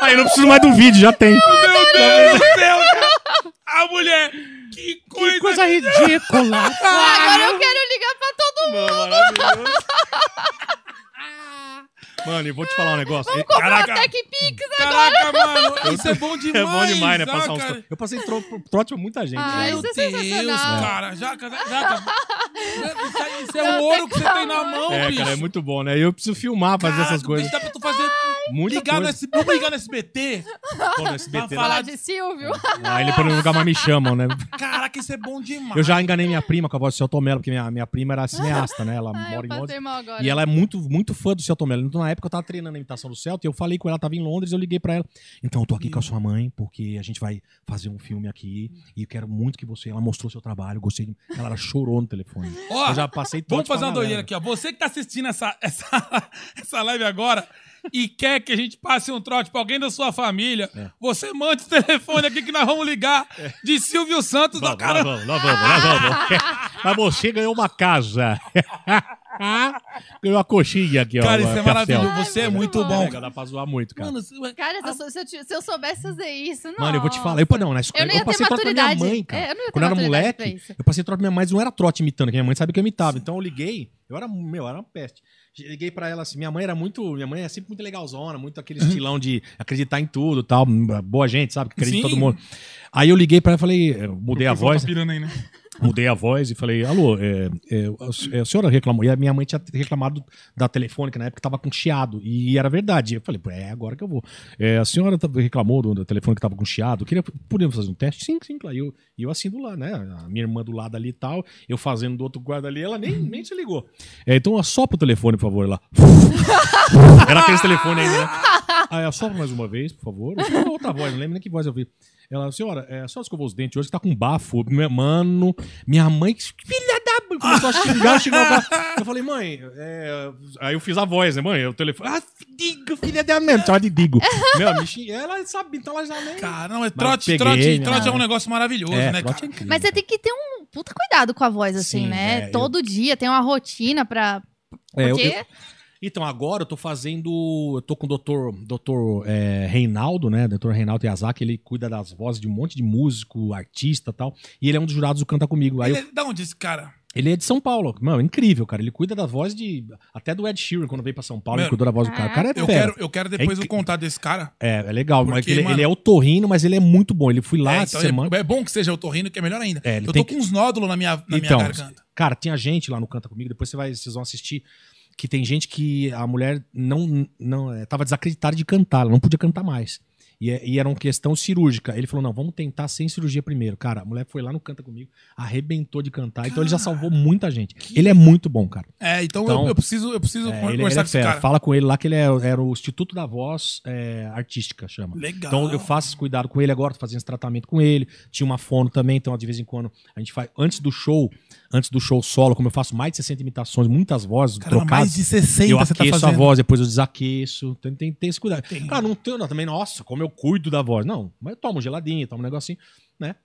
I: Aí eu não preciso mais do vídeo, já tem.
E: Meu Deus do céu, cara. A mulher, que coisa.
G: Que
N: É
G: coisa ridícula.
D: Agora eu quero ligar pra todo mundo.
I: Mano, maravilhoso. Mano, eu vou te falar um negócio.
D: Comprar
E: Caraca.
D: o TechPix.
E: Caraca, mano. Isso é bom
I: É
E: demais.
I: bom demais, né?
E: ah,
I: Passar uns
E: cara.
I: tro-
G: Eu passei tro- trote pra muita gente.
D: Ah,
G: né?
E: Meu
D: isso é
E: Deus,
D: sensacional.
E: cara. Já, já, já. Isso é- Isso é o ouro que você tem na mão,
G: É,
E: bicho.
G: cara, é muito bom, né? Eu preciso filmar, fazer
E: Caraca,
G: essas coisas.
E: Dá pra tu fazer.
G: Muita
E: Ligar no,
G: coisa.
E: SB, vamos ligar no SBT.
G: Pô, no SBT, né? Ah,
E: falar
D: Falar de Silvio.
G: Aí depois no lugar mais me chamam, né?
E: Caraca, isso é bom demais.
G: Eu já enganei minha prima com a voz assim, do Celto Mello, porque minha, minha prima era cineasta, né? Ela
D: Ai, Ah,
G: mora
D: eu
G: em Londres.
D: passei mal agora.
G: E ela é muito, muito fã do Celto Mello. Então, na época, eu tava treinando a imitação do Celto e eu falei com ela, tava em Londres, eu liguei pra ela. Então, eu tô aqui com a sua mãe, porque a gente vai fazer um filme aqui e eu quero muito que você... Ela mostrou seu trabalho, eu gostei. de- Ela, ela chorou no telefone.
E: Ó,
G: eu já passei
E: Vamos
G: trote pra
E: fazer uma
G: galera.
E: doideira aqui, ó. Você que tá assistindo essa, essa, essa live agora, e quer que a gente passe um trote pra alguém da sua família,
G: É.
E: você manda o telefone aqui que nós vamos ligar de Silvio Santos.
G: Vamos,
E: do cara...
G: nós vamos, nós vamos, nós vamos. Mas você ganhou uma casa. ganhou uma coxinha aqui, ó.
E: Cara, isso é
G: pastel.
E: maravilhoso. Você é muito bom,
G: É,
E: cara.
G: Dá pra zoar muito, cara. Mano,
D: Cara, se eu, sou- se eu ti- se eu soubesse fazer isso, não.
G: eu vou te falar. Eu, pô, não, na escola,
D: Eu
G: eu,
D: não ia ter
G: passei trote pra minha
D: maturidade.
G: mãe, cara.
D: É, eu não ia ter
G: Quando eu era
D: maturidade pra
G: moleque,
D: isso.
G: eu passei trote pra minha mãe, mas não era trote imitando, que minha mãe sabe que eu imitava. Então eu liguei, eu era, meu, era uma peste. Liguei pra ela assim, minha mãe era muito, minha mãe é sempre muito legalzona, muito aquele estilão de acreditar em tudo e tal, boa gente, sabe, que acredita
E: Sim.
G: em todo mundo. Aí eu liguei pra ela e falei, eu mudei a
E: O pessoal tá
G: voz,
E: pirando aí, né?
G: mudei a voz e falei, alô, é, é, a, a senhora reclamou. E a minha mãe tinha reclamado da telefônica na época, tava com chiado. E era verdade. Eu falei, "Pô, é agora que eu vou. É, a senhora tá- reclamou do, da telefônica que tava com chiado. Queria, podemos fazer um teste? Sim, sim, claro. E eu, e eu assim do lado, né? A minha irmã do lado ali e tal, eu fazendo do outro guarda ali, ela nem, nem se ligou. É, então assopra o telefone, por favor, lá. Era aquele telefone aí, né? Aí assopra mais uma vez, por favor. Eu tinha outra voz, não lembro nem que voz eu vi. Ela, senhora, é, a senhora escovou os dentes hoje que tá com bafo. Meu- Mano, minha mãe, que filha da... mãe, Começou a xingar, xingar. Eu falei, mãe, é... aí eu fiz a voz, né, mãe? O telefone, ah, digo, filha da mãe, chama de digo. Meu, me xing- ela sabe, então ela já nem...
E: Caramba, é
G: Mas eu
E: trote,
G: peguei,
E: trote,
G: né?
E: trote é um negócio maravilhoso,
G: É,
E: né,
G: trote
E: cara?
D: Mas você tem que ter um puta cuidado com a voz, assim,
G: Sim,
D: né?
G: é,
D: Todo dia tem uma rotina pra.
G: É, eu-
D: Porque
G: eu- Então, agora eu tô fazendo. Eu tô com o doutor, doutor é, Reinaldo, né? Doutor Reinaldo Yazaki, ele cuida das vozes de um monte de músico, artista e tal. E ele é um dos jurados do Canta Comigo. Aí eu-
E: Ele
G: ele,
E: é- Da onde esse cara?
G: é de São Paulo. Mano, é incrível, cara. Ele cuida da voz de. Até do Ed Sheeran, quando veio pra São Paulo,
E: Mano,
G: ele cuidou da voz do cara. O cara é
E: eu,
G: fera.
E: quero, eu quero depois o contato desse cara.
G: É, é legal. mas
E: Porque,
G: ele,
E: mano-
G: ele é o Torrino, mas ele é muito bom. Ele fui lá
E: é,
G: essa
E: então,
G: semana.
E: é, é bom que seja o torrino, que é melhor ainda.
G: É,
E: eu
G: ele
E: tô
G: tem
E: com uns nódulos na minha, na
G: então,
E: minha garganta.
G: cara, tinha gente lá no Canta Comigo, depois você vai, vocês vão assistir, que tem gente que a mulher não, não eh, tava desacreditada de cantar, ela não podia cantar mais. E, é- e era uma questão cirúrgica. Ele falou: não, vamos tentar sem cirurgia primeiro. Cara, a mulher foi lá no Canta Comigo, arrebentou de cantar, então ele já salvou muita gente. Ele é muito bom, cara.
E: É, então,
G: Então,
E: eu, eu preciso, eu preciso
G: É,
E: conversar
G: ele, ele é
E: com esse
G: fera.
E: cara.
G: Fala com ele lá que ele é- era o Instituto da Voz é, Artística, chama.
E: Legal.
G: Então eu faço esse cuidado com ele agora, tô fazendo esse tratamento com ele. Tinha uma fono também, então de vez em quando a gente faz. Antes do show, antes do show solo, como eu faço mais de 60 imitações, muitas vozes
E: Caramba,
G: trocadas.
E: mais de 60
G: eu
E: você tá
G: aqueço a
E: fazendo.
G: voz, depois eu desaqueço. Então, Tem, tem, tem esse cuidado. Cara, não tenho não, também, nossa, como eu cuido da voz. Não, mas eu tomo geladinha, tomo um negocinho, né?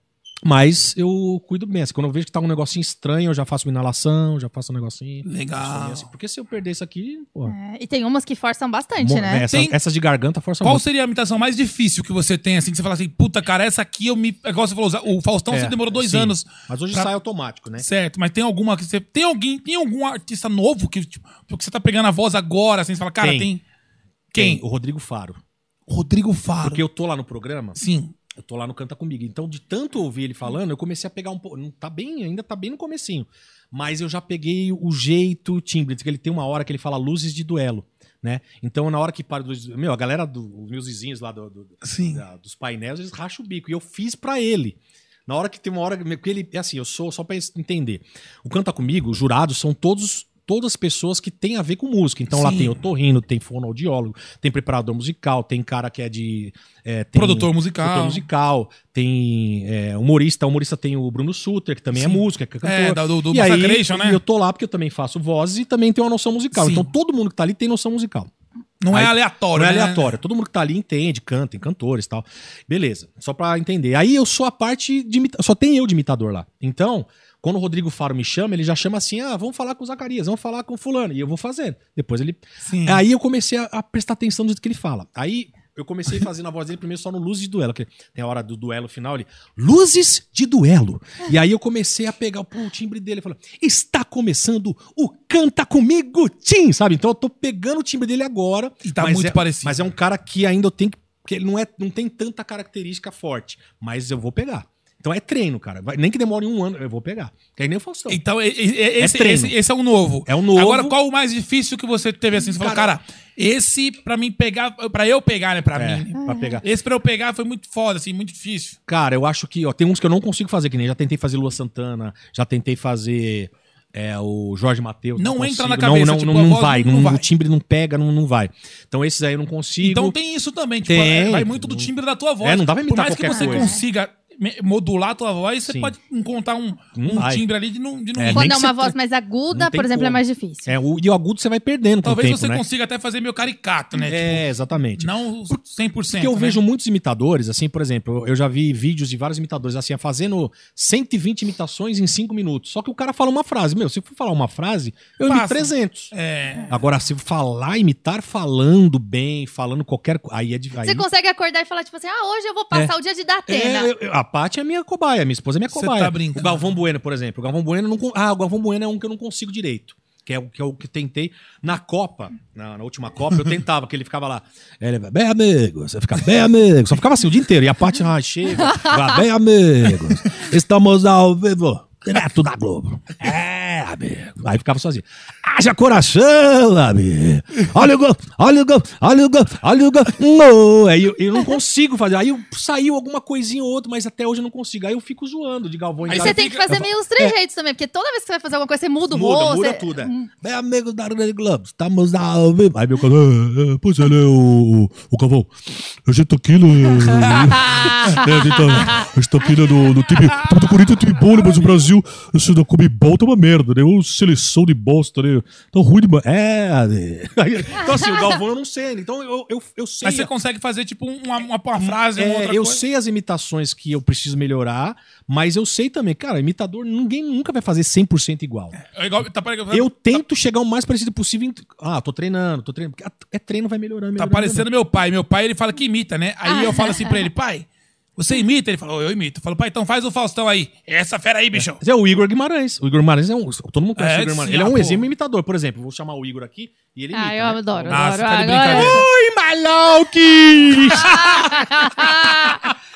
G: Mas eu cuido bem. Assim, quando eu vejo que tá um negocinho estranho, eu já faço uma inalação, já faço um negocinho.
E: Legal.
G: Assim, Porque se eu perder isso aqui, pô.
D: é, e tem umas que forçam bastante,
G: Mo-
D: né?
G: Essa,
E: Tem-
G: Essas de garganta força
E: Qual
G: é muito.
E: seria a imitação mais difícil que você tem, assim, que você fala assim, puta, cara, essa aqui eu me. É igual você falou, o Faustão
G: É,
E: você demorou dois
G: sim.
E: anos.
G: Mas hoje
E: pra-
G: sai automático, né?
E: Certo, mas tem alguma que você. Tem alguém, tem algum artista novo que, tipo, que você tá pegando a voz agora, assim, você fala, cara,
G: Tem.
E: tem. Quem?
G: O Rodrigo Faro.
E: Rodrigo Faro.
G: Porque eu tô lá no programa,
E: Sim.
G: eu tô lá no Canta Comigo. Então, de tanto ouvir ele falando, eu comecei a pegar um pouco. Não tá bem, ainda tá bem no comecinho. Mas eu já peguei o jeito, o timbre. Diz que Ele tem uma hora que ele fala luzes de duelo, né? Então, na hora que para dos. Meu, a galera dos meus vizinhos lá do, do-
E: Sim.
G: da- dos painéis, eles racham o bico. E eu fiz pra ele. Na hora que tem uma hora. Porque ele. É assim, eu sou. Só pra entender. O Canta Comigo, os jurados, são todos. Todas pessoas que têm a ver com música. Então lá
E: Sim.
G: tem otorrino, tem fonoaudiólogo, tem preparador musical, tem cara que é de. é, tem-
E: Produtor musical.
G: produtor musical, tem é, humorista. Humorista tem o Bruno Suter, que também é
E: Sim.
G: músico, é cantor.
E: É, da- do- do
G: e aí,
E: Massacration, né?
G: Eu tô lá porque eu também faço vozes e também tenho uma noção musical.
E: Sim.
G: Então todo mundo que tá ali tem noção musical.
E: Não é
G: Aí-
E: aleatório,
G: Não é
E: né?
G: aleatório. Todo mundo que tá ali entende, canta, tem cantores e tal. Beleza. Só pra entender. Aí eu sou a parte de imita- Só tem eu de imitador lá. Então, quando o Rodrigo Faro me chama, ele já chama assim: ah, vamos falar com o Zacarias, vamos falar com o fulano. E eu vou fazendo. Depois ele.
E: Sim.
G: Aí eu comecei a, a prestar atenção no jeito que ele fala. Aí. Eu comecei fazendo a voz dele primeiro só no Luzes de Duelo, que tem a hora do duelo final ali. Luzes de Duelo. E aí eu comecei a pegar pô, o timbre dele, falando: "Está começando o Canta Comigo, Tim", sabe? Então eu tô pegando o timbre dele agora
E: E tá
G: mas
E: muito
G: é-
E: parecido.
G: Mas é um cara que ainda eu tenho que. Porque ele não, é, não tem tanta característica forte. Mas eu vou pegar. Então é treino, cara. Vai- nem que demore um ano, eu vou pegar. Que aí nem o Faustão.
E: Então, e- e- e- esse,
G: treino.
E: esse- esse é o novo.
G: É o novo.
E: Agora, qual o mais difícil que você teve assim? Você falou, cara, esse pra mim pegar, pra eu pegar, né? Pra
G: É,
E: mim. né?
G: pra pegar.
E: Esse pra eu pegar foi muito foda, assim, muito difícil.
G: Cara, eu acho que ó, tem uns que eu não consigo fazer, que nem já tentei fazer Lua Santana, já tentei fazer é, o Jorge Matheus.
E: Não entra
G: consigo.
E: na cabeça,
G: Não, não,
E: tipo,
G: não,
E: a
G: não
E: voz
G: vai,
E: não
G: não-
E: vai.
G: O timbre não pega, não, não vai. Então esses aí eu não consigo.
E: Então tem isso também, tipo,
G: Tem.
E: é, vai muito do timbre da tua voz.
G: É, não dá pra imitar
E: Por mais que
G: qualquer
E: você
G: coisa.
E: consiga me- modular a tua voz, você
G: Sim.
E: pode encontrar um,
G: Não
E: um
G: vai.
E: timbre ali de não. De não
G: É,
D: Quando
G: nem
D: é
G: que
D: uma
G: você
D: voz
G: tem-
D: mais aguda,
G: não tem
D: por exemplo, é
G: como.
D: mais difícil.
G: É, o, e o agudo você vai perdendo com
E: Talvez
G: o tempo,
E: você
G: né?
E: consiga até fazer meio caricato, né?
G: É, exatamente.
E: Não 100%.
G: Porque eu
E: né?
G: vejo muitos imitadores, assim, por exemplo, eu já vi vídeos de vários imitadores, assim, fazendo 120 imitações em 5 minutos. Só que o cara fala uma frase. Meu, se eu for falar uma frase, eu imito
E: Passa.
G: 300.
E: É.
G: Agora, se falar, imitar falando bem, falando qualquer coisa, aí é de aí
D: Você consegue acordar e falar, tipo assim, ah, hoje eu vou passar
G: É.
D: o dia de dar
G: É,
D: pena.
G: eu- eu- a Paty é minha cobaia, minha esposa é minha
E: Você
G: cobaia.
E: tá brincando.
G: O Galvão Bueno, por exemplo. O Galvão Bueno não. con- Ah, o Galvão Bueno é um que eu não consigo direito. Que é o que, eu, que tentei. Na Copa, na, na última Copa, eu tentava, que ele ficava lá. Ele vai, bem amigo, você fica bem amigo. Só ficava assim o dia inteiro. E a Paty, ah, chega, vai, bem amigo. Estamos ao vivo. Direto da Globo. É, amigo. Aí ficava sozinho. Haja coração, amigo. Olha o gol, olha o gol, olha o gol, olha o gol. Não. Aí eu, eu não consigo fazer. Aí eu- saiu alguma coisinha ou outra, mas até hoje eu não consigo. Aí eu fico zoando de Galvão.
D: E
G: em casa.
D: você tem que fazer
G: Eu
D: meio os três jeitos também, porque toda vez que você vai fazer alguma coisa, você muda o rosto. você-
G: é. Bem, amigos da Rede Globo,
I: Tá
G: estamos ao vivo. Aí meu cara,
I: "Ah,
G: "É, é, pois ele é o, o, o Cavão.
I: Eu já tô aqui no. É, a gente tá, a gente tá aqui né, no, no time. Time do Corinthians é um time bom, né, mas o Brasil, isso da Comebol tá uma merda, né? Ô, seleção de bosta, né? Tá ruim demais. É, né?
G: Então assim, o Galvão eu não sei, né? então eu, eu, eu sei.
E: Mas você consegue fazer, tipo, uma, uma, uma frase, uma
G: É,
E: outra
G: eu
E: coisa.
G: sei as imitações que eu preciso melhorar, mas eu sei também, cara, imitador, ninguém nunca vai fazer 100% igual.
E: É igual- tá, pare-
G: Eu tento chegar o mais parecido possível. em- Ah, tô treinando, tô treinando. porque É treino, vai melhorando.
E: Tá
G: melhorando,
E: parecendo meu pai. Meu pai, ele fala que imita, né? Aí
D: Ah.
E: eu falo assim pra ele, pai, você imita? Ele falou, eu imito. Eu falo, pai, então faz o Faustão aí. É Essa fera aí, bichão.
G: Mas é o Igor Guimarães. O Igor Guimarães é um. Todo mundo conhece
E: É,
G: o Igor Guimarães.
E: sim,
G: Ele é
E: ah,
G: um
E: pô.
G: exímio imitador. Por exemplo, vou chamar o Igor aqui e ele imita.
D: Ah, eu
G: né?
D: adoro,
E: Nossa,
D: adoro.
E: tá de
D: Agora,
E: brincadeira.
G: Oi, Maloques!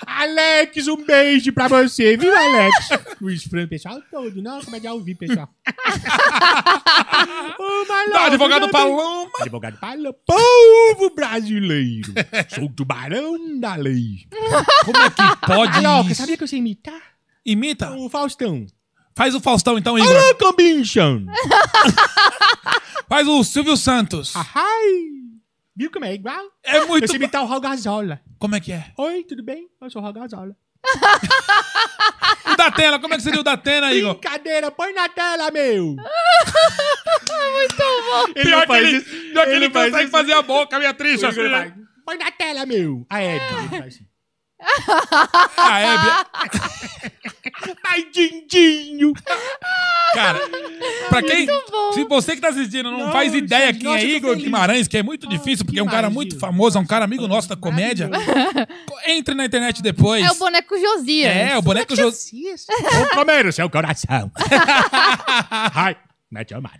G: Alex, um beijo pra você, viu, Alex? Luiz Fran, pessoal todo. Não, como é de ouvir, pessoal. Ô, Maloques,
E: Tá, advogado
G: eu
E: Paloma.
G: Advogado Paulo, povo brasileiro, sou o tubarão da lei.
E: Como é que pode
G: Maloca,
E: isso?
G: sabia que eu sei imitar?
E: Imita.
G: Ah. O Faustão.
E: Faz o Faustão então, Igor.
G: Louco, bichão.
E: Faz o Silvio Santos.
G: Ai, viu como é igual?
E: É
G: Eu
E: muito...
G: sei imitar o Raul Gazola.
E: Como é que é?
G: Oi, tudo bem? Eu sou o Raul Gazola.
E: O Datena, como é que seria o Datena, Igor?
G: Brincadeira, põe na tela, meu. Muito bom. Ele
E: Pior
G: não
E: que
G: faz
E: ele,
G: isso.
E: pior que ele,
G: faz
E: consegue
G: isso.
E: fazer a boca, minha triste.
G: O Igor faz, assim, Põe na tela, meu. A Hebe. ele faz assim.
E: Ah, é, Bia-
G: Ai, Dindinho.
E: cara. Pra quem.
D: bom.
E: Se você que tá assistindo não,
G: Não,
E: faz ideia
G: gente,
E: quem
G: nossa,
E: é
G: eu tô
E: Igor
G: feliz.
E: Guimarães, que é muito
G: Ah,
E: difícil, porque
G: que
E: é um cara
G: maravilha.
E: muito famoso, é um cara amigo nosso da comédia. Entre na internet depois.
D: é o boneco Josias.
E: É, o boneco José.
G: Vou comer o seu coração. Ai, mete a malha.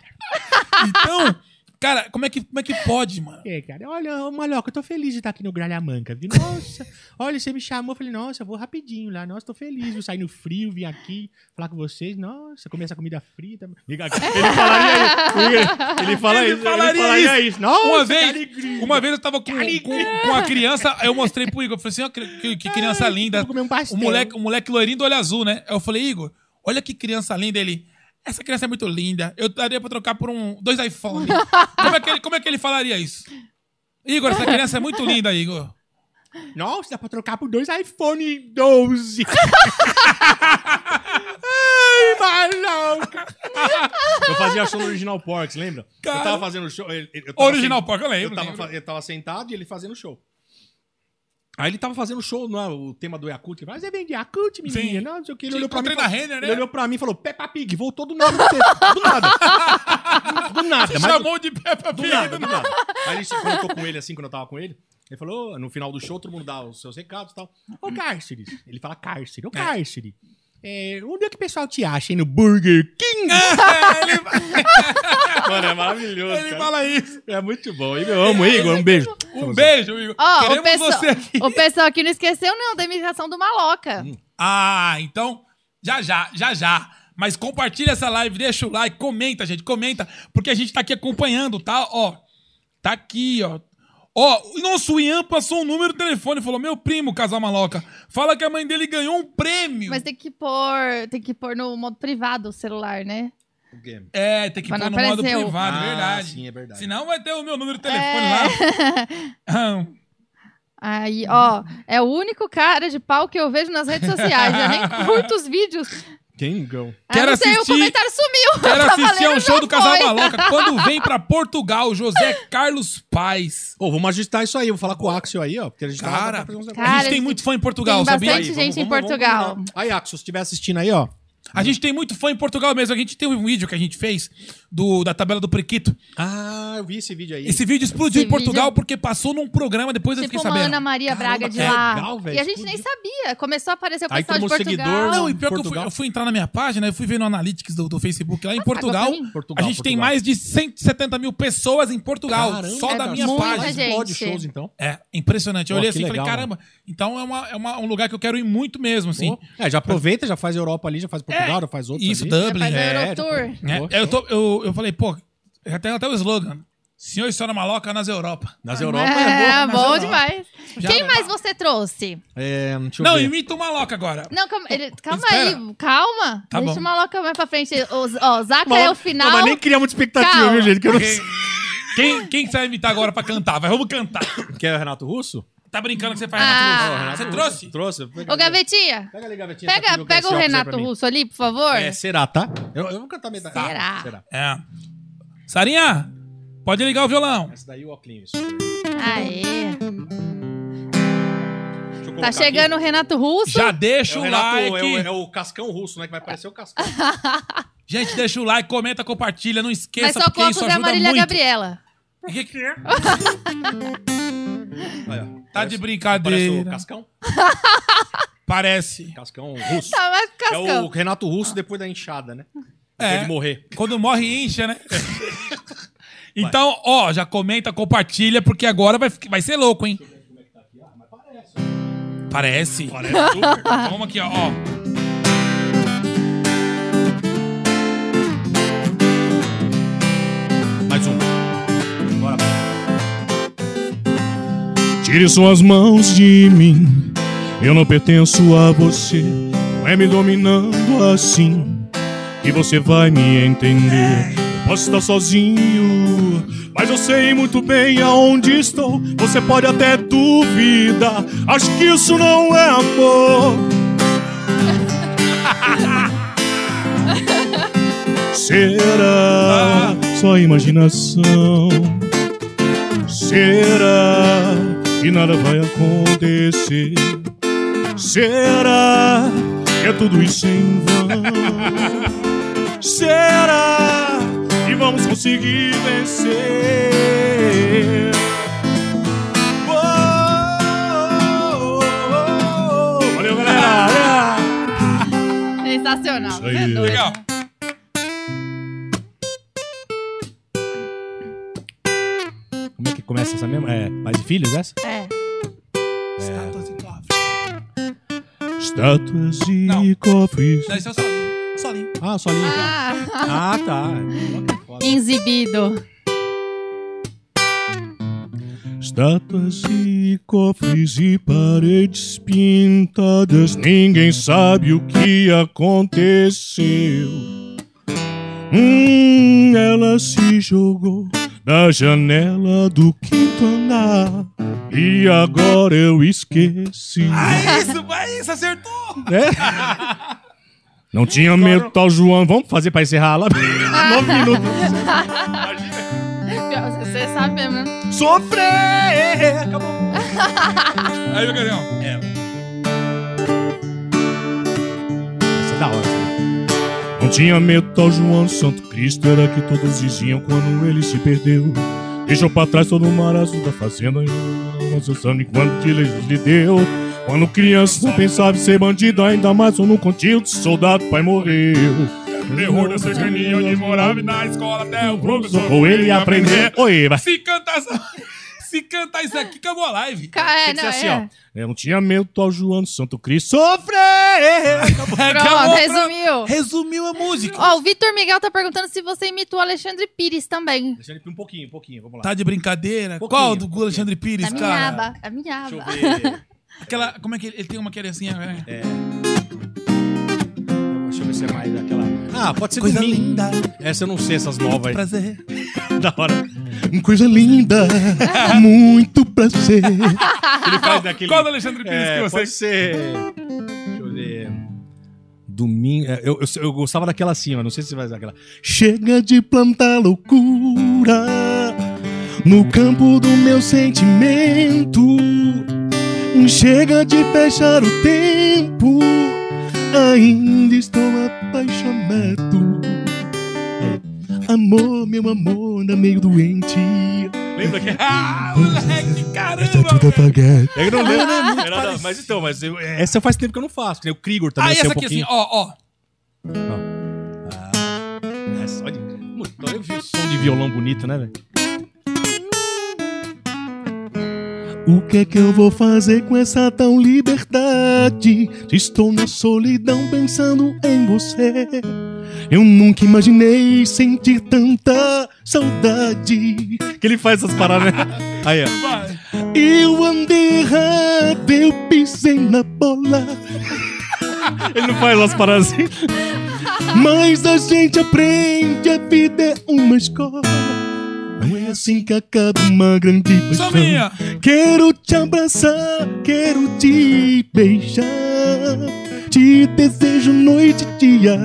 E: Então, cara, como é que, como é que pode, mano?
G: É, cara, olha, ô, Maloca, eu tô feliz de estar aqui no Gralha Manca. viu? Nossa, olha, você me chamou, eu falei, nossa, eu vou rapidinho lá, nossa, tô feliz, vou sair no frio, vim aqui falar com vocês, nossa, comer essa comida frita. Ele falaria isso, ele, fala
E: Ele
G: isso,
E: falaria
G: isso. Nossa,
E: Uma
G: que
E: vez,
G: alegria.
E: uma vez eu tava com, com, com a criança, eu mostrei pro Igor, eu falei assim, ó, que, que- que criança linda.
G: vou comer um pastel.
E: o, moleque, o moleque loirinho do olho azul, né? Aí Eu falei, Igor, olha que criança linda ele. Essa criança é muito linda. Eu daria pra trocar por um dois iPhones. como, é que ele, como é que ele falaria isso? Igor, essa criança é muito linda, Igor.
G: Nossa, dá pra trocar por dois iPhone 12. Ai, maluca. eu fazia show no Original Porks, lembra?
E: Cara.
G: Eu tava fazendo show. ele- ele- eu tava
E: Original
G: sen-
E: Pork, eu lembro.
G: Eu tava,
E: lembro.
G: fa- eu tava sentado e ele fazendo show. Aí ele tava fazendo show, não é, o tema do Yakult. Ele falou, "Ah, Você vende Yakult, menina?
E: Sim.
G: Não, não sei o que. Ele
E: Que
G: olhou pra mim.
E: encontrei
G: e falou-
E: na Renner, né?
G: Ele olhou pra mim e falou: Peppa Pig, voltou do nada. Do nada. Do nada. mas-
E: Chamou de Peppa
G: do
E: Pig.
G: nada, do nada. Aí ele, quando eu tô com ele, assim, quando eu tava com ele, ele falou, no final do show, todo mundo dá os seus recados e tal. Ô, Cárceres. Ele fala Cárcere, ô, Cárcere. É, onde é que o pessoal te acha, hein? No Burger King? Mano, é maravilhoso,
E: Ele
G: cara.
E: fala isso.
G: É muito bom. Eu amo, Igor. Um beijo.
E: Um beijo, Igor.
D: Ó, o,
E: Queremos
D: pessoal-
E: você aqui.
D: o pessoal aqui não esqueceu, não, da imitação do Maloca.
G: Uhum.
E: Ah, então, já já, já já. Mas compartilha essa live, deixa o like, comenta, gente, comenta, porque a gente tá aqui acompanhando, tá? Ó, tá aqui, ó. Ó, o nosso Ian passou um número de telefone e falou: Meu primo, casal maloca, fala que a mãe dele ganhou um prêmio.
D: Mas tem que pôr. Tem que pôr no modo privado o celular, né?
E: É, tem que
D: Mas
E: pôr
D: não
E: no modo
D: apareceu.
G: Ah,
E: privado, Ah, verdade.
G: Sim, é verdade.
E: Senão vai ter o meu número de telefone
D: É.
E: lá. Ah,
D: Aí, ó, é o único cara de pau que eu vejo nas redes sociais. Eu nem curto os vídeos.
G: Quem, Gão?
D: Ah, não sei, o comentário sumiu. Tá
E: Quero
D: Tava
E: assistir
D: lendo,
E: ao show
D: já
E: do Casal
D: foi.
E: Maloca quando vem pra Portugal, José Carlos Paz.
G: Ô, vamos ajustar isso aí. Vou falar com o Axel aí, ó. Porque a gente tá-
E: Cara,
D: Cara,
E: a gente tem muito fã em Portugal,
D: tem
E: sabia?
D: bastante gente em Portugal.
G: Aí, Axel, se estiver assistindo aí, ó.
E: A gente tem muito fã em Portugal mesmo. A gente tem um vídeo que a gente fez do, da tabela do Prequito.
G: Ah, eu vi esse vídeo aí.
E: Esse vídeo explodiu
D: Esse
E: em Portugal
D: vídeo-
E: porque passou num programa, depois eu
D: Tipo
E: fiquei
D: uma
E: sabendo.
D: Ana Maria Braga de
E: é
D: lá.
G: legal, velho,
D: e a gente nem sabia. Começou a aparecer o
G: Aí
D: pessoal de
G: tomou
D: Portugal.
G: seguidor,
E: Não, e pior que eu fui,
G: Portugal.
E: eu fui entrar na minha página, eu fui ver no Analytics do, do Facebook
D: Ah, tá,
E: lá em Portugal.
D: pra mim?
E: a gente tem mais de 170 mil pessoas em
G: é
E: Portugal, só da minha
D: muita
E: página.
D: gente.
G: Explode shows, então.
E: É, impressionante. Eu
G: Pô,
E: olhei
G: que
E: assim e falei,
G: legal,
E: caramba, então é, uma, é uma- um lugar que eu quero ir muito mesmo, assim.
G: Pô. É, já aproveita, já faz Europa ali, já faz Portugal, já faz outros
E: Isso,
G: ali.
E: Dublin.
D: Faz
E: É,
D: é,
G: já
D: Eurotour.
E: né?
G: Pô,
E: eu, tô- eu, eu falei, pô, já tem até o slogan. Senhor e senhora maloca nas Europa.
G: Nas
D: É,
G: Europa
D: é
E: boa, mas
D: bom
E: é
D: demais.
E: Já
D: Quem
E: vai
D: mais você trouxe?
G: É, deixa eu
E: Não,
G: ver.
E: imita o maloca agora.
D: Não, calma, ele- calma
E: Espera.
D: aí, calma.
E: Tá
D: Deixa
E: bom.
D: o maloca mais pra frente. O, ó, o Zaca é o final.
F: Não, mas nem criar muita expectativa,
D: Calma.
F: viu, gente? Que eu não sei.
E: Quem, quem que você vai imitar agora pra cantar? Vai, vamos cantar.
G: Quer o Renato Russo?
E: Tá brincando que você faz
D: Ah.
E: Renato Russo? Você trouxe?
G: Trouxe.
D: Ô, Gavetinha,
G: Pega ali, gavetinha. tá aqui
D: pega,
G: no
D: pega o
G: Garcia Alves aí pra
D: Renato
G: mim.
D: Russo ali, por favor.
G: É, será, tá? Eu, eu vou cantar metade.
D: Será?
G: Tá,
E: É. Sarinha, pode ligar o violão.
G: Essa daí o óculos.
D: Aê.
G: Deixa eu
D: Tá
G: colocar
D: chegando o Renato Russo.
E: Já
G: aqui.
E: deixa
G: É o,
E: o,
G: Renato,
E: like.
G: é, o, é o Cascão Russo, né? Que vai parecer o Cascão.
E: Gente, deixa o like, comenta, compartilha, não
D: mas
E: esqueça,
D: só
E: porque
D: coloca o
E: isso
D: Zé
E: ajuda
D: Marília
E: muito.
D: Gabriela.
E: Que que é?
G: Aí, ó.
E: Tá de
G: Parece o
E: brincadeira.
G: Cascão?
E: Parece.
G: Cascão Russo.
D: Tá mais pro
G: É
D: Cascão.
G: o Renato Russo depois da inchada, né? Depois
E: É.
G: de morrer.
E: Quando morre, incha, né? então, ó, já comenta, compartilha, porque agora vai, fi- vai ser louco, hein? Parece.
C: Parece super.
D: Ah.
E: Vamos aqui, ó. ó.
G: Mais um. Bora.
F: Tire suas mãos de mim, eu não pertenço a você. Não é me dominando assim que você vai me entender. Eu posso estar sozinho, mas eu sei muito bem aonde estou. Você pode até duvidar, acho que isso não é amor. Será só imaginação? Será que nada vai acontecer? Será que é tudo isso em vão? Será que vamos conseguir vencer? Oh, oh, oh, oh. Valeu, galera!
G: É
D: Sensacional.
F: Isso aí.
D: Não é doido?
E: Legal.
G: Como é que começa essa mesma? É, pais e filhos, essa?
D: É.
F: Estátuas e
E: Não.
F: cofres.
E: Não, esse é o solinho. Solinho.
G: Ah, só ali.
D: Ah,
G: Ah, tá. Olha que foda.
D: exibido.
F: Estátuas e cofres e paredes pintadas, ninguém sabe o que aconteceu. Hum, ela se jogou da janela do quinto andar e agora eu esqueci. É?
E: É isso, é isso, acertou.
F: Não tinha medo, tal João. Vamos fazer pra encerrar lá? Nove minutos.
D: Pior, Você sabe mesmo, né?
F: Sofrer! Acabou.
E: Aí, meu queridão.
G: Essa é da hora. essa.
F: Não tinha medo, tal João Santo Cristo era que todos diziam quando ele se perdeu. Deixou pra trás todo o marasmo da fazenda, concessando enquanto dileijos lhe deu. Quando criança não pensava em ser bandido, ainda mais ou no cantinho de soldado, pai morreu.
O: Terror da cercania onde morava e na escola
I: né,
O: até o professor.
F: Ou ele ia aprender. Oi, vai.
E: Se cantar, essa- se cantar isso aqui, acabou a live.
D: Ca- É,
G: Tem que
D: não,
G: ser assim,
D: é.
G: ó.
F: Eu não tinha medo, tal João Santo Cristo sofrer.
D: Pronto,
E: Acabou pra-
D: resumiu.
E: Resumiu a música.
D: Ó, o Vitor Miguel tá perguntando se você imitou o Alexandre Pires também.
G: Deixa ele um pouquinho, um pouquinho. Vamos lá.
E: Tá de brincadeira?
G: Pouquinho,
E: Qual do
G: pouquinho.
E: Alexandre Pires,
D: A minha
E: cara?
D: aba, a minha
G: Deixa eu
D: aba.
G: ver.
E: Aquela, como é que ele, ele tem uma querencinha, né?
G: É. Deixa eu ver se é mais daquela. Ah, pode ser
E: Coisa
G: do Min.
E: linda,
G: Essa eu não sei, essas novas aí.
E: prazer.
G: Da hora.
F: Coisa linda, muito
I: prazer.
G: Ele faz daquele...
E: Qual do Alexandre Pires
G: É,
E: que você... Ah,
G: pode ser... Deixa eu ver... Domingo... é, Eu, eu- eu gostava daquela assim, ó. Não sei se você vai usar aquela...
I: Chega de plantar loucura no campo do meu sentimento. Chega de fechar o tempo. Ainda estou apaixonado. É. Amor, meu amor, anda meio doente.
G: Lembra que...
E: Ah, moleque,
I: Está
E: caramba!
I: tudo apagado.
G: É que não lembro, né? Muito
E: Era,
G: parecido. mas então, mas eu- essa faz tempo que eu não faço. porque O Krigor também
E: é- Ah, e
G: nasceu
E: essa
G: um
E: aqui assim,
G: pouquinho.
E: ó, ó.
G: É só de... Puta, olha o som de violão bonito, né, velho?
I: O que é que eu vou fazer com essa tão liberdade? Estou na solidão pensando em você. Eu nunca imaginei sentir tanta saudade.
G: Que ele faz essas paradas, né? Aí, ó.
I: Eu andei errado, eu pisei na bola.
G: Ele não faz essas paradas assim.
I: Mas a gente aprende, a vida é uma escola. Não é assim que acaba uma grande paixão.
E: Sominha!
I: Quero te abraçar, quero te beijar. Te desejo noite e dia.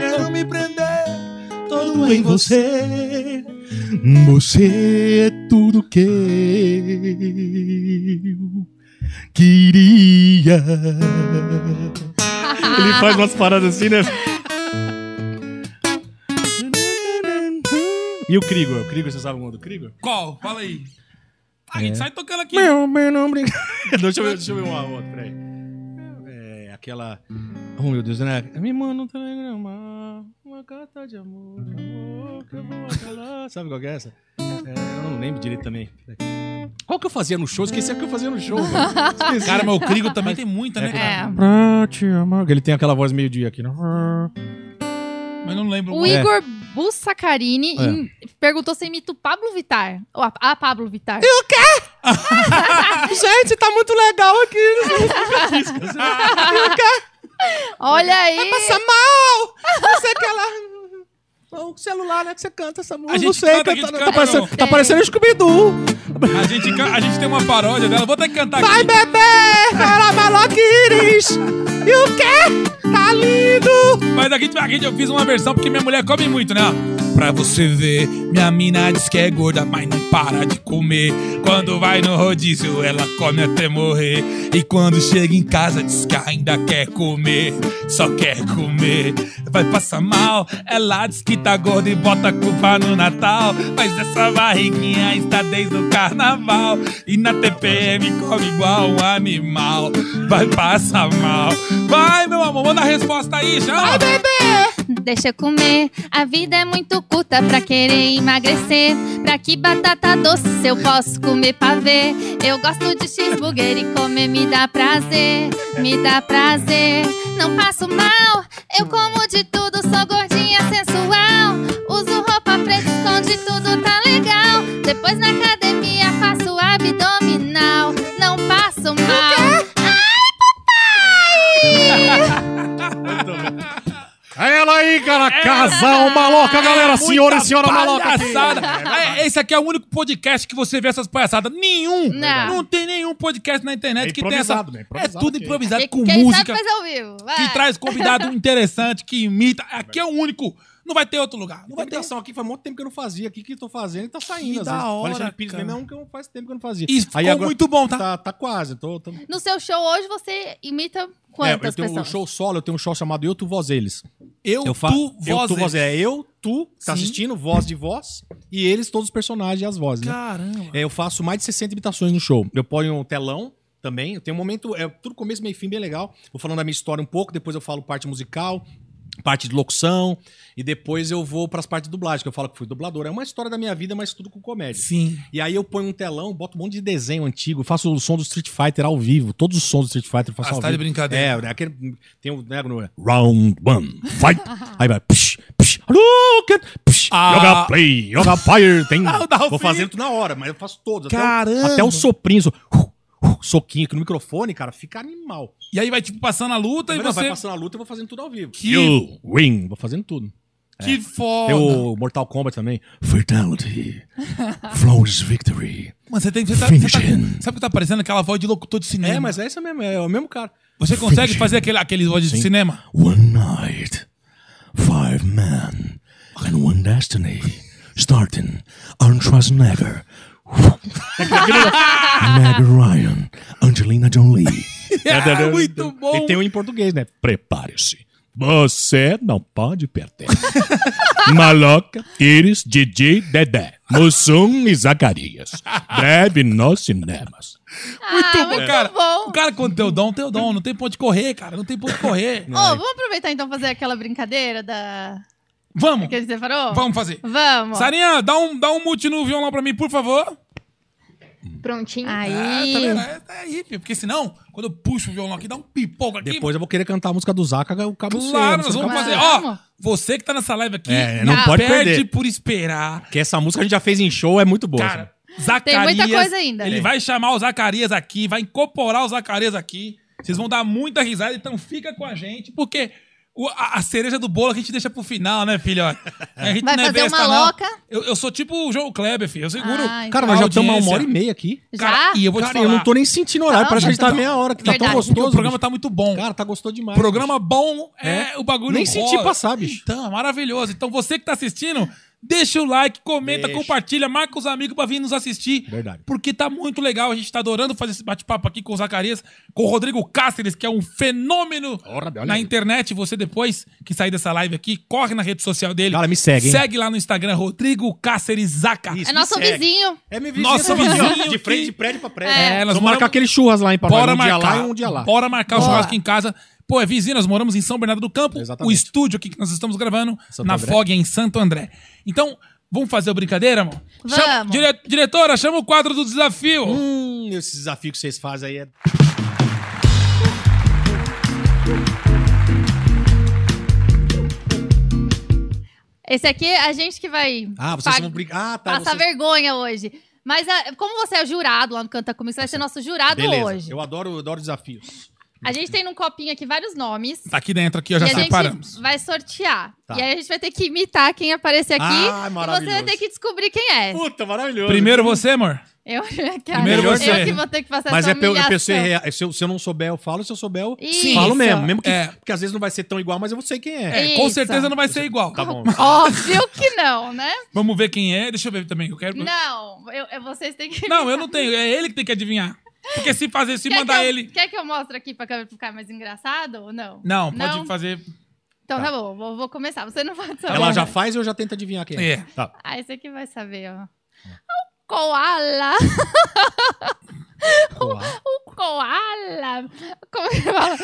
I: Quero me prender todo em você. Você é tudo que eu queria.
G: Ele
E: Ah.
D: Ah, é.
G: faz umas paradas assim, né? E o Krigor? O Krigor, você sabe alguma do Krigor?
E: Qual? Fala aí. Aí, sai tocando aqui.
I: Meu, meu nome.
G: deixa, eu ver, deixa eu ver uma outra, peraí. É, aquela... Oh, meu Deus, né? Me manda um telegrama, uma carta de amor, amor que eu vou acalar. Sabe qual que é essa? É, eu não lembro direito também. Qual que eu fazia no show? Esqueci a que eu fazia no show, velho. Esqueci.
E: Cara, mas o Crigo também tem muita, né, cara?
D: É.
G: Pra te amar. Ele tem aquela voz meio dia aqui, né?
E: Mas não lembro.
D: O
G: É.
D: Igor Bussacarini
G: É.
D: em- perguntou se imita o Pablo Vittar. Ou a, a Pablo Vittar.
G: Gente, tá muito legal aqui.
D: Olha aí.
G: mal! Não sei aquela. O celular, né? Que você canta essa música.
E: gente canta, a gente canta, não.
G: tá parecendo Scooby-Doo.
E: A gente, ca- a gente tem uma paródia dela. Vou até cantar
G: Vai
E: aqui.
G: beber, para maloquires. E o quê? Tá lindo.
E: Mas aqui, aqui eu fiz uma versão porque minha mulher come muito, né? ó. Pra você ver, minha mina diz que é gorda, mas não para de comer. Quando vai no rodízio, ela come até morrer. E quando chega em casa, diz que ainda quer comer, só quer comer. Vai passar mal, ela diz que tá gorda e bota a culpa no Natal. Mas essa barriguinha está desde o carnaval. E na TPM come igual um animal. Vai passar mal. Vai, meu amor, manda a resposta aí, já.
D: Deixa eu comer. A vida é muito curta pra querer emagrecer. Pra que batata doce se eu posso comer pavê? Eu gosto de cheeseburger e comer me dá prazer. Me dá prazer. Não passo mal. Eu como de tudo, sou gordinha sensual. Uso roupa preta, esconde tudo, tá legal. Depois na academia faço abdominal. Não passo mal.
E: Tá
G: É ela aí, cara. Casal maloca, galera. Senhora e senhora maloca.
E: É Palhaçada. É, Esse aqui é o único podcast que você vê essas palhaçadas. Nenhum.
D: Não.
E: tem nenhum podcast na internet
F: É
E: que tem essa.
F: improvisado, né?
E: É
F: Improvisado
E: tudo
F: aqui.
E: improvisado com
D: Quem sabe
E: música.
D: faz ao vivo.
E: Que
D: vai.
E: traz convidado interessante, que imita. Aqui é o único. Não vai ter outro lugar. Não vai ter.
G: Imitação aqui faz muito tempo que eu não fazia. O que que eu tô fazendo? Tá saindo.
E: Que
G: às
E: da
G: vezes. O
E: hora,
G: Alexandre Pires
E: cara.
G: mesmo é um que eu- faz tempo que eu não fazia.
E: E ficou
G: agora-
E: muito bom, tá?
G: Tá, tá quase. Tô, tô...
D: No seu show hoje você imita
G: É, eu
D: quantas
G: tenho
D: pessoas?
G: um show solo, eu tenho um show chamado Eu, Tu, Voz, Eles.
E: Eu,
G: fa-
E: tu,
G: Eu, tu,
E: voz.
G: voz,
E: é.
G: é eu, tu, que tá
E: Sim.
G: assistindo, voz de voz, e eles, todos os personagens e as vozes, né?
E: Caramba.
G: É, eu faço mais de 60 imitações no show. Eu ponho um telão também. Eu tenho um momento, é tudo começo, meio e fim, bem legal. Vou falando da minha história um pouco, depois eu falo parte musical, parte de locução, e depois eu vou pras partes de dublagem, que eu falo que fui dublador. É uma história da minha vida, mas tudo com comédia.
E: Sim.
G: E aí eu ponho um telão, boto um monte de desenho antigo, faço o som do Street Fighter ao vivo, todos os sons do Street Fighter eu faço
E: Ah,
G: ao
E: você tá de
G: vivo.
E: brincadeira.
G: É, aquele, tem um né, no-
I: Round one, fight.
G: Aí vai. Psh, psh, Hadouken, psh,
E: Ah.
G: Yoga Play, Yoga Fire. Tem,
E: Ah, o Dalcinho.
G: vou fazendo tudo na hora, mas eu faço todos. até o-
E: Caramba.
G: Até o soprinho. so- uh, uh, soquinho aqui no microfone, cara, fica animal.
E: E aí vai, tipo, passando a luta
G: É. Não,
E: e você.
G: Vai passando a luta, eu É. vou fazendo tudo ao vivo.
E: Que-
G: You win. Vou fazendo tudo.
E: Que foda.
G: Tem o Mortal Kombat também. Fatality. Flawless Victory.
E: Mas você tem você tá, você tá, Sabe que tá parecendo aquela voz de locutor de cinema?
G: É, mas é isso mesmo, é o mesmo cara.
E: Você consegue fazer aquele, aquele voz de cinema?
J: One night, five men, and one destiny. Starting Arnold Schwarzenegger, Meg Ryan, Angelina Jolie.
G: É, muito bom. E tem um em português, né? Prepare-se. Você não pode perder. Maloca, Iris, Didi, Dedé, Mussum e Zacarias. Breve nos cinemas.
D: Ah,
E: Muito bom, cara. O cara quando tem o dom, tem o dom. Não tem ponto de correr, cara. Não tem ponto de correr.
D: Ô, vamos aproveitar então fazer aquela brincadeira da.
E: Vamos.
D: Que a gente separou?
E: Vamos fazer.
D: Vamos.
E: Sarinha, dá um, dá um mute no violão pra mim, por favor.
H: Prontinho.
E: Ah, tá
H: Aí.
E: vendo? É, tá aí, filho. porque senão, quando eu puxo o violão aqui, dá um pipoco aqui.
G: Depois eu vou querer cantar a música do Zaca, o Cabo
E: Claro, nós
D: é
E: vamos fazer. Ó, você que tá nessa live aqui,
G: É, não pode
E: perde
G: perder.
E: por esperar.
G: Que essa música a gente já fez em show, é muito boa.
E: Cara,
G: assim.
D: Tem
E: Zacarias.
D: muita coisa ainda.
E: Ele
D: É.
E: vai chamar o Zacarias aqui, vai incorporar o Zacarias aqui. Vocês vão dar muita risada, então fica com a gente, porque o- a, a cereja do bolo que a gente deixa pro final, né, filho? A gente
D: Vai
E: não é
D: fazer
E: besta,
D: uma
E: não.
D: louca.
E: Eu, eu sou tipo o João Kleber, filho. Eu seguro.
D: Ah, então.
G: Cara, nós já
E: a
G: estamos há uma
E: audiência.
G: hora e meia aqui.
E: Cara,
D: Já?
E: E eu vou te
G: Cara,
E: falar.
G: eu não tô nem sentindo horário.
D: Tá,
G: parece que a gente tá
D: então.
G: meia hora, que tá tão
D: Verdade.
G: gostoso.
E: O programa
G: bicho.
E: tá muito bom.
G: Cara, tá gostoso demais.
E: Programa bom é,
G: É.
E: o bagulho
G: Nem
E: rola.
G: senti passar, bicho.
E: Então, é maravilhoso. Então você que tá assistindo, deixa o like, comenta,
G: Deixa.
E: compartilha, marca os amigos pra vir nos assistir.
G: Verdade.
E: Porque tá muito legal. A gente tá adorando fazer esse bate-papo aqui com o Zacarias, com o Rodrigo Cáceres, que é um fenômeno
G: Ora, olha
E: na
G: aí.
E: internet. Você, depois que sair dessa live aqui, corre na rede social dele.
G: Cara, me segue, hein?
E: Segue lá no Instagram, Rodrigo Cáceres Zaca.
D: É nosso
G: segue.
D: vizinho.
G: É minha
E: Nosso vizinho
F: De
E: que-
F: frente de prédio pra prédio.
E: É, nós
G: Vamos
E: moramos-
G: marcar aquele churras lá, hein, pra
E: Bora
G: nós. Um
E: marcar.
G: dia lá e um dia lá.
E: Bora marcar o
D: Bora.
E: churrasco em casa. Pô, é vizinho, nós moramos em São Bernardo do Campo.
G: Exatamente.
E: O estúdio aqui que nós estamos gravando,
G: Santo
E: na
G: André.
E: FOG, em Santo André. Então, vamos fazer a brincadeira, amor?
D: Vamos.
E: Chama- dire- diretora, chama o quadro do desafio.
G: Hum, esse desafio que vocês fazem aí é...
D: Esse aqui é a gente que vai
G: Ah, vocês
D: pag-
G: vão brigar. Ah, tá.
D: passar
G: vocês-
D: vergonha hoje. Mas ah, como você é jurado lá no Canta Comigo, você vai ser nosso jurado
G: Beleza.
D: hoje.
G: Eu adoro, adoro desafios.
D: A gente tem num copinho aqui vários nomes.
E: Tá aqui dentro, aqui, ó, já
D: e a
E: separamos.
D: gente vai sortear.
G: Tá.
D: E aí a gente vai ter que imitar quem aparecer aqui.
G: Ah,
D: e você vai
G: maravilhoso.
D: ter que descobrir quem é.
F: Puta, maravilhoso.
E: Primeiro você, amor.
D: Eu, cara,
E: Primeiro
D: eu
E: você.
D: que vou ter que fazer
G: Mas
D: essa
G: é pelo, é pelo
D: humilhação.
G: ser real. Se eu, se eu não souber, eu falo. Se eu souber, eu
D: Isso.
G: falo mesmo. Mesmo que...
E: É.
G: Porque às vezes não vai ser tão igual, mas eu sei quem é.
E: É, com
D: Isso.
E: certeza não vai ser igual.
G: Tá bom.
D: Óbvio que não, né?
E: Vamos ver quem é. Deixa eu ver também. Eu quero... não.
D: Não, eu, eu- vocês têm que.
E: eu não tenho. É ele que tem que adivinhar. Porque se fazer, se
D: Quer
E: mandar
D: que eu,
E: ele...
D: Quer que eu mostre aqui pra câmera ficar mais engraçado ou não?
E: Não, pode fazer...
D: Então tá, bom, vou, vou começar. Você não vai saber.
G: Ela já faz e eu já tento adivinhar quem é.
E: É.
G: Tá.
D: Ah, esse aqui vai saber,
G: Ah.
D: ó. O koala. O koala. Como que fala?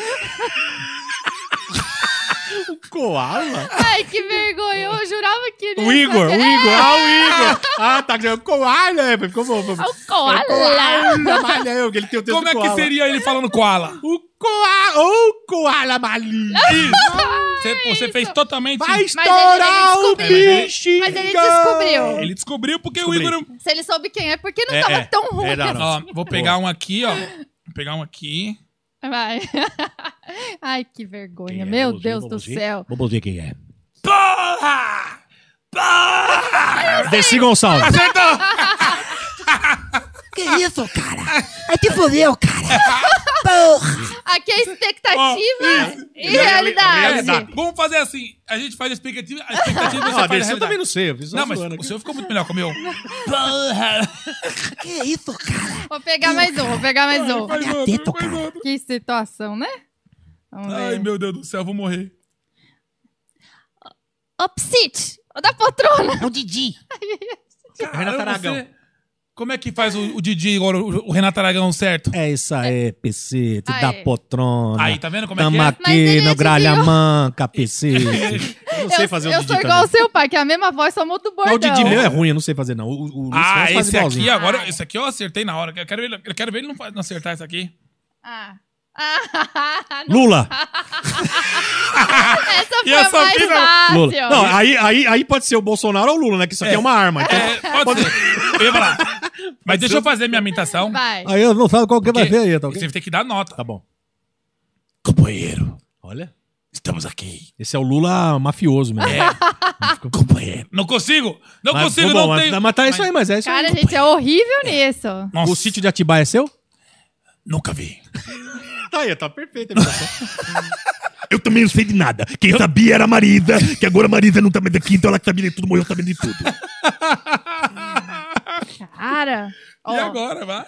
G: Koala?
D: Ai, que vergonha. Eu jurava que. ele
G: O
D: ia
G: Igor, o
D: fazer-
G: Igor, ah, o Igor. Ah, tá, que koala, é, ficou bom. ficou bom.
D: É o koala.
G: Koala maléu, que ele tem o texto
E: Como é que seria ele falando koala?
G: O koala, o koala maligno.
E: Você,
D: É
E: você fez totalmente...
G: Vai
D: Mas ele-
G: estourar
D: ele
G: o
D: descobriu.
G: bicho.
D: Mas ele descobriu.
E: Ele descobriu porque
G: Descobri.
E: o Igor... é um-
D: Se ele soube quem é, por que não
G: É,
D: tava
G: é.
D: tão ruim?
G: É, não, não.
E: Ó, vou pegar um aqui, ó. Vou pegar um aqui.
D: Vai. Ai, que vergonha.
G: Quem é?
D: Meu
G: Vamos ver,
D: Deus do
G: vamos ver.
D: céu.
G: Vamos ver quem é.
E: Porra! Porra!
G: Desi Gonçalves.
C: Que isso, cara? Vai te fudeu, cara. Porra.
D: Aqui é expectativa e
F: Reali-
D: realidade.
G: é
F: realidade.
E: Vamos fazer assim. A gente faz a expectativa, a expectativa você
G: Ah,
E: faz
G: Desi,
E: a
G: eu
E: realidade.
G: também não sei. Eu fiz
E: Não, mas o seu ficou muito melhor que o meu. Porra!
C: Que isso, cara?
D: Vou pegar mais um, vou pegar mais um.
E: Mais outro,
C: atento,
E: mais
C: cara.
E: outro.
D: Que situação, né? Vamos
E: Ai,
D: ver.
E: meu Deus do céu, eu vou morrer.
D: Opsit, o da poltrona.
C: É o Didi.
G: Renato
E: Caramba,
G: Aragão.
E: você- Como é que faz o, o Didi agora, o, o Renato Aragão, certo?
G: É isso aí, PC, tu
D: Aí.
G: da potrona.
E: Ah, é. Aí, tá vendo como é
G: Tamo
E: que é?
D: Mas ele
G: aqui no
D: adivinhou.
G: Gralha Manca, PC. Eu não sei fazer
D: eu
G: o
D: eu
G: Didi
D: sou
G: também.
D: igual ao seu pai, que é a mesma voz, só muda o bordão.
G: Mas o Didi meu é ruim, eu não sei fazer, não. O, o Luiz
E: Ah,
G: França faz
E: esse aqui
G: igualzinho.
E: agora, esse aqui eu acertei na hora. Eu quero, ele- eu quero ver ele não, fa- não acertar isso aqui.
D: Ah. Ah, não.
G: Lula!
D: Essa foi
E: eu
D: a
E: só
D: mais
E: vi na-
D: fácil.
G: Lula. Não, aí, aí, aí pode ser o Bolsonaro ou o Lula, né? Que isso aqui é, uma arma. então-
E: É, pode ser. Eu ia falar. Mas deixa eu fazer minha imitação.
D: Vai.
G: Aí eu não sabe qual que vai
E: Porque
G: ser aí, tá ok?
E: Você tem que dar nota.
G: Tá bom.
J: Companheiro,
G: Olha. Estamos aqui. Esse é o Lula mafioso mesmo.
E: É.
G: Companheiro.
E: Não consigo! Não
G: Mas,
E: consigo,
G: bom,
E: não
G: mas-
E: tenho.
G: mas tá isso aí, mas é isso
D: Cara, gente, é horrível nisso.
G: O sítio de Atibaia é seu?
E: Nunca vi.
G: Tá aí, tá perfeito. Emerson.
P: Eu também não sei de nada. Quem sabia era a Marisa, que agora a Marisa não tá mais aqui, então ela que sabia de tudo, morreu
G: tá
P: sabendo de tudo.
D: Cara. ó. É
E: E agora, vai?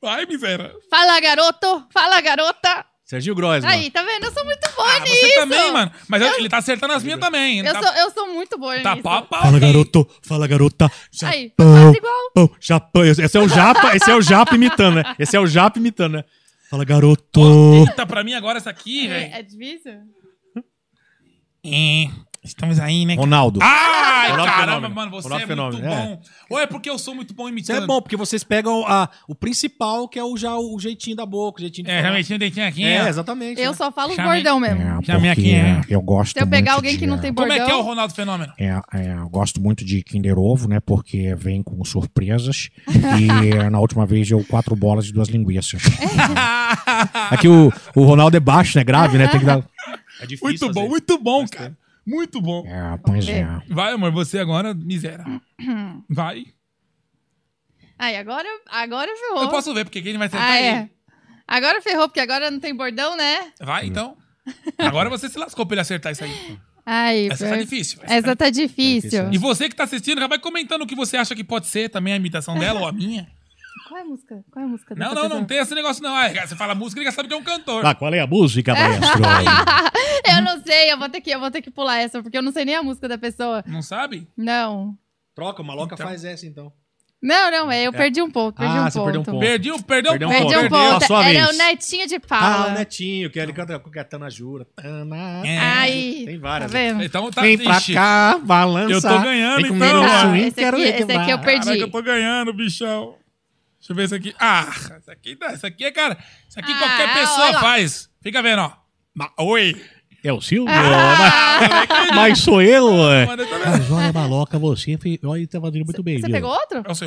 E: Vai, miséria.
D: Fala, garoto. Fala, garota.
G: Serginho Grossman.
D: Aí, tá vendo? Eu sou muito boa
G: Ah,
D: nisso.
E: Ah, Você também, mano. Mas ele tá acertando as minhas também.
D: Eu,
E: tá...
D: sou, eu sou muito boa
E: Tá
D: nisso.
E: pau a pau.
F: Fala, garoto. Fala, garota.
D: Aí, tá
F: Pão,
D: faz igual.
F: pão, japão.
G: Esse é o Japa, esse é o Japa imitando, né? Esse é o Japa imitando, né?
F: Fala, garoto.
E: Tá pra mim agora essa aqui, velho.
D: É difícil?
E: É, estamos aí, né?
G: Ronaldo.
E: Ai,
G: Ronaldo
E: caramba,
G: Fenômeno.
E: mano, você
G: Ronaldo
E: é
G: Fenômeno,
E: muito
G: é.
E: bom. Ou é porque eu sou muito bom
G: Isso
E: imitando.
G: é bom, porque vocês pegam a- o principal, que é o, já, o jeitinho da boca, o jeitinho de
E: É, já
G: falar.
E: meti o dentinho aqui.
G: É,
E: ó.
G: exatamente.
D: Eu só falo os
E: Chamei-
D: bordão mesmo.
E: Chamei aqui, é.
L: Eu gosto
D: Se eu pegar
L: muito
D: alguém
L: de,
D: que não
L: é,
D: tem
E: Como
D: bordão...
E: é que é o Ronaldo Fenômeno?
L: É, é, eu gosto muito de Kinder Ovo, né? Porque vem com surpresas. e na última vez eu quatro bolas e duas linguiças.
G: Aqui o, o Ronaldo é baixo, né? Grave, né? Tem que dar...
E: É difícil muito bom, muito bom, cara. Muito bom.
G: Ah,
L: É, pois é.
E: Vai, amor, você agora, miséria. Vai.
D: Aí, agora, agora ferrou.
E: Eu posso ver, porque quem vai acertar
D: Ah,
E: é
D: é.
E: ele.
D: Agora ferrou, porque agora não tem bordão, né?
G: Hum.
E: Vai, então. Agora você se lascou pra ele acertar isso aí.
D: Aí,
E: Essa
D: per-
E: tá difícil, essa
D: Essa tá difícil.
E: E você que tá assistindo, já vai comentando o que você acha que pode ser também a imitação dela ou a minha.
D: Qual é a música? Qual é a música? dessa
E: Não, não, não
D: pessoa?
E: tem esse negócio não. Ah, você fala música, ele já sabe que é um cantor.
G: Ah, qual é a música, maestro?
D: eu não sei, eu vou, ter que, eu vou ter que pular essa, porque eu não sei nem a música da pessoa.
E: Não sabe?
D: Não.
G: Troca, o Maloca faz essa, então.
D: Não, não, é, eu perdi um ponto, perdi
G: Ah,
D: um
G: você
D: ponto.
G: perdeu um ponto.
E: Perdi um, perdeu um
G: Perdeu um
E: ponto.
D: Perdi um
G: Perdeu.
D: ponto.
G: A sua
D: Era
G: vez.
D: o netinho de
G: Ah, o
D: Paula.
G: Netinho, que ele canta com a Tana Jura. Tana...
E: É.
D: Aí,
G: Tem várias.
D: Tá vendo?
E: Então tá
G: Vem pra
E: ixi.
G: cá, balança.
E: Eu tô ganhando,
G: Vem
E: então,
G: comigo no
E: mano.
G: swing,
D: Esse
G: quero
D: aqui-
G: ver quem
D: esse aqui eu
G: vai.
D: perdi.
E: Caraca, eu tô ganhando, bichão. Deixa eu ver isso aqui. Ah, isso aqui, dá- isso aqui é, cara. Isso aqui
D: Ah,
E: qualquer pessoa
D: olha lá.
E: faz. Fica vendo, ó. Ma- Oi.
F: É o Silvio?
D: Ah,
F: Mas sou eu, é.
E: Mano, eu tô vendo.
F: Mas olha, maloca, você fe- olha, tá fazendo muito bem,
D: você
F: viu?
D: pegou outro?
E: É o seu.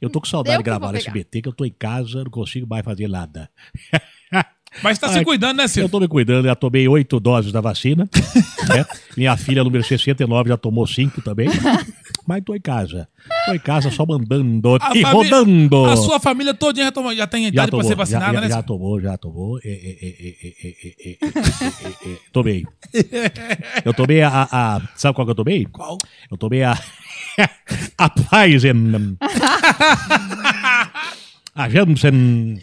F: Eu tô com saudade
D: Eu
F: de
D: que vou
F: gravar esse
D: pegar.
F: BT, que eu tô em casa, não consigo mais fazer nada.
E: Mas tá se
F: Ai,
E: cuidando, né,
F: Eu
E: Silvio?
F: tô me cuidando, já tomei oito doses da vacina. né? Minha filha, número 69, já tomou cinco também. Mas tô em casa. Tô em casa só mandando
E: A
F: e
E: fami-
F: rodando.
E: A sua família todinha já, tomou- já tem
F: Já
E: idade pra
F: tomou,
E: ser
F: já,
E: vacinada,
F: já,
E: né?
F: já
E: Silvio?
F: tomou, já tomou. É, é, é, é, é, é, é, é, é, é. Tomei. Eu tomei a, a- Sabe qual que eu tomei?
E: Qual?
F: Eu tomei a. A Pfizer. A Janssen.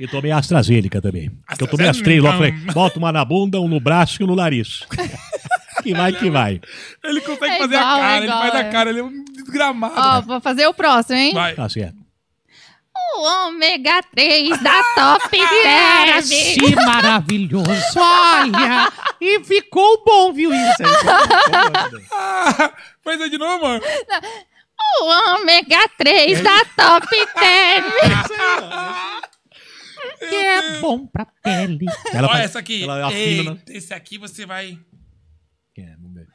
F: E tomei a AstraZeneca também. Que eu tomei as três logo. Falei,
E: hum.
F: bota uma na bunda, um no braço e um no nariz. Que vai, que vai.
E: Ele consegue
D: É
E: fazer
D: igual,
E: a cara,
D: é
E: ele
D: igual,
E: faz a
D: é.
E: cara, ele é um desgramado.
D: Ó, vou fazer o próximo, hein?
E: Vai.
F: Tá certo.
D: O ômega 3 da Top
N: É,
C: Era
D: Serve.
C: sim maravilhoso, olha! E ficou bom, viu isso?
E: Ah, Faz aí de novo, amor.
D: O ômega 3 da Top Term.
C: Que é bom pra pele.
F: Ela é
E: Ó,
F: faz-
E: essa aqui.
G: ela afina, né?
E: Eita, Esse aqui você vai.
F: né? É, não deu.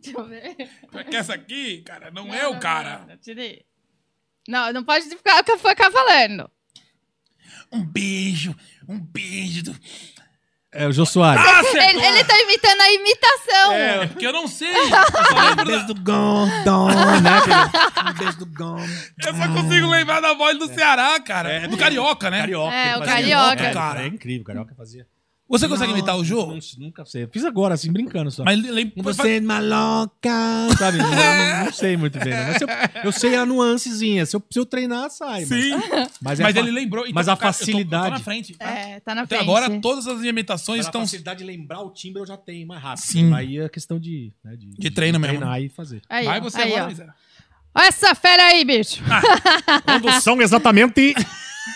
D: Deixa eu ver.
E: Porque é essa aqui, cara, não, é o cara.
D: Não, não, tirei. Não, não pode ficar o que eu for ficar falando.
E: Um beijo, um beijo. do- Ah,
G: É o Jô Soares.
D: Ele, ele tá imitando a imitação.
E: É, porque eu não sei. Eu só, lembro da-
G: do Gondom,
E: Ah,
G: né? Um beijo do Gondom.
E: eu só consigo lembrar da voz do Ceará, cara. do Carioca, né?
G: É, Carioca.
D: É,
G: ele
D: o
G: fazia.
D: carioca.
G: É,
E: Cara.
G: É incrível, o carioca fazia.
E: Você consegue imitar o jogo?
G: Não, Nunca sei. Fiz agora, assim, brincando só.
E: Mas lembra.
G: Você é maloca. Sabe? Eu não, não sei muito bem, né? Mas eu, eu sei a nuancezinha. Se eu, se eu treinar, sai.
E: Sim.
G: Mas,
E: Mas
G: é
E: ele lembrou. então,
G: mas a
E: cara, eu tô- Eu tô,
G: facilidade-
E: na frente.
D: É, tá na
E: Até
D: frente.
E: Então agora todas as imitações
G: Mas
E: estão.
G: A facilidade de lembrar o timbre eu já tenho mais rápido.
E: então- Sim.
G: Aí é questão de, né, de,
E: De treino mesmo,
G: Treinar e fazer.
D: Aí,
E: Vai
D: ó,
E: você
D: aí,
E: agora,
D: ó.
E: Isa.
D: Olha essa fera aí, bicho.
P: Condução exatamente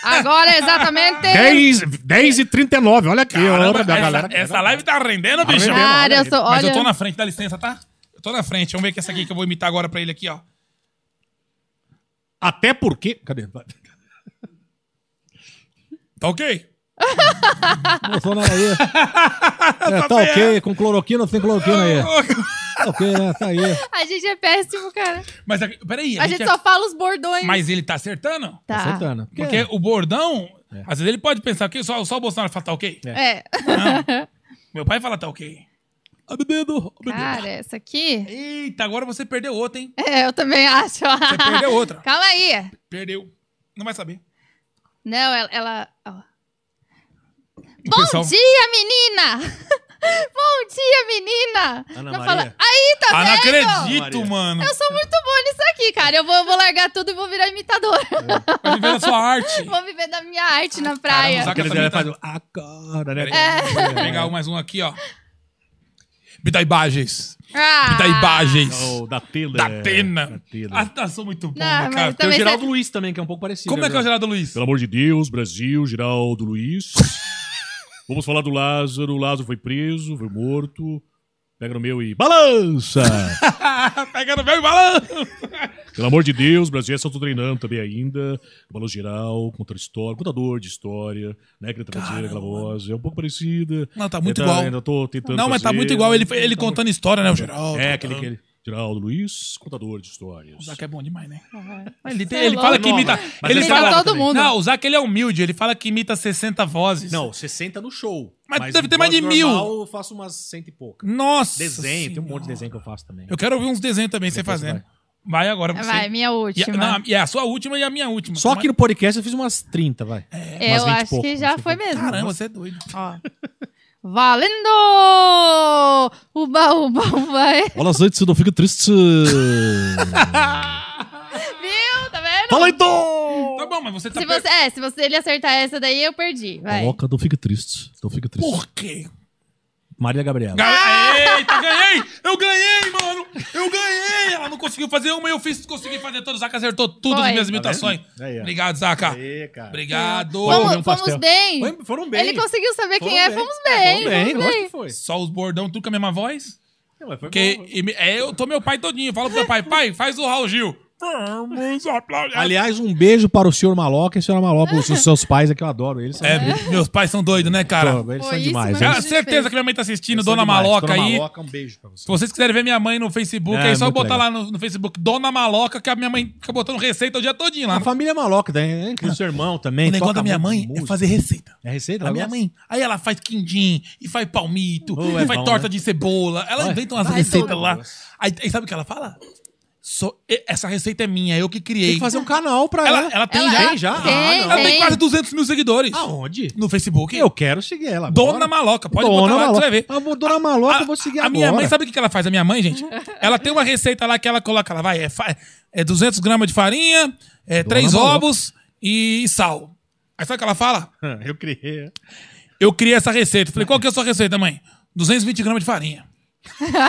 D: Agora é exatamente.
P: 10, 10 e 39. Olha aqui,
E: Caramba,
P: olha da
E: essa,
P: galera.
E: essa live tá rendendo, bicho.
D: Cara, eu sou.
E: Mas eu tô
D: Olha.
E: na frente, dá licença, tá? Eu tô na frente. Vamos ver que essa aqui que eu vou imitar agora pra ele aqui, ó.
P: Até porque.
G: Cadê? Vai.
E: Tá ok?
G: Bolsonaro aí. É, tá ok, com cloroquina ou sem cloroquina aí? ok, né? Tá aí.
D: A gente é péssimo, cara.
E: Mas é- peraí,
D: A gente só fala os bordões.
E: Mas ele tá acertando?
D: Tá. Tá acertando.
E: Porque
D: É.
E: o bordão, às vezes ele pode pensar que só, só o Bolsonaro fala tá ok.
D: É.
E: Não. Meu pai fala tá ok. Ah, bebendo, ah, bebendo.
D: Cara, essa aqui.
E: Eita, agora você perdeu outra, hein?
D: É, eu também acho. Você
E: perdeu outra.
D: Calma aí.
E: Perdeu. Não vai saber.
D: Não, ela. ela- ó.
E: O
D: Bom
E: pessoal-
D: dia, menina! Bom dia, menina!
E: Ana
D: não
E: Maria?
D: fala. Aí, tá
E: Ah, não
D: vendo?
E: acredito, mano.
D: Eu sou muito boa nisso aqui, cara. Eu vou, eu vou largar tudo e vou virar imitadora.
E: Vai viver da sua arte.
D: Vou viver da minha arte na praia.
E: Saca
G: Aqueles
E: essa
G: ela faz
J: um,
E: imitação.
G: Agora, né?
D: É.
E: Vou pegar um- mais um aqui, ó. Me dá imagens.
D: Ah.
E: Me dá imagens.
J: é
G: Oh, da tela.
E: Da Tena.
G: Da tela.
E: Ah, tá, são muito bom,
D: Não,
E: né,
D: mas
E: cara?
G: Tem o
D: Também
G: Geraldo
D: você-
G: Luiz também, que é um pouco parecido.
E: Como é que é o Geraldo Luiz?
J: Pelo amor de Deus, Brasil, Geraldo Luiz. Vamos falar do Lázaro. O Lázaro foi preso, foi morto. Pega no meu e balança!
E: Pega no meu e balança!
J: Pelo amor de Deus, Brasil, essa eu tô treinando também ainda. Balanço geral, contar história, contador de história, né? Queria trazer aquela voz. É um pouco parecida.
E: Não, tá muito
J: Ainda-
E: igual.
J: Ainda tô tentando
E: Não, mas tá
G: assim,
J: fazer,
E: muito igual. Ele,
J: tá
E: ele
J: muito-
E: contando história, né, o Geraldo?
J: É, aquele que ele. Geraldo Luiz, contador de histórias.
E: O Zac é bom demais, né? Ele, tem-
D: Você é
E: ele fala
D: louco.
E: que imita.
D: Mas
E: ele
D: ele fala todo mundo.
E: Não, o Zac ele é humilde. Ele fala que imita 60 vozes.
G: Não, 60 no show.
E: Mas deve ter mais de
G: normal,
E: mil.
G: Eu faço umas cento e pouco.
E: Nossa
G: Desenho, tem um
E: Senhora.
G: monte de desenho que eu faço também.
E: Eu quero ouvir uns desenhos também, você
G: Depois
E: fazendo. Vai, agora você.
D: Vai, minha
E: E a,
D: última.
E: não, e a sua última e a minha última. é
G: Só aqui no podcast eu fiz umas 30, vai.
D: É,
G: Umas
D: eu
G: 20 e
D: acho
G: pouco,
D: que
G: umas
D: já
G: 20
D: foi mesmo.
E: Caramba, você é doido.
D: Ó. Valendo! Uba, uba, uba. é.
J: Olha, gente, não fica triste.
D: Viu? Tá vendo?
J: Fala então!
E: Tá bom, mas você tá.
D: Se você, é, se você ele acertar essa daí, eu perdi. Vai.
J: Coloca, não fica triste. Não fica triste.
E: Por quê?
J: Maria Gabriela.
E: Ga- Eita, ganhei! Eu ganhei, mano! Eu ganhei! Ela não conseguiu fazer uma, eu fiz, consegui fazer todas. O Zaca acertou tudo
D: Foi.
E: nas minhas
D: Tá
E: imitações.
G: vendo? Aí, ó.
E: Obrigado, Zaca.
G: Aê, É, cara. um
E: Obrigado.
D: Fomos- fomos bem.
G: Foi- foram bem.
D: Ele conseguiu saber
G: Foram
D: quem é,
G: bem.
D: fomos bem.
G: Foram bem,
D: fomos
G: lógico
D: bem.
G: que foi.
E: Só os bordão, tudo com a mesma voz?
G: Não, mas foi
E: Porque
G: bom.
E: imi- é, eu tô meu pai todinho. Eu falo pro meu pai, pai, faz o Raul Gil. Vamos aplaudir.
G: Aliás, um beijo para o senhor Maloca e a senhora Maloca, os os seus pais aqui, eu adoro eles. são-
E: É, meus pais são doidos, né, cara?
G: Pô, eles
D: Foi
G: são
D: isso
G: demais.
D: mesmo.
G: eles
E: Cara, certeza que minha mãe tá assistindo, Dona
G: demais.
E: Maloca
G: Dona
E: aí.
G: Maloca, um beijo pra você.
E: Se vocês quiserem ver minha mãe no Facebook,
G: É,
E: é, só
G: muito
E: botar
G: legal.
E: lá no, no Facebook Dona Maloca, que a minha mãe fica botando receita o dia todinho lá.
G: A família é Maloca, né? Inclusive o seu irmão também.
E: O negócio
G: toca
E: da minha
G: muito
E: mãe é
G: música.
E: fazer receita.
G: É receita?
E: A
G: ela
E: minha
G: gosta?
E: mãe. Aí ela faz quindim, e faz palmito,
G: Oh,
E: e
G: é
E: faz
G: bom,
E: torta
G: né?
E: de cebola. Ela
G: Vai,
E: inventa umas
G: vai
E: receitas
G: tudo.
E: lá. Aí, aí sabe o que ela fala? Sou- e- essa receita é minha, eu que criei.
G: Tem que fazer um canal pra ela.
E: Ela, ela tem
D: Ela-
E: já?
G: Tem já?
D: Tem,
G: Ah,
E: Ela
G: não.
E: tem.
D: tem.
E: quase 200 mil seguidores.
G: Aonde?
E: No Facebook.
G: Eu quero seguir ela. agora.
E: Dona Maloca, pode
G: Dona
E: botar lá, que
G: Maloca.
E: você vai ver.
G: Ah, vou- Dona Maloca, eu vou seguir
E: a minha
G: agora.
E: mãe, sabe o que que ela faz? A minha mãe, gente, ela tem uma receita lá que ela coloca, ela vai, é, fa- é 200 gramas de farinha, é, três
G: Maloca.
E: ovos e sal. Aí sabe o que ela fala?
G: Eu criei.
E: Eu criei essa receita. Falei, qual que é a sua receita, mãe? 220 gramas de farinha.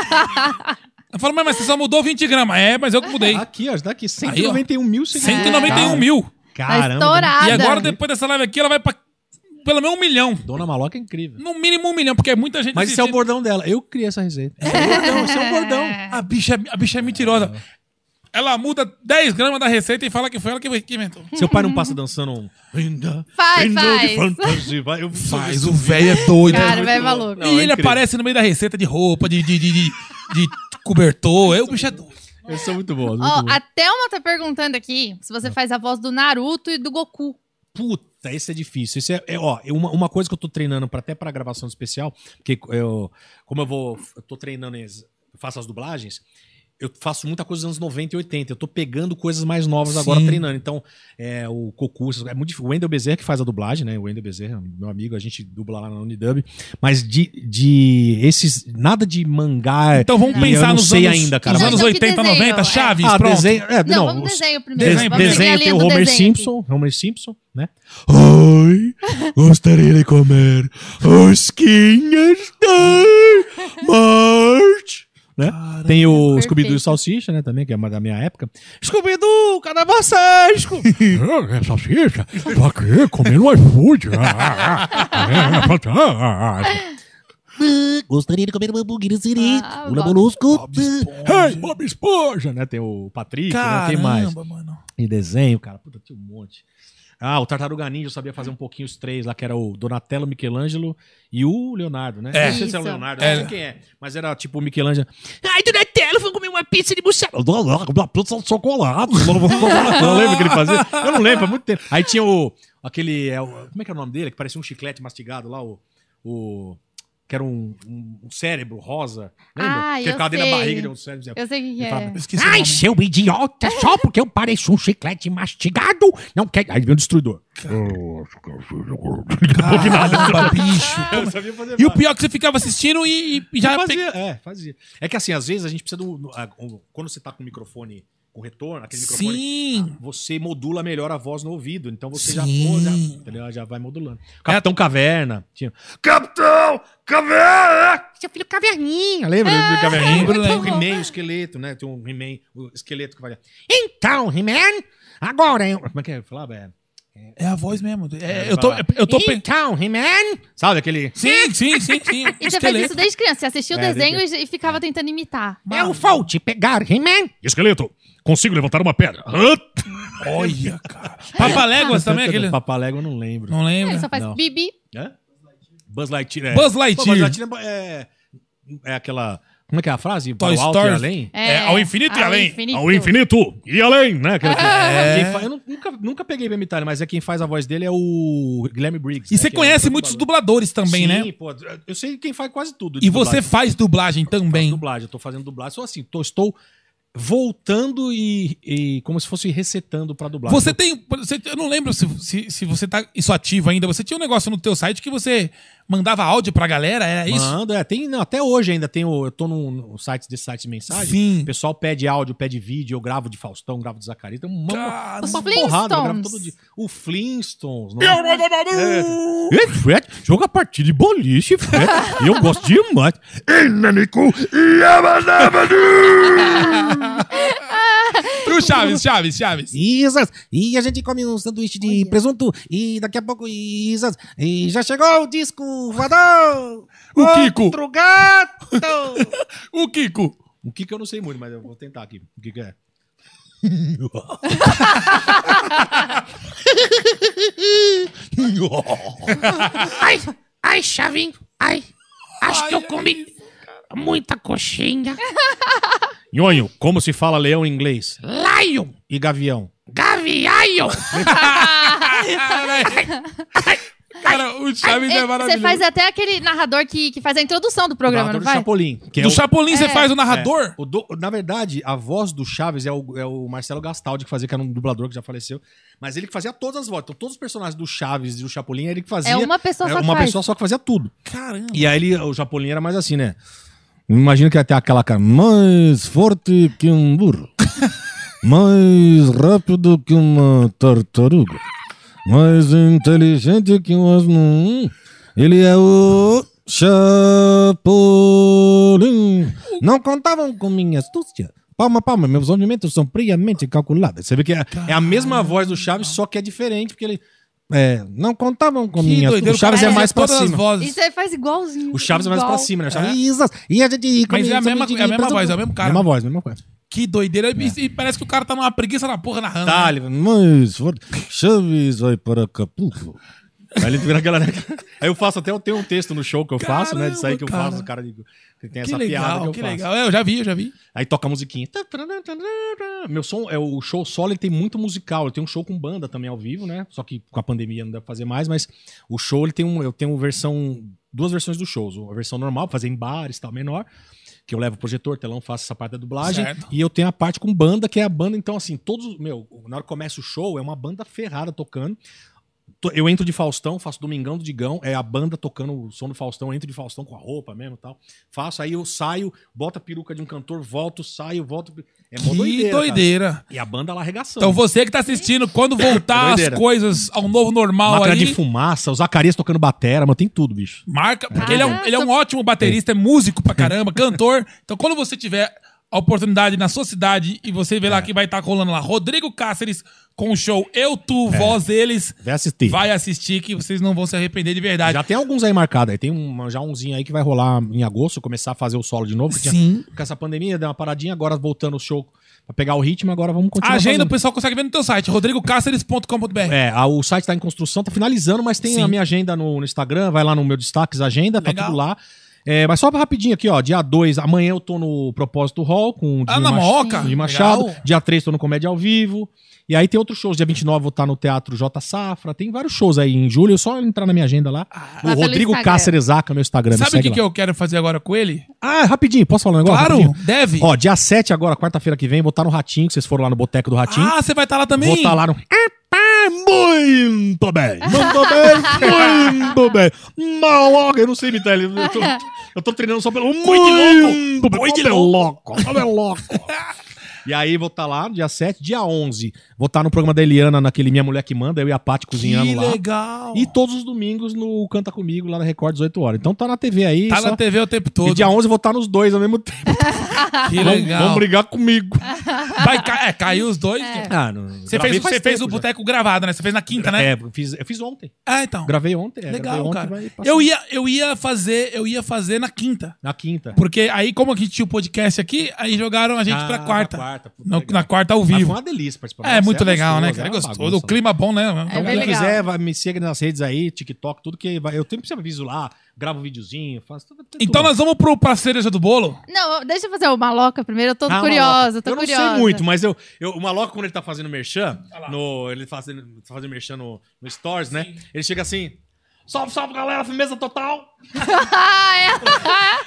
E: Ela falou, mãe, mas você só mudou 20 gramas. É, mas eu que mudei.
G: Aqui, ó, daqui,
E: Tá
G: 191 mil seguidores.
E: 191 mil.
G: Caramba.
D: Tá estourada.
E: E agora, depois dessa live aqui, ela vai pra pelo menos um milhão.
G: Dona Maloca é incrível.
E: No mínimo um milhão, porque é muita gente
G: Mas esse é o
E: assistindo.
G: bordão dela. Eu criei essa receita. Esse É o bordão, esse é o bordão.
E: um A bicha, é- a bicha é mentirosa. Ela muda 10 gramas da receita e fala que foi ela que que inventou.
G: Seu pai não
E: Uhum.
G: passa dançando um. Linda,
D: Faz,
G: linda
D: faz.
G: de fantasia, vai, eu
E: Faz, o velho é doido.
D: Cara, vai maluco.
G: é
E: e ele aparece no meio da receita de roupa, de, de, de, de, de cobertor. É, o bicho é doido.
G: Eles são muito
D: Ó,
G: bons. muito bons.
D: a Thelma tá perguntando aqui se você faz a voz do Naruto e do Goku.
G: Puta, esse é difícil. Esse é, é, ó, é uma, uma coisa que eu tô treinando pra, até pra gravação especial, porque eu, como eu vou, eu tô treinando, as- eu faço as dublagens, eu faço muita coisa dos anos 90 e 80. Eu tô pegando coisas mais novas agora
E: Sim.
G: treinando. Então, é, o Cocu, essas- é muito difícil. O Wendel Bezerra que faz a dublagem, né? O Wendel Bezerra, meu amigo, a gente dubla lá na Unidub. Mas de, de esses, nada de mangá.
E: Então vamos
G: É. e eu
E: pensar
G: não
E: nos
G: sei
E: anos-
G: ainda, cara.
E: Nos
D: Então,
E: anos
D: então, que
E: 80,
D: desenho?
E: 90,
D: É.
E: Chaves,
G: Ah,
E: pronto.
G: desenho. É,
D: Não,
G: não,
D: vamos
G: os-
D: desenho primeiro.
G: Desenho,
D: vamos seguir a
G: desenho
D: linha
G: tem o
D: do
G: Homer
D: desenho aqui.
G: Simpson, Homer Simpson, né?
I: Ai, gostaria de comer rosquinhas da Marte.
G: né? Tem o
D: perfeito.
G: Scooby-Doo e o Salsicha, né? Também, que é uma da minha época. Scooby-Doo, cadê você? Sco-
J: É salsicha? Pra quê? Comendo iFood? Ah, ah, ah, ah, ah, ah.
C: Gostaria de comer uma hamburgueseria,
D: Ah,
C: uma
D: Bob
C: molusco.
J: Ei, Bob Esponja!
G: né? Tem o Patrick, né? Tem mais.
E: Caramba, mano.
G: E desenho, cara. Puta, tinha um monte. Ah, o Tartaruga Ninja eu sabia fazer um pouquinho os três lá, que era o Donatello, Michelangelo e o Leonardo, né?
J: É.
G: Não sei se é o
J: Isso.
G: Leonardo, eu não
J: É.
G: sei quem é. Mas era tipo o Michelangelo.
J: Ai, Donatello, vamos comer uma pizza de buchada.
G: chocolate. não lembro o que ele fazia. Eu não lembro, há muito tempo. Aí tinha o. Aquele. é, o- como é que é o nome dele? Que parecia um chiclete mastigado lá, o. o que era um, um- um cérebro rosa. Lembra?
D: Ah,
G: que
D: eu
G: ficava dentro da
D: sei.
G: barriga de um cérebro.
D: Eu sei o que que
G: Ele falava,
D: é.
G: "Esqueci o
J: Ai,
G: nome."
J: seu idiota, só porque eu pareço um chiclete mastigado, não quer. Aí vem o destruidor.
E: Ah, Caramba,
G: bicho. Eu sabia fazer
E: E o pior é que você ficava assistindo e, e- e já.
G: Eu fazia, é, fazia. É que assim, às vezes a gente precisa do. do- a- o- quando você tá com o microfone com retorno, aquele microfone.
E: Sim.
G: a- Você modula melhor a voz no ouvido. Então você já,
E: Sim.
G: pô, já, entendeu? já vai modulando.
J: É.
G: Capitão Caverna. Tinha.
J: Capitão! Caverna!
G: Seu filho Caverninha. Lembra do Caverninha?
J: lembro, Ah,
G: Tem um
J: lembro.
G: He-Man, o esqueleto, né? Tem um He-Man, o esqueleto que vai.
J: Então, He-Man, agora eu.
G: Como é que eu falava? É.
E: É a voz mesmo. É,
G: É,
E: eu tô,
G: vai lá.
E: eu tô pe-
J: Então, He-Man.
G: Sabe aquele.
E: Sim, sim, sim, sim.
D: E você fez isso desde criança. Você assistia o
J: É,
D: desenho e e ficava tentando imitar.
N: É
J: Eu vou te pegar, He-Man.
I: Esqueleto, consigo levantar uma pedra. Hã?
E: Olha, cara. Papaléguas também, é aquele.
G: Papalégua eu não lembro.
E: Não
D: É,
E: lembro.
D: Ele só faz
G: Não.
D: bibi.
G: Hã? Buzz Lightyear. é.
E: Buzz Lightyear.
G: Pô, Buzz Lightyear é, é aquela. Como é que é a frase? Para
E: Toy
G: o alto e
E: Story.
G: além?
D: É, É, ao infinito e ao além. infinito.
G: Ao infinito e além, né? Aquela que-
E: É.
G: Quem fa- Eu nu- nunca, nunca peguei pra imitar, ele, mas é quem faz a voz dele é o Guilherme Briggs. né, é
E: E você conhece muitos dubladores também, né?
G: um Sim, pô. Eu sei quem faz quase tudo. de
E: E você
G: dublagem.
E: faz dublagem também.
G: dublagem. Eu tô fazendo dublagem. Só assim, tô- estou voltando e, e como se fosse resetando pra dublagem.
E: Você tem. você- eu não lembro se, se, se você tá isso ativo ainda. Você tinha um negócio no teu site que você mandava áudio pra galera, era isso?
G: Mando, é. Tem, não, até hoje ainda tem o. Eu tô num, num site desse site de mensagem.
E: Sim.
G: O pessoal pede áudio, pede vídeo. Eu gravo de Faustão, gravo de Zacarias. Tem uma,
E: Cara,
G: uma
D: os
G: porrada. Eu
D: Flintstones.
G: gravo todo dia. O Flintstones.
J: Eu
G: nossa.
J: não dou
G: É.
J: Ei, Fred, joga a partida de boliche, Fred. E eu gosto demais. Ei, Nanico,
E: E o Chaves, Chaves, Chaves.
J: Isas, e a gente come um sanduíche de presunto. E daqui a pouco, Isas, e já chegou o disco voador.
E: O Kiko.
J: Outro gato.
E: O Kiko.
G: O que que eu não sei muito, mas eu vou tentar aqui. O que que é?
J: ai, ai, Chavinho, ai. Acho que eu
G: é
J: comi muita coxinha.
D: É,
G: Nhonho, como se fala leão em inglês?
J: Lion,
G: E gavião.
J: gaviaio.
E: Cara, o Chaves é
D: Você
E: maravilhoso.
D: faz até aquele narrador que, que faz a introdução do programa,
G: narrador
D: não
G: do
D: faz?
G: Chapolin. que é
E: Do
G: o-
E: Chapolin você
D: É.
E: faz o narrador?
G: É, o do- na verdade, a voz do Chaves é o, é o Marcelo Gastaldi que fazia, que era um dublador que já faleceu. Mas ele que fazia todas as vozes. Então, todos os personagens do Chaves e do Chapolin, ele que fazia.
D: É uma pessoa
G: é
D: só que
G: uma
D: faz.
G: pessoa só que fazia tudo.
E: Caramba.
G: E aí ele, o Chapolin era mais assim, né? Imagino que até aquela cara. Mais forte que um burro. mais rápido que uma tartaruga. Mais inteligente que um asno. Ele é o Chapolin. Não contavam com minha astúcia. Palma, palma, meus movimentos são friamente calculados. Você vê que é, é a mesma voz do Chaves, só que é diferente, porque ele. É, não contavam com minha astúcia.
E: doideira,
G: O Chaves é
E: cara,
G: mais pra
E: todas as
G: cima.
D: E
E: vozes.
D: você faz igualzinho.
G: O Chaves é mais pra
D: igual.
G: cima, né?
E: É.
G: O Chaves, Isas, e a gente
E: Mas é a
G: come-
E: mesma-
G: come-
E: é a mesma
G: presunto.
E: voz, é o mesmo cara.
G: Mesma voz, mesma coisa.
E: Que doideira. E- E parece que o cara tá numa preguiça da porra narrando.
G: É. Tá,
E: né?
G: ele...
J: Mas, forte. Chaves vai para Acapulco.
G: Aí ele vira aquela... Aí eu faço até... Eu tenho um texto no show que eu faço, né? Disso aí que eu
E: Caramba,
G: faço, o cara... Que tem
E: Que
G: essa piada que
E: legal,
G: eu
E: que
G: faço.
E: legal. É, eu já vi, eu já vi.
G: Aí toca a musiquinha. Meu som é o show solo, ele tem muito musical. Eu tenho um show com banda também ao vivo, né? Só que com a pandemia não dá pra fazer mais, mas o show ele tem um, eu tenho versão duas versões dos shows, uma versão normal pra fazer em bares, e tal, menor, que eu levo o projetor, telão, faço essa parte da dublagem,
E: Certo.
G: e eu tenho a parte com banda, que é a banda então assim, todos, os- meu, na hora que começa o show é uma banda ferrada tocando. Tô- Eu entro de Faustão, faço Domingão do Digão, é a banda tocando o som do Faustão, eu entro de Faustão com a roupa mesmo e tal. Faço, aí eu saio, boto a peruca de um cantor, volto, saio, volto. É mó
E: Que doideira.
G: cara. E a banda lá arregaçando.
E: Então você que tá assistindo, quando voltar as
G: Doideira.
E: coisas ao novo normal
G: Máquina
E: aí,
G: de fumaça, o Zacarias tocando batera, mano, tem tudo, bicho.
E: marca, porque ele é, um,
D: Caraca.
E: ele é um ótimo baterista, é músico pra caramba, cantor. Então quando você tiver a oportunidade na sua cidade e você vê
G: É.
E: lá que vai estar rolando lá. Rodrigo Cáceres com o show Eu,
G: É.
E: Tu, Voz, Eles.
G: Vai assistir.
E: Vai assistir que vocês não vão se arrepender de verdade.
G: Já tem alguns aí marcados. Aí tem um, já umzinho aí que vai rolar em agosto, começar a fazer o solo de novo. que tinha-
E: Sim.
G: com essa pandemia, deu uma paradinha, agora voltando o show pra pegar o ritmo, agora vamos
E: A
G: continuar.
E: agenda
G: fazendo.
E: o pessoal consegue ver no teu site, rodrigocáceres.com.br.
G: É, a- o site tá em construção, tá finalizando, mas tem
E: Sim.
G: a minha agenda no, no Instagram, vai lá no meu destaques agenda, tá tudo lá. É, mas só rapidinho aqui, ó. Dia 2, amanhã eu tô no Propósito Hall com o
E: Ah, na
G: Mach-
E: Mooca?
G: Dinho Machado.
E: Legal.
G: Dia 3 tô no Comédia ao Vivo. E aí tem outros shows. Dia 29 vou estar no Teatro J Safra. Tem vários shows aí em julho. É só entrar na minha agenda lá.
E: Lá
G: o
E: pelo
G: Rodrigo
E: Instagram.
G: Cáceres Aca, meu Instagram. me
E: Ah, Sabe o
G: segue
E: que,
G: lá.
E: que eu quero fazer agora com ele?
G: Ah, rapidinho, posso falar um negócio?
E: Claro,
G: Rapidinho?
E: deve.
G: Ó, dia 7 agora, quarta-feira que vem, vou estar no Ratinho, que vocês foram lá no Boteco do Ratinho.
E: Ah, você vai estar lá também?
G: Vou estar lá no...
I: É Muito bem, muito bem, muito bem. Maloca, eu não sei imitar ele. Eu tô, eu tô treinando só pelo. Muito bem,
G: Muito
I: muito
G: louco.
I: louco, muito louco.
G: E aí vou estar lá no dia 7, dia 11. Vou estar no programa da Eliana, naquele Minha Mulher Que Manda, eu e a Paty cozinhando
E: Que
G: lá.
E: legal.
G: E todos os domingos no Canta Comigo, lá na Record, 18 horas. Então tá na TV aí.
E: Tá na TV o tempo todo.
G: E dia 11 eu vou estar nos dois ao mesmo tempo.
E: Que
G: Vão-
E: legal.
G: vão brigar comigo.
E: Vai ca- é, caiu os dois.
G: É.
E: cara.
G: Ah, não-
E: você
G: gravei
E: fez,
G: faz
E: você fez o
G: tempo já.
E: boteco gravado, né? Você fez na quinta, né?
G: É, eu fiz, eu fiz ontem.
E: Ah, então.
G: Gravei ontem. é,
E: Legal,
G: gravei ontem, vai
E: cara.
G: passar.
E: Eu ia, eu ia fazer, eu ia fazer na quinta.
G: Na quinta.
E: Porque aí, como a gente tinha o podcast aqui, aí jogaram a gente
G: Ah,
E: pra quarta.
G: na quarta, puta,
E: No-
G: legal.
E: na quarta ao
G: Mas
E: vivo.
G: foi uma delícia participar.
E: É, muito
G: Você é
E: legal, né,
G: gostoso,
E: cara?
G: é uma
E: gostoso.
G: bagunça.
E: o clima é bom, né?
G: Então,
E: Então,
G: quem
E: legal.
G: quiser, vai, me siga nas redes aí, TikTok, tudo que vai. Eu sempre sempre aviso lá, gravo um videozinho, faço tudo.
E: Então nós vamos pro pra cereja do bolo?
D: Não, deixa eu fazer o maloca primeiro. Eu tô
G: Ah,
D: curiosa,
G: Maloca.
D: tô
G: eu não
D: curiosa.
G: sei muito, mas eu, eu, o Maloca, quando ele tá fazendo merchan, no, ele faz, ele tá fazendo merchan no, no Stories, né? Ele chega assim: Salve, salve galera, firmeza total!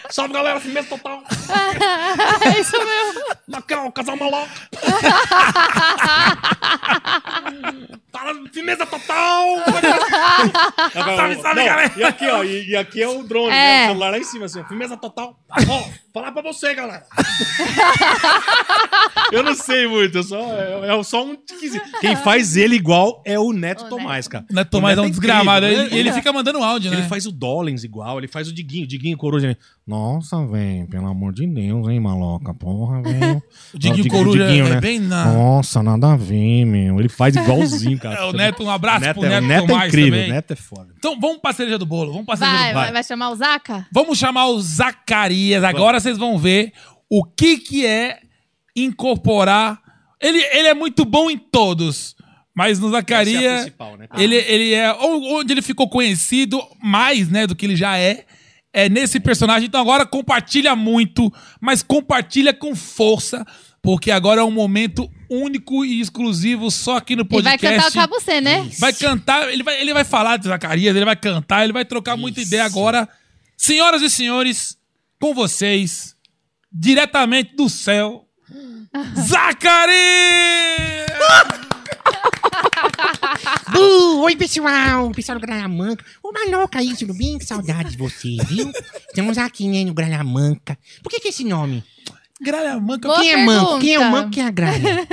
G: salve galera, firmeza total!
D: é isso mesmo.
I: Macau, casal maloca.
G: Tá lá, firmeza total!
I: Sabe, sabe,
F: Não,
I: galera.
F: E aqui, ó, e, e aqui é o drone,
I: É.
F: né, o celular lá em cima, assim, ó, firmeza total. Ó, falar pra você, galera.
G: eu não sei muito, eu só, é, é só um. Quem faz ele igual é o Neto Tomás, cara.
E: Neto Tomás é um
G: incrível,
E: desgramado,
G: né?
E: ele- ele fica mandando áudio, né?
G: Ele faz o Dollins igual, ele faz o Diguinho, o Diguinho Coruja. ele, Nossa, velho, pelo amor de Deus, hein, maloca, porra, velho.
E: O Diguinho
G: Ah,
E: Coruja é bem na-
G: Nossa, nada a ver, meu. Ele faz igualzinho, cara.
E: É, o Neto, um abraço
G: Neto
E: pro
G: é-
E: Neto
G: o Neto é
E: Tomás
G: incrível,
E: também.
G: o Neto é foda.
E: Então vamos pra cereja do bolo. Vamos pra cereja
D: Vai,
E: do bolo.
D: vai, vai chamar o Zaca?
E: Vamos chamar o Zacarias. Agora vocês vão ver o que, que é incorporar. Ele, ele é muito bom em todos. Mas no
G: Essa é a
E: Zacarias,
G: principal, né?
E: ele, ele é on- onde ele ficou conhecido mais, né, do que ele já é, é nesse personagem. Então agora compartilha muito, mas compartilha com força, porque agora é um momento único e exclusivo só aqui no
D: E vai
E: podcast.
D: cantar o Cabucê, né?
E: Vai cantar, ele vai, ele vai falar de Zacarias, ele vai cantar, ele vai trocar muita ideia agora. Senhoras e senhores, com vocês, diretamente do céu, Zacarias!
N: Bu, Uh, oi, pessoal! Pessoal do Grajamanca. Ô, Maloca aí, tudo bem? Que saudade de você, viu? Estamos aqui, né, no Grajamanca. Por que que é esse nome?
E: Gralha manca.
N: Quem é manco? Quem é o manco? Quem é a gralha?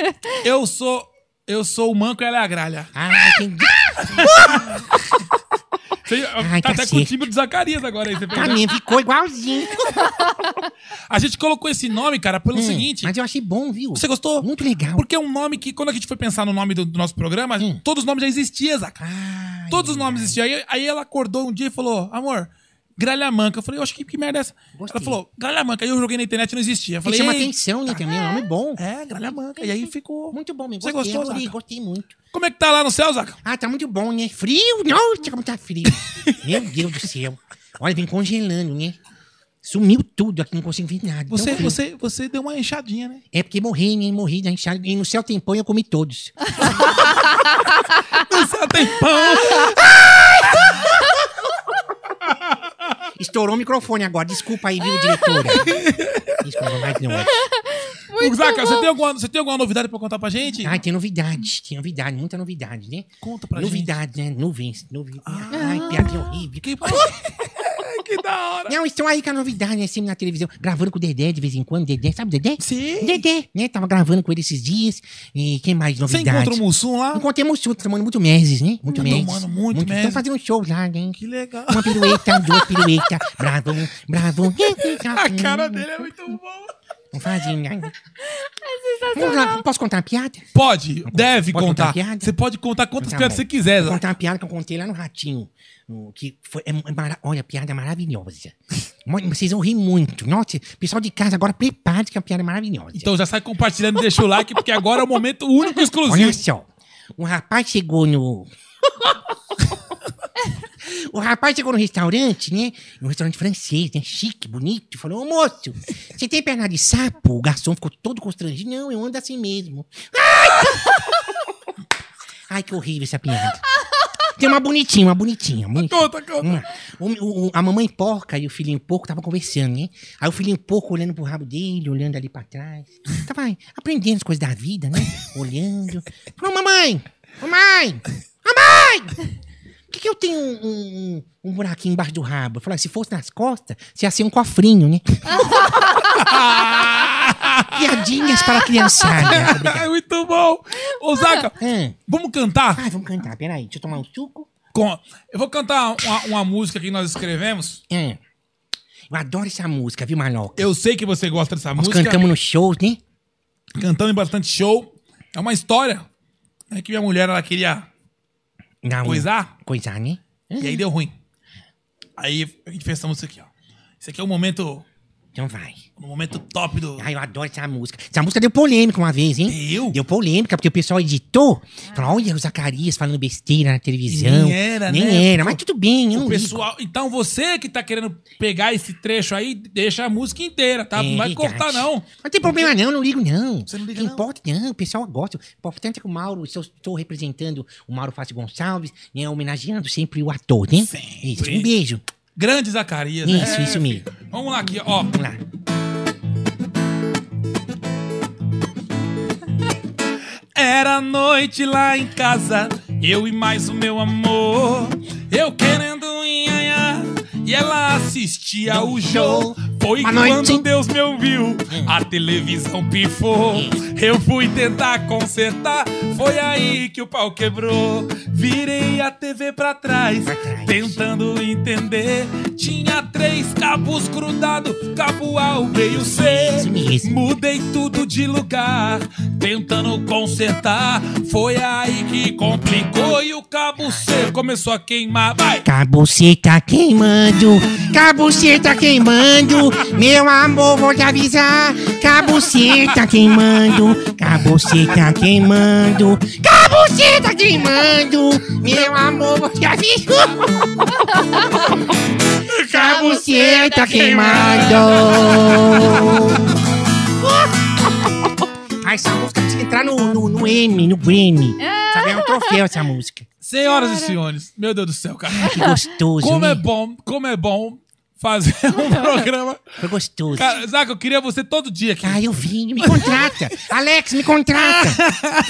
E: Eu sou, eu sou o manco e ela é a gralha.
N: Ah, entendi.
E: Você,
N: Ai,
E: tá até
N: tá
E: com o
N: certo.
E: time do Zacarias agora aí, você né?
N: Pra mim, ficou igualzinho.
E: É,
N: É,
E: A gente colocou esse nome, cara, pelo é seguinte.
N: Hum, Mas eu achei bom, viu?
E: Você gostou?
N: Muito legal.
E: Porque é um nome que, quando a gente foi pensar no nome do, do nosso programa,
N: Hum.
E: todos os nomes já existiam, Zaca.
N: Ah,
E: todos os nomes existiam. Aí, aí ela acordou um dia e falou: amor, gralhamanca. Eu falei, eu acho que, que merda é essa? Ela falou, gralhamanca. Aí eu joguei na internet e não existia. Eu
N: Você
E: falei,
N: chama
E: "Ei,
N: atenção, né, também. É um nome bom.
E: É, Grajamanca. E aí ficou...
N: Muito bom, mesmo.
E: Você
N: Gostei,
E: gostou,
N: adorei,
E: Zaca?
N: Gostei muito.
E: Como é que tá lá no céu, Zaca?
N: Ah, tá muito bom, né? Frio? Nossa, como tá frio. Meu Deus do céu. Olha, vem congelando, né? Sumiu tudo aqui, não consigo ver nada. tão
E: Você,
N: frio.
E: você, você deu uma enxadinha, né?
N: É porque morri, né? Morri da enxada. E no céu tem pão e eu comi todos.
E: no céu tem pão!
N: Estourou o microfone agora. Desculpa aí, viu, diretora? Desculpa, mas não é.
E: Muito Zaca, você tem, alguma, você tem alguma novidade pra contar pra gente?
N: Ai, tem novidade. Tem novidade, muita novidade, né?
E: Conta pra Ah.
N: novidade, gente. Novidade, né? Nuvens. Nuvens. Ai, piadinha horrível.
E: Que... da hora.
N: Não, estão aí com a novidade, né? Sempre na televisão, gravando com o Dedé de vez em quando. Dedé, sabe o Dedé?
E: Sim.
N: Dedé, né? Tava gravando com ele esses dias. E quem mais
E: Você
N: novidade?
E: encontrou o Mussum lá?
N: Encontrei o Mussum, tá tomando muito meses, né? Muito
E: Tá
N: meses.
E: tomando muito
N: Estão
E: meses.
N: fazendo um show lá, né?
E: Que legal.
N: Uma pirueta, duas piruetas. Bravo, bravo. A cara dele é muito Não fazem. né? Vamos
D: sensacional.
N: lá, Posso contar uma piada?
E: Pode, deve
N: Pode contar
E: contar.
N: piada?
E: Você pode contar quantas
N: Tá
E: piadas
N: bom.
E: você quiser.
N: Vou contar uma piada que eu contei lá no Ratinho. no- Que foi, é, é mara- olha, a piada é maravilhosa. Mo- Vocês vão rir muito. Nossa, pessoal de casa, agora prepare-se que a piada é maravilhosa.
E: Então já sai compartilhando e deixa o like, porque agora é o momento único e exclusivo.
N: Olha só. Um rapaz chegou no. o rapaz chegou no restaurante, né? Um restaurante francês, né? Chique, bonito. Falou, ô moço, você tem perna de sapo? O garçom ficou todo constrangido. Não, eu ando assim mesmo. Ai, Ai que horrível essa piada. Tem uma bonitinha, uma bonitinha. uma bonitinha. Uma. Hum. O- o- a mamãe porca e o filhinho porco estavam conversando, né? Aí o filhinho porco olhando pro rabo dele, olhando ali pra trás. Tava aprendendo as coisas da vida, né? Olhando. Falou, mamãe! Mamãe! Mamãe! Por que, que eu tenho um, um- um buraquinho embaixo do rabo? Eu falei, se fosse nas costas, você ia ser um cofrinho, né? Piadinhas para a criançada.
E: É muito bom. Ô, Zaca, vamos cantar?
N: Ah, vamos cantar. Peraí, deixa eu tomar um suco.
E: Com- Eu vou cantar uma, uma música que nós escrevemos.
N: Ah, Eu adoro essa música, viu, Maloca?
E: Eu sei que você gosta dessa
N: Nós
E: música.
N: cantamos no show, né?
E: Cantamos em bastante show. É uma história né, que minha mulher ela queria
N: Não.
E: coisar.
N: Coisar, né?
E: E aí deu ruim. Aí a gente fez essa música aqui, ó. Esse aqui é o momento.
N: Então vai.
E: O momento top do.
N: Ai, eu adoro essa música. Essa música deu polêmica uma vez, hein? Deu? Deu polêmica, porque o pessoal editou. Falou, olha o Zacarias falando besteira na televisão.
E: Ah. Nem era,
N: Nem
E: né?
N: era, mas tudo bem,
E: O
N: eu não ligo.
E: pessoal, então você que tá querendo pegar esse trecho aí, deixa a música inteira, tá? Não
N: É
E: vai
N: verdade.
E: cortar, não.
N: Não tem problema não, não ligo não. Você não liga não? importa não, o pessoal gosta. O importante é que o Mauro, se eu estou representando o Mauro Fácil Gonçalves, né, homenageando sempre o ator, né? Isso, um beijo.
E: Grande Zacarias, né?
N: Isso,
E: É,
N: isso mesmo.
E: Vamos lá aqui, ó. Vamos
N: lá.
E: Era noite lá em casa, eu e mais o meu amor. Eu querendo nhanhá, e ela assistia o show. Foi
B: Boa
E: quando
B: noite.
E: Deus me ouviu, a televisão pifou. Eu fui tentar consertar, foi aí que o pau quebrou. Virei a TV pra trás, tentando entender. Tinha três cabos grudados, cabo A, o B e o C. Mudei tudo de lugar, tentando consertar. Foi aí que complicou e o cabo C começou a queimar. Vai!
N: Cabuceta queimando, cabuceta queimando, meu amor, vou te avisar. Cabuceta queimando, cabuceta queimando, cabuceta queimando, meu amor, vou te avisar.
E: é
N: Cabuceta queimando. Ah, essa música precisa entrar no, no, no M, no Grammy.
E: É.
N: Pra ganhar um troféu essa música.
E: Senhoras e senhores, meu Deus do céu, cara.
N: que gostoso,
E: Como
N: né?
E: é bom, como é bom fazer um programa.
N: Foi gostoso.
E: Cara, Zaca, eu queria você todo dia aqui.
N: Ah, eu vim, me contrata. Alex, me contrata.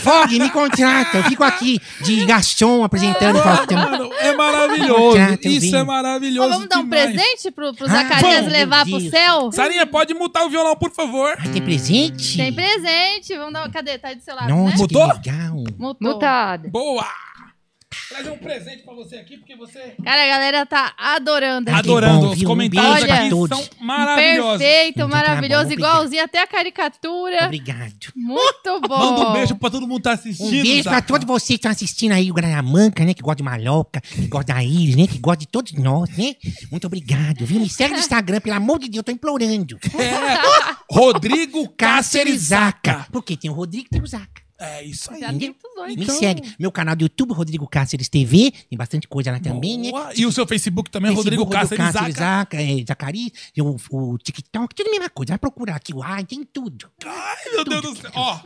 N: Fog, me contrata. Eu fico aqui de garçom apresentando. um-
E: Mano, é maravilhoso.
N: Contrata, eu
E: Isso
N: vim.
E: é maravilhoso.
D: Vamos dar um
E: demais.
D: presente pro, pro Zacarias
E: bom,
D: levar
E: meu
D: pro
E: Deus.
D: céu?
E: Sarinha, pode mutar o violão, por favor.
N: ah, Tem presente?
D: Tem presente. né? Vamos dar. Cadê? Tá aí do seu lado,
N: Nossa,
D: né?
N: que legal.
D: Mutou.
E: Boa! Traz um presente pra você aqui, porque você.
D: Cara, a galera tá adorando. aqui.
E: Adorando
N: bom,
E: os
N: viu? Um
E: comentários
N: beijo pra
E: aqui
N: todos.
E: são maravilhosos.
D: Um Perfeito, maravilhoso.
N: bom,
D: igualzinho até a caricatura.
N: Obrigado.
D: Muito bom.
E: um pra todo mundo que tá assistindo.
N: Um beijo pra
E: Zaca.
N: todos vocês que estão assistindo aí o Gramanca, né? Que gosta de maloca, que gosta da Iris, né? Que gosta de todos nós, né? Muito obrigado, viu? Me segue no Instagram, pelo amor de Deus, eu tô implorando.
E: É. Rodrigo
N: Cáceres Zaca. Porque tem o Rodrigo e tem o Zaca.
E: É isso aí.
D: Já tem os dois.
N: Me segue. Meu canal do YouTube, Rodrigo Cáceres TV. Tem bastante coisa lá também, né?
E: Boa. E o seu Facebook também,
N: Facebook,
E: Rodrigo Cáceres Zaca.
N: Zaca, é, Zacarias, e o, o TikTok, tudo a mesma coisa. Vai procurar aqui, ai, tem tudo.
E: Ai, meu Deus do céu. Ó.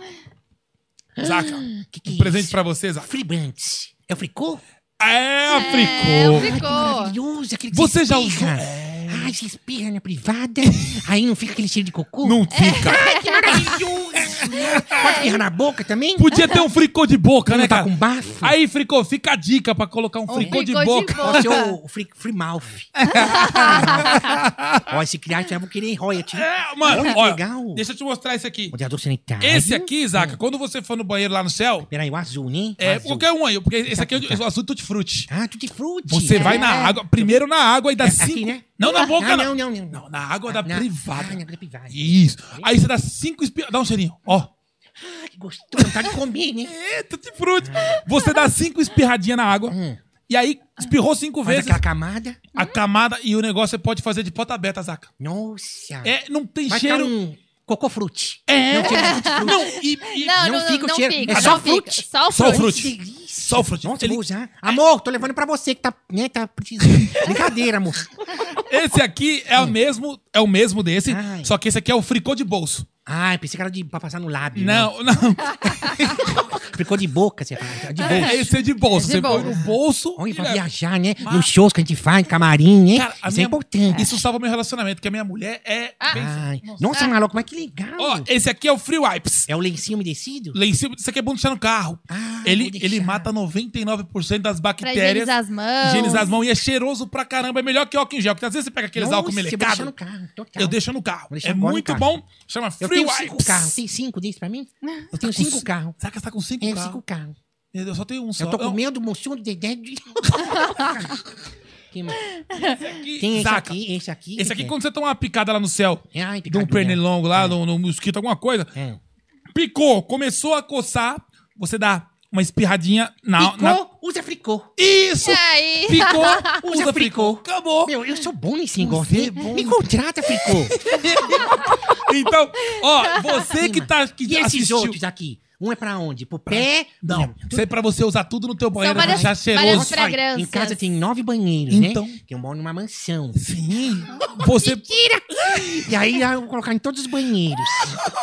E: Zaca,
N: que Ah, que
E: um presente pra você, Zaca.
N: Fribantes. É o fricô?
E: É,
N: Ai,
E: Africô.
N: que maravilhoso, aquele que
E: Você
N: se
E: já usou?
N: espirra. É. Ai, se espirra na privada, aí não fica aquele cheiro de cocô? É.
E: Não fica.
N: Ai, que maravilhoso! né? Pode terra na boca também?
E: Podia ter um fricô de boca, né,
N: tá
E: cara?
N: com bafo?
E: Aí, fricô, fica a dica pra colocar um fricô, de, boca.
N: Ó, seu free, free mouth. Ó, se criar, já vou querer royalty.
E: É, mano,
N: Olha, que
E: olha,
N: legal.
E: deixa eu te mostrar esse aqui.
N: Moderador sanitário.
E: Esse aqui, Zaca, quando você for no banheiro lá no céu.
N: Peraí, o azul, né?
E: É,
N: Azul.
E: qualquer um aí, porque esse aqui é o azul tutti-frutti.
N: Ah, tutti-frutti.
E: Você vai
N: É.
E: na água, primeiro na água e dá
N: Aqui,
E: cinco.
N: né?
E: Não Tá na boca, não.
N: não. Não, não, não.
E: Na água da
N: Na-
E: privada.
N: Ah, na água privada.
E: Isso. Aí você dá cinco espirros. Dá um cheirinho, ó.
N: Ah, que gostoso. Tá de comer, né?
E: É, tutti-frutti. Você dá cinco espirradinhas na água. E aí, espirrou cinco
N: Hum. Faz
E: vezes.
N: aquela camada.
E: A camada e o negócio você pode fazer de porta aberta, Zaca.
N: Nossa.
E: É, não tem
N: Vai
E: cheiro.
N: ficar um cocô frute.
E: É.
N: Não, chega frute-frute.
E: Não, e, e-
D: Não,
N: não
D: não,
N: fica o
D: não
N: cheiro.
D: fica,
N: é
D: não
N: só
D: fica.
N: frute.
D: Só o
E: Só o
D: frute.
E: frute. Só o frute.
N: Nossa, eu
E: Ele- é-
N: vou usar. Amor, tô levando pra você que tá, né, tá precisando. Brincadeira, amor.
E: Esse aqui é
N: Hum.
E: o mesmo, é o mesmo desse, só que esse aqui é o fricô de bolso.
N: Ai, pensei que era de, pra passar no lábio.
E: Não, não.
N: Ficou de boca, você fala. De bolso.
E: É, esse é de bolso.
N: É de
E: você
N: bolso.
E: põe no bolso.
N: Olha,
E: e
N: pra
E: leva.
N: viajar, né?
E: Mas-
N: Nos shows que a gente faz, camarim, né?
E: Cara, a
N: Isso
E: minha-
N: é importante.
E: Isso salva meu relacionamento, porque a minha mulher é.
D: Ah,
N: Ai, nossa, maluco, mas que legal.
E: Ó, esse aqui é o Free Wipes.
N: É o lencinho umedecido?
E: Lencinho, isso aqui é bom deixar no carro.
N: Ah,
E: ele, ele mata 99% das bactérias.
D: higienizar as mãos.
E: Higienizar as mãos. E é cheiroso pra caramba. É melhor que álcool em gel. Porque às vezes você pega aqueles
N: Nossa,
E: álcool
N: eu vou deixar
E: melecado.
N: no carro, total.
E: Eu deixo no carro.
N: Vou deixar
E: É
N: agora no
E: muito
N: carro.
E: bom. Chama
N: Eu
E: Free
N: tenho
E: Wipes.
N: cinco carros. Tem cinco desse pra mim? Eu tenho cinco carros.
E: Será que você tá com cinco
N: Tenho
E: carros?
N: cinco carros.
E: Meu Deus, só tenho um só.
N: Eu tô
E: Não,
N: com medo, moçudo, dedé. de- Quem mais?
E: aqui,
N: Tem é esse
E: saca.
N: aqui, esse aqui.
E: Esse
N: que
E: aqui,
N: que é?
E: quando você toma uma picada lá no céu,
N: Ai,
E: de um
N: picadura.
E: pernilongo lá, de um de um mosquito, alguma coisa,
N: É.
E: picou, começou a coçar, você dá uma espirradinha na...
N: Picou,
E: na-
N: usa fricô.
E: Isso!
D: Aí.
E: Picou,
N: Usa
E: usa
N: fricô.
E: fricô. Acabou.
N: Meu, eu sou bom nesse negócio.
E: é
N: né? Me contrata, fricô.
E: Então, ó, você que tá que
N: E esses
E: assistiu...
N: outros aqui? Um é pra onde? Pro pé?
E: Não, isso é pra você usar tudo no teu banheiro,
D: várias-
E: deixar
D: várias
E: cheiroso.
D: fra- Fragrâncias.
N: Em casa tem nove banheiros,
E: Então.
N: né? Que eu moro numa mansão.
E: Sim, você...
N: E aí eu vou colocar em todos os banheiros.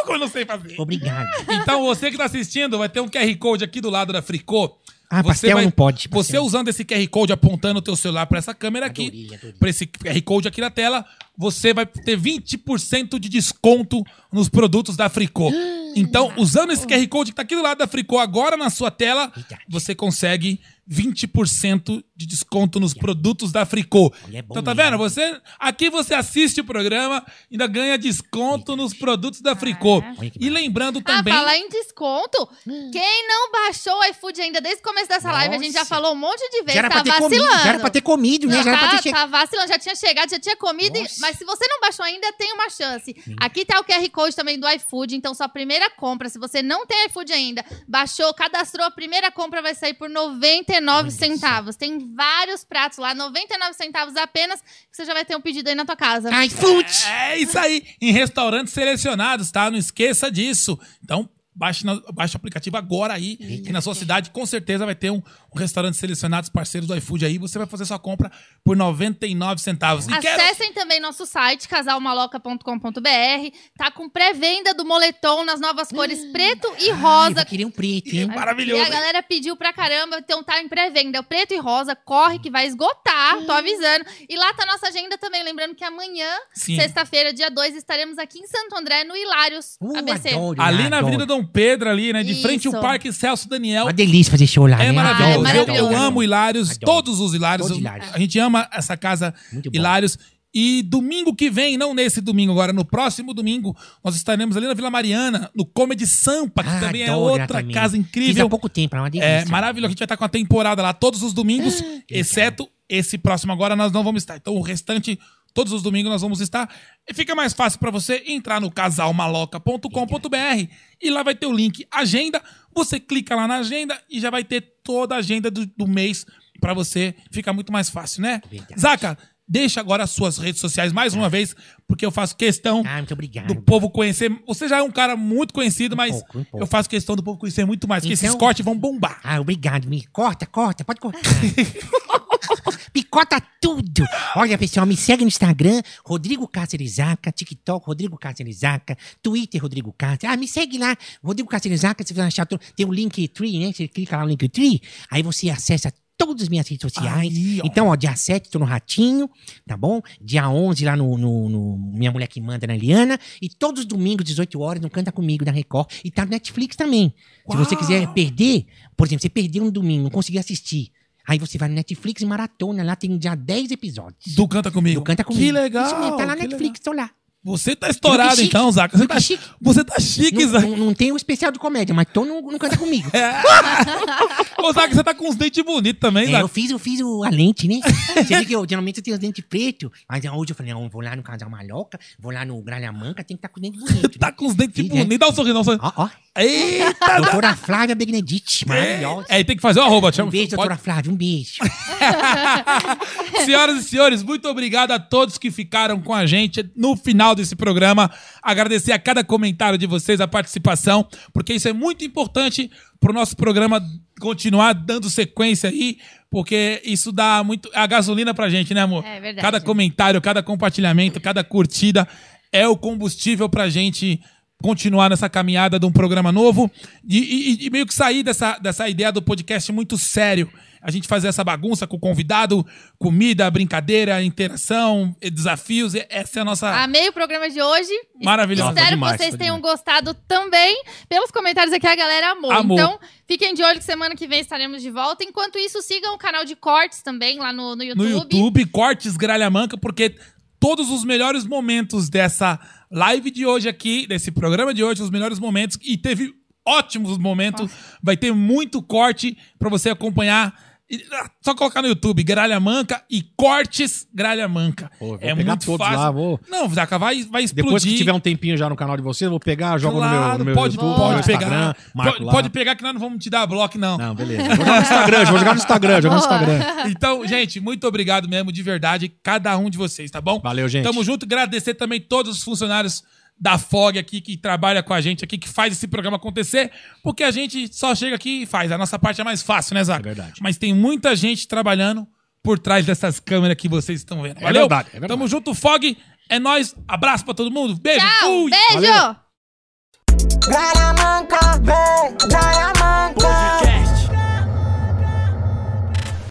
E: Eu não sei fazer.
N: Obrigado.
E: Então, você que tá assistindo, vai ter um QR Code aqui do lado da Fricô.
N: Ah, pastel não pode,
E: Você usando esse QR Code, apontando o teu celular pra essa câmera aqui, pra esse QR Code aqui na tela, você vai ter 20% de desconto nos produtos da Fricô. Então, usando esse QR Code que tá aqui do lado da Fricô agora na sua tela, você consegue 20% de desconto nos produtos da Fricô.
N: é bom
E: Então, tá
N: mesmo.
E: vendo? Você, aqui você assiste o programa, ainda ganha desconto nos produtos da Fricô. E lembrando também...
D: é? Ah, falar em desconto.
N: Hum.
D: Quem não baixou o iFood ainda desde o começo dessa live, a gente já falou um monte de vezes,
N: Já era,
D: tá
N: pra ter
D: vacilando.
N: comido, já era pra ter comido, né? Já era pra ter
D: Tá,
N: chegado.
D: tá vacilando, já tinha chegado, já tinha comido, e- mas se você não baixou ainda, tem uma chance. Aqui tá o QR Code também do iFood, então sua primeira compra, se você não tem iFood ainda, baixou, cadastrou, a primeira compra vai sair por 99 centavos. Tem vários pratos lá, 99 centavos apenas, que você já vai ter um pedido aí na tua casa.
N: iFood!
E: É isso aí, em restaurantes selecionados, tá? Não esqueça disso. Então, baixe, na- baixe o aplicativo agora aí, que na sua cidade com certeza vai ter um, um restaurante selecionado, parceiros do iFood aí, você vai fazer sua compra por 99 centavos. E quero-
D: Acessem também nosso site, casalmaloca.com.br. Tá com pré-venda do moletom nas novas cores preto e
N: Ai, eu
D: rosa.
N: vou querer um preto, hein?
D: E
E: Maravilhoso.
D: a galera pediu pra caramba, então tá em pré-venda. O preto e rosa, corre que vai esgotar,
E: Hum.
D: tô avisando. E lá tá nossa agenda também, lembrando que amanhã,
E: Sim.
D: sexta-feira, dia 2, estaremos aqui em Santo André, no Hilários
N: Uh,
D: ABC.
N: adoro,
E: Ali
N: né?
E: na Avenida Dom Pedro, ali, né? De frente ao
D: Isso.
E: Parque Celso Daniel.
N: Uma delícia fazer show lá, né?
E: É maravilhoso.
N: Adoro,
E: Eu-
N: adoro,
E: Eu,
N: adoro.
E: amo Hilários, todos os Hilários.
N: Todos
E: Eu-
N: Hilários.
E: A gente ama essa casa Hilários. E domingo que vem, não nesse domingo agora, no próximo domingo, nós estaremos ali na Vila Mariana, no Comedy Sampa, que
N: Ah,
E: também é
N: adoro lá
E: outra
N: também.
E: casa
N: Fiz há
E: incrível.
N: pouco tempo, é uma delícia.
E: É maravilhoso. A gente vai estar com a temporada lá todos os
N: Ah,
E: domingos, exceto esse próximo agora, nós não vamos estar. Então o restante, todos os domingos nós vamos estar. E fica mais fácil para você entrar no casalmaloca.com.br e lá vai ter o link agenda. Você clica lá na agenda e já vai ter toda a agenda do, do mês para você. Fica muito mais fácil, né? Zaca, deixa agora as suas redes sociais mais uma vez, porque eu faço questão
N: Ah, muito obrigado.
E: do povo conhecer. Você já é um cara muito conhecido, mas
N: pouco, um pouco.
E: eu faço questão do povo conhecer muito mais, porque esses
N: Então-
E: cortes vão bombar.
N: Ah, obrigado. Me corta, corta, pode cortar. Picota tudo. Olha, pessoal, me segue no Instagram, Rodrigo Cáceres Zaca, TikTok, Rodrigo Cáceres Zaca, Twitter, Rodrigo Cáceres. Ah, me segue lá, Rodrigo Cáceres Zaca, você vai achar tudo. Tem o Linktree, né? Você clica lá no Linktree, aí você acessa todas as minhas redes sociais. então, ó, dia 7 tô no Ratinho, tá bom? Dia 11 lá no, no- no Minha Mulher Que Manda na Liana. E todos os domingos, 18 horas, no Canta Comigo da Record. E tá no Netflix também. Se você quiser perder, por exemplo, você perdeu um domingo, não conseguiu assistir. Aí você vai no Netflix e maratona, lá tem já 10 episódios.
E: Do Canta Comigo.
N: Do Canta Comigo.
E: Que legal.
N: Isso mesmo, tá lá
E: que
N: no Netflix, tô lá.
E: Você tá estourado,
N: chique.
E: então, Zaca. Você tá chique. Você tá chique,
N: Não,
E: Zaca.
N: não, não tem um especial de comédia, mas tô no, no Canta Comigo.
E: Ô, Zaca, você tá com uns dentes bonitos também,
N: É,
E: Zaca.
N: eu fiz, eu fiz o, a lente, né? Você vê que eu, geralmente eu tenho os dentes pretos, mas hoje eu falei, não, eu vou lá no Casal Maloca, vou lá no Gralha Manca, tem que estar com os dentes bonitos. né?
E: tá com os dentes bonitos. Dá um sorriso, dá um sorriso.
N: Ó, ó.
E: Eita,
N: Doutora Flávia Benedetti, maravilhosa.
E: É, tem que fazer o arroba. Chama,
N: Um beijo, doutora Flávia, um beijo.
E: Senhoras e senhores, muito obrigado a todos que ficaram com a gente no final desse programa. Agradecer a cada comentário de vocês, a participação, porque isso é muito importante pro nosso programa continuar dando sequência aí, porque isso dá muito é a gasolina pra gente, né, amor?
D: É verdade.
E: Cada comentário, cada compartilhamento, cada curtida é o combustível pra gente continuar nessa caminhada de um programa novo e, e- e meio que sair dessa, dessa ideia do podcast muito sério. A gente fazer essa bagunça com o convidado, comida, brincadeira, interação, eh, desafios. e Essa é a nossa.
D: Amei o programa de hoje.
E: Maravilhoso.
D: Espero
E: Tá demais,
D: que vocês
E: tá
D: tenham gostado também. Pelos comentários aqui, a galera amou.
E: Amou.
D: Então, fiquem de olho que semana que vem estaremos de volta. Enquanto isso, sigam o canal de cortes também lá no, no
E: no
D: YouTube.
E: YouTube, Cortes Gralha Manca, porque todos os melhores momentos dessa live de hoje aqui, desse programa de hoje, os melhores momentos, e teve ótimos momentos, vai ter muito corte pra você acompanhar. E, ah, Só colocar no YouTube, Gralha Manca e Cortes Gralha Manca. É
G: vou pegar todos lá, vou-
E: Não, Zaca, vai, vai explodir.
G: Depois que tiver um tempinho já no canal de vocês, eu vou pegar, jogo no meu,
E: Claro,
G: no meu
E: pode,
G: YouTube,
E: pode
G: no meu Instagram,
E: pegar.
G: marco
E: Pode,
G: lá.
E: pode pegar que nós não vamos te dar bloco, não.
G: Não, beleza. Vou jogar no Instagram, vou jogar no Instagram, jogar no
E: Boa.
G: Instagram.
E: Então, gente, muito obrigado mesmo, de verdade, cada um de vocês, tá bom?
G: Valeu, gente.
E: Tamo junto. Agradecer também todos os funcionários da FOG aqui, que trabalha com a gente aqui, que faz esse programa acontecer, porque a gente só chega aqui e faz. A nossa parte é mais fácil, né, Zaca? É verdade. Mas tem muita gente trabalhando por trás dessas câmeras que vocês estão vendo.
G: É
E: Valeu?
G: verdade, é verdade.
E: Tamo junto, FOG. É nóis. Abraço pra todo mundo. Beijo.
D: Tchau,
E: Fui.
D: beijo!
E: Valeu.
Q: Gralamanca, vem!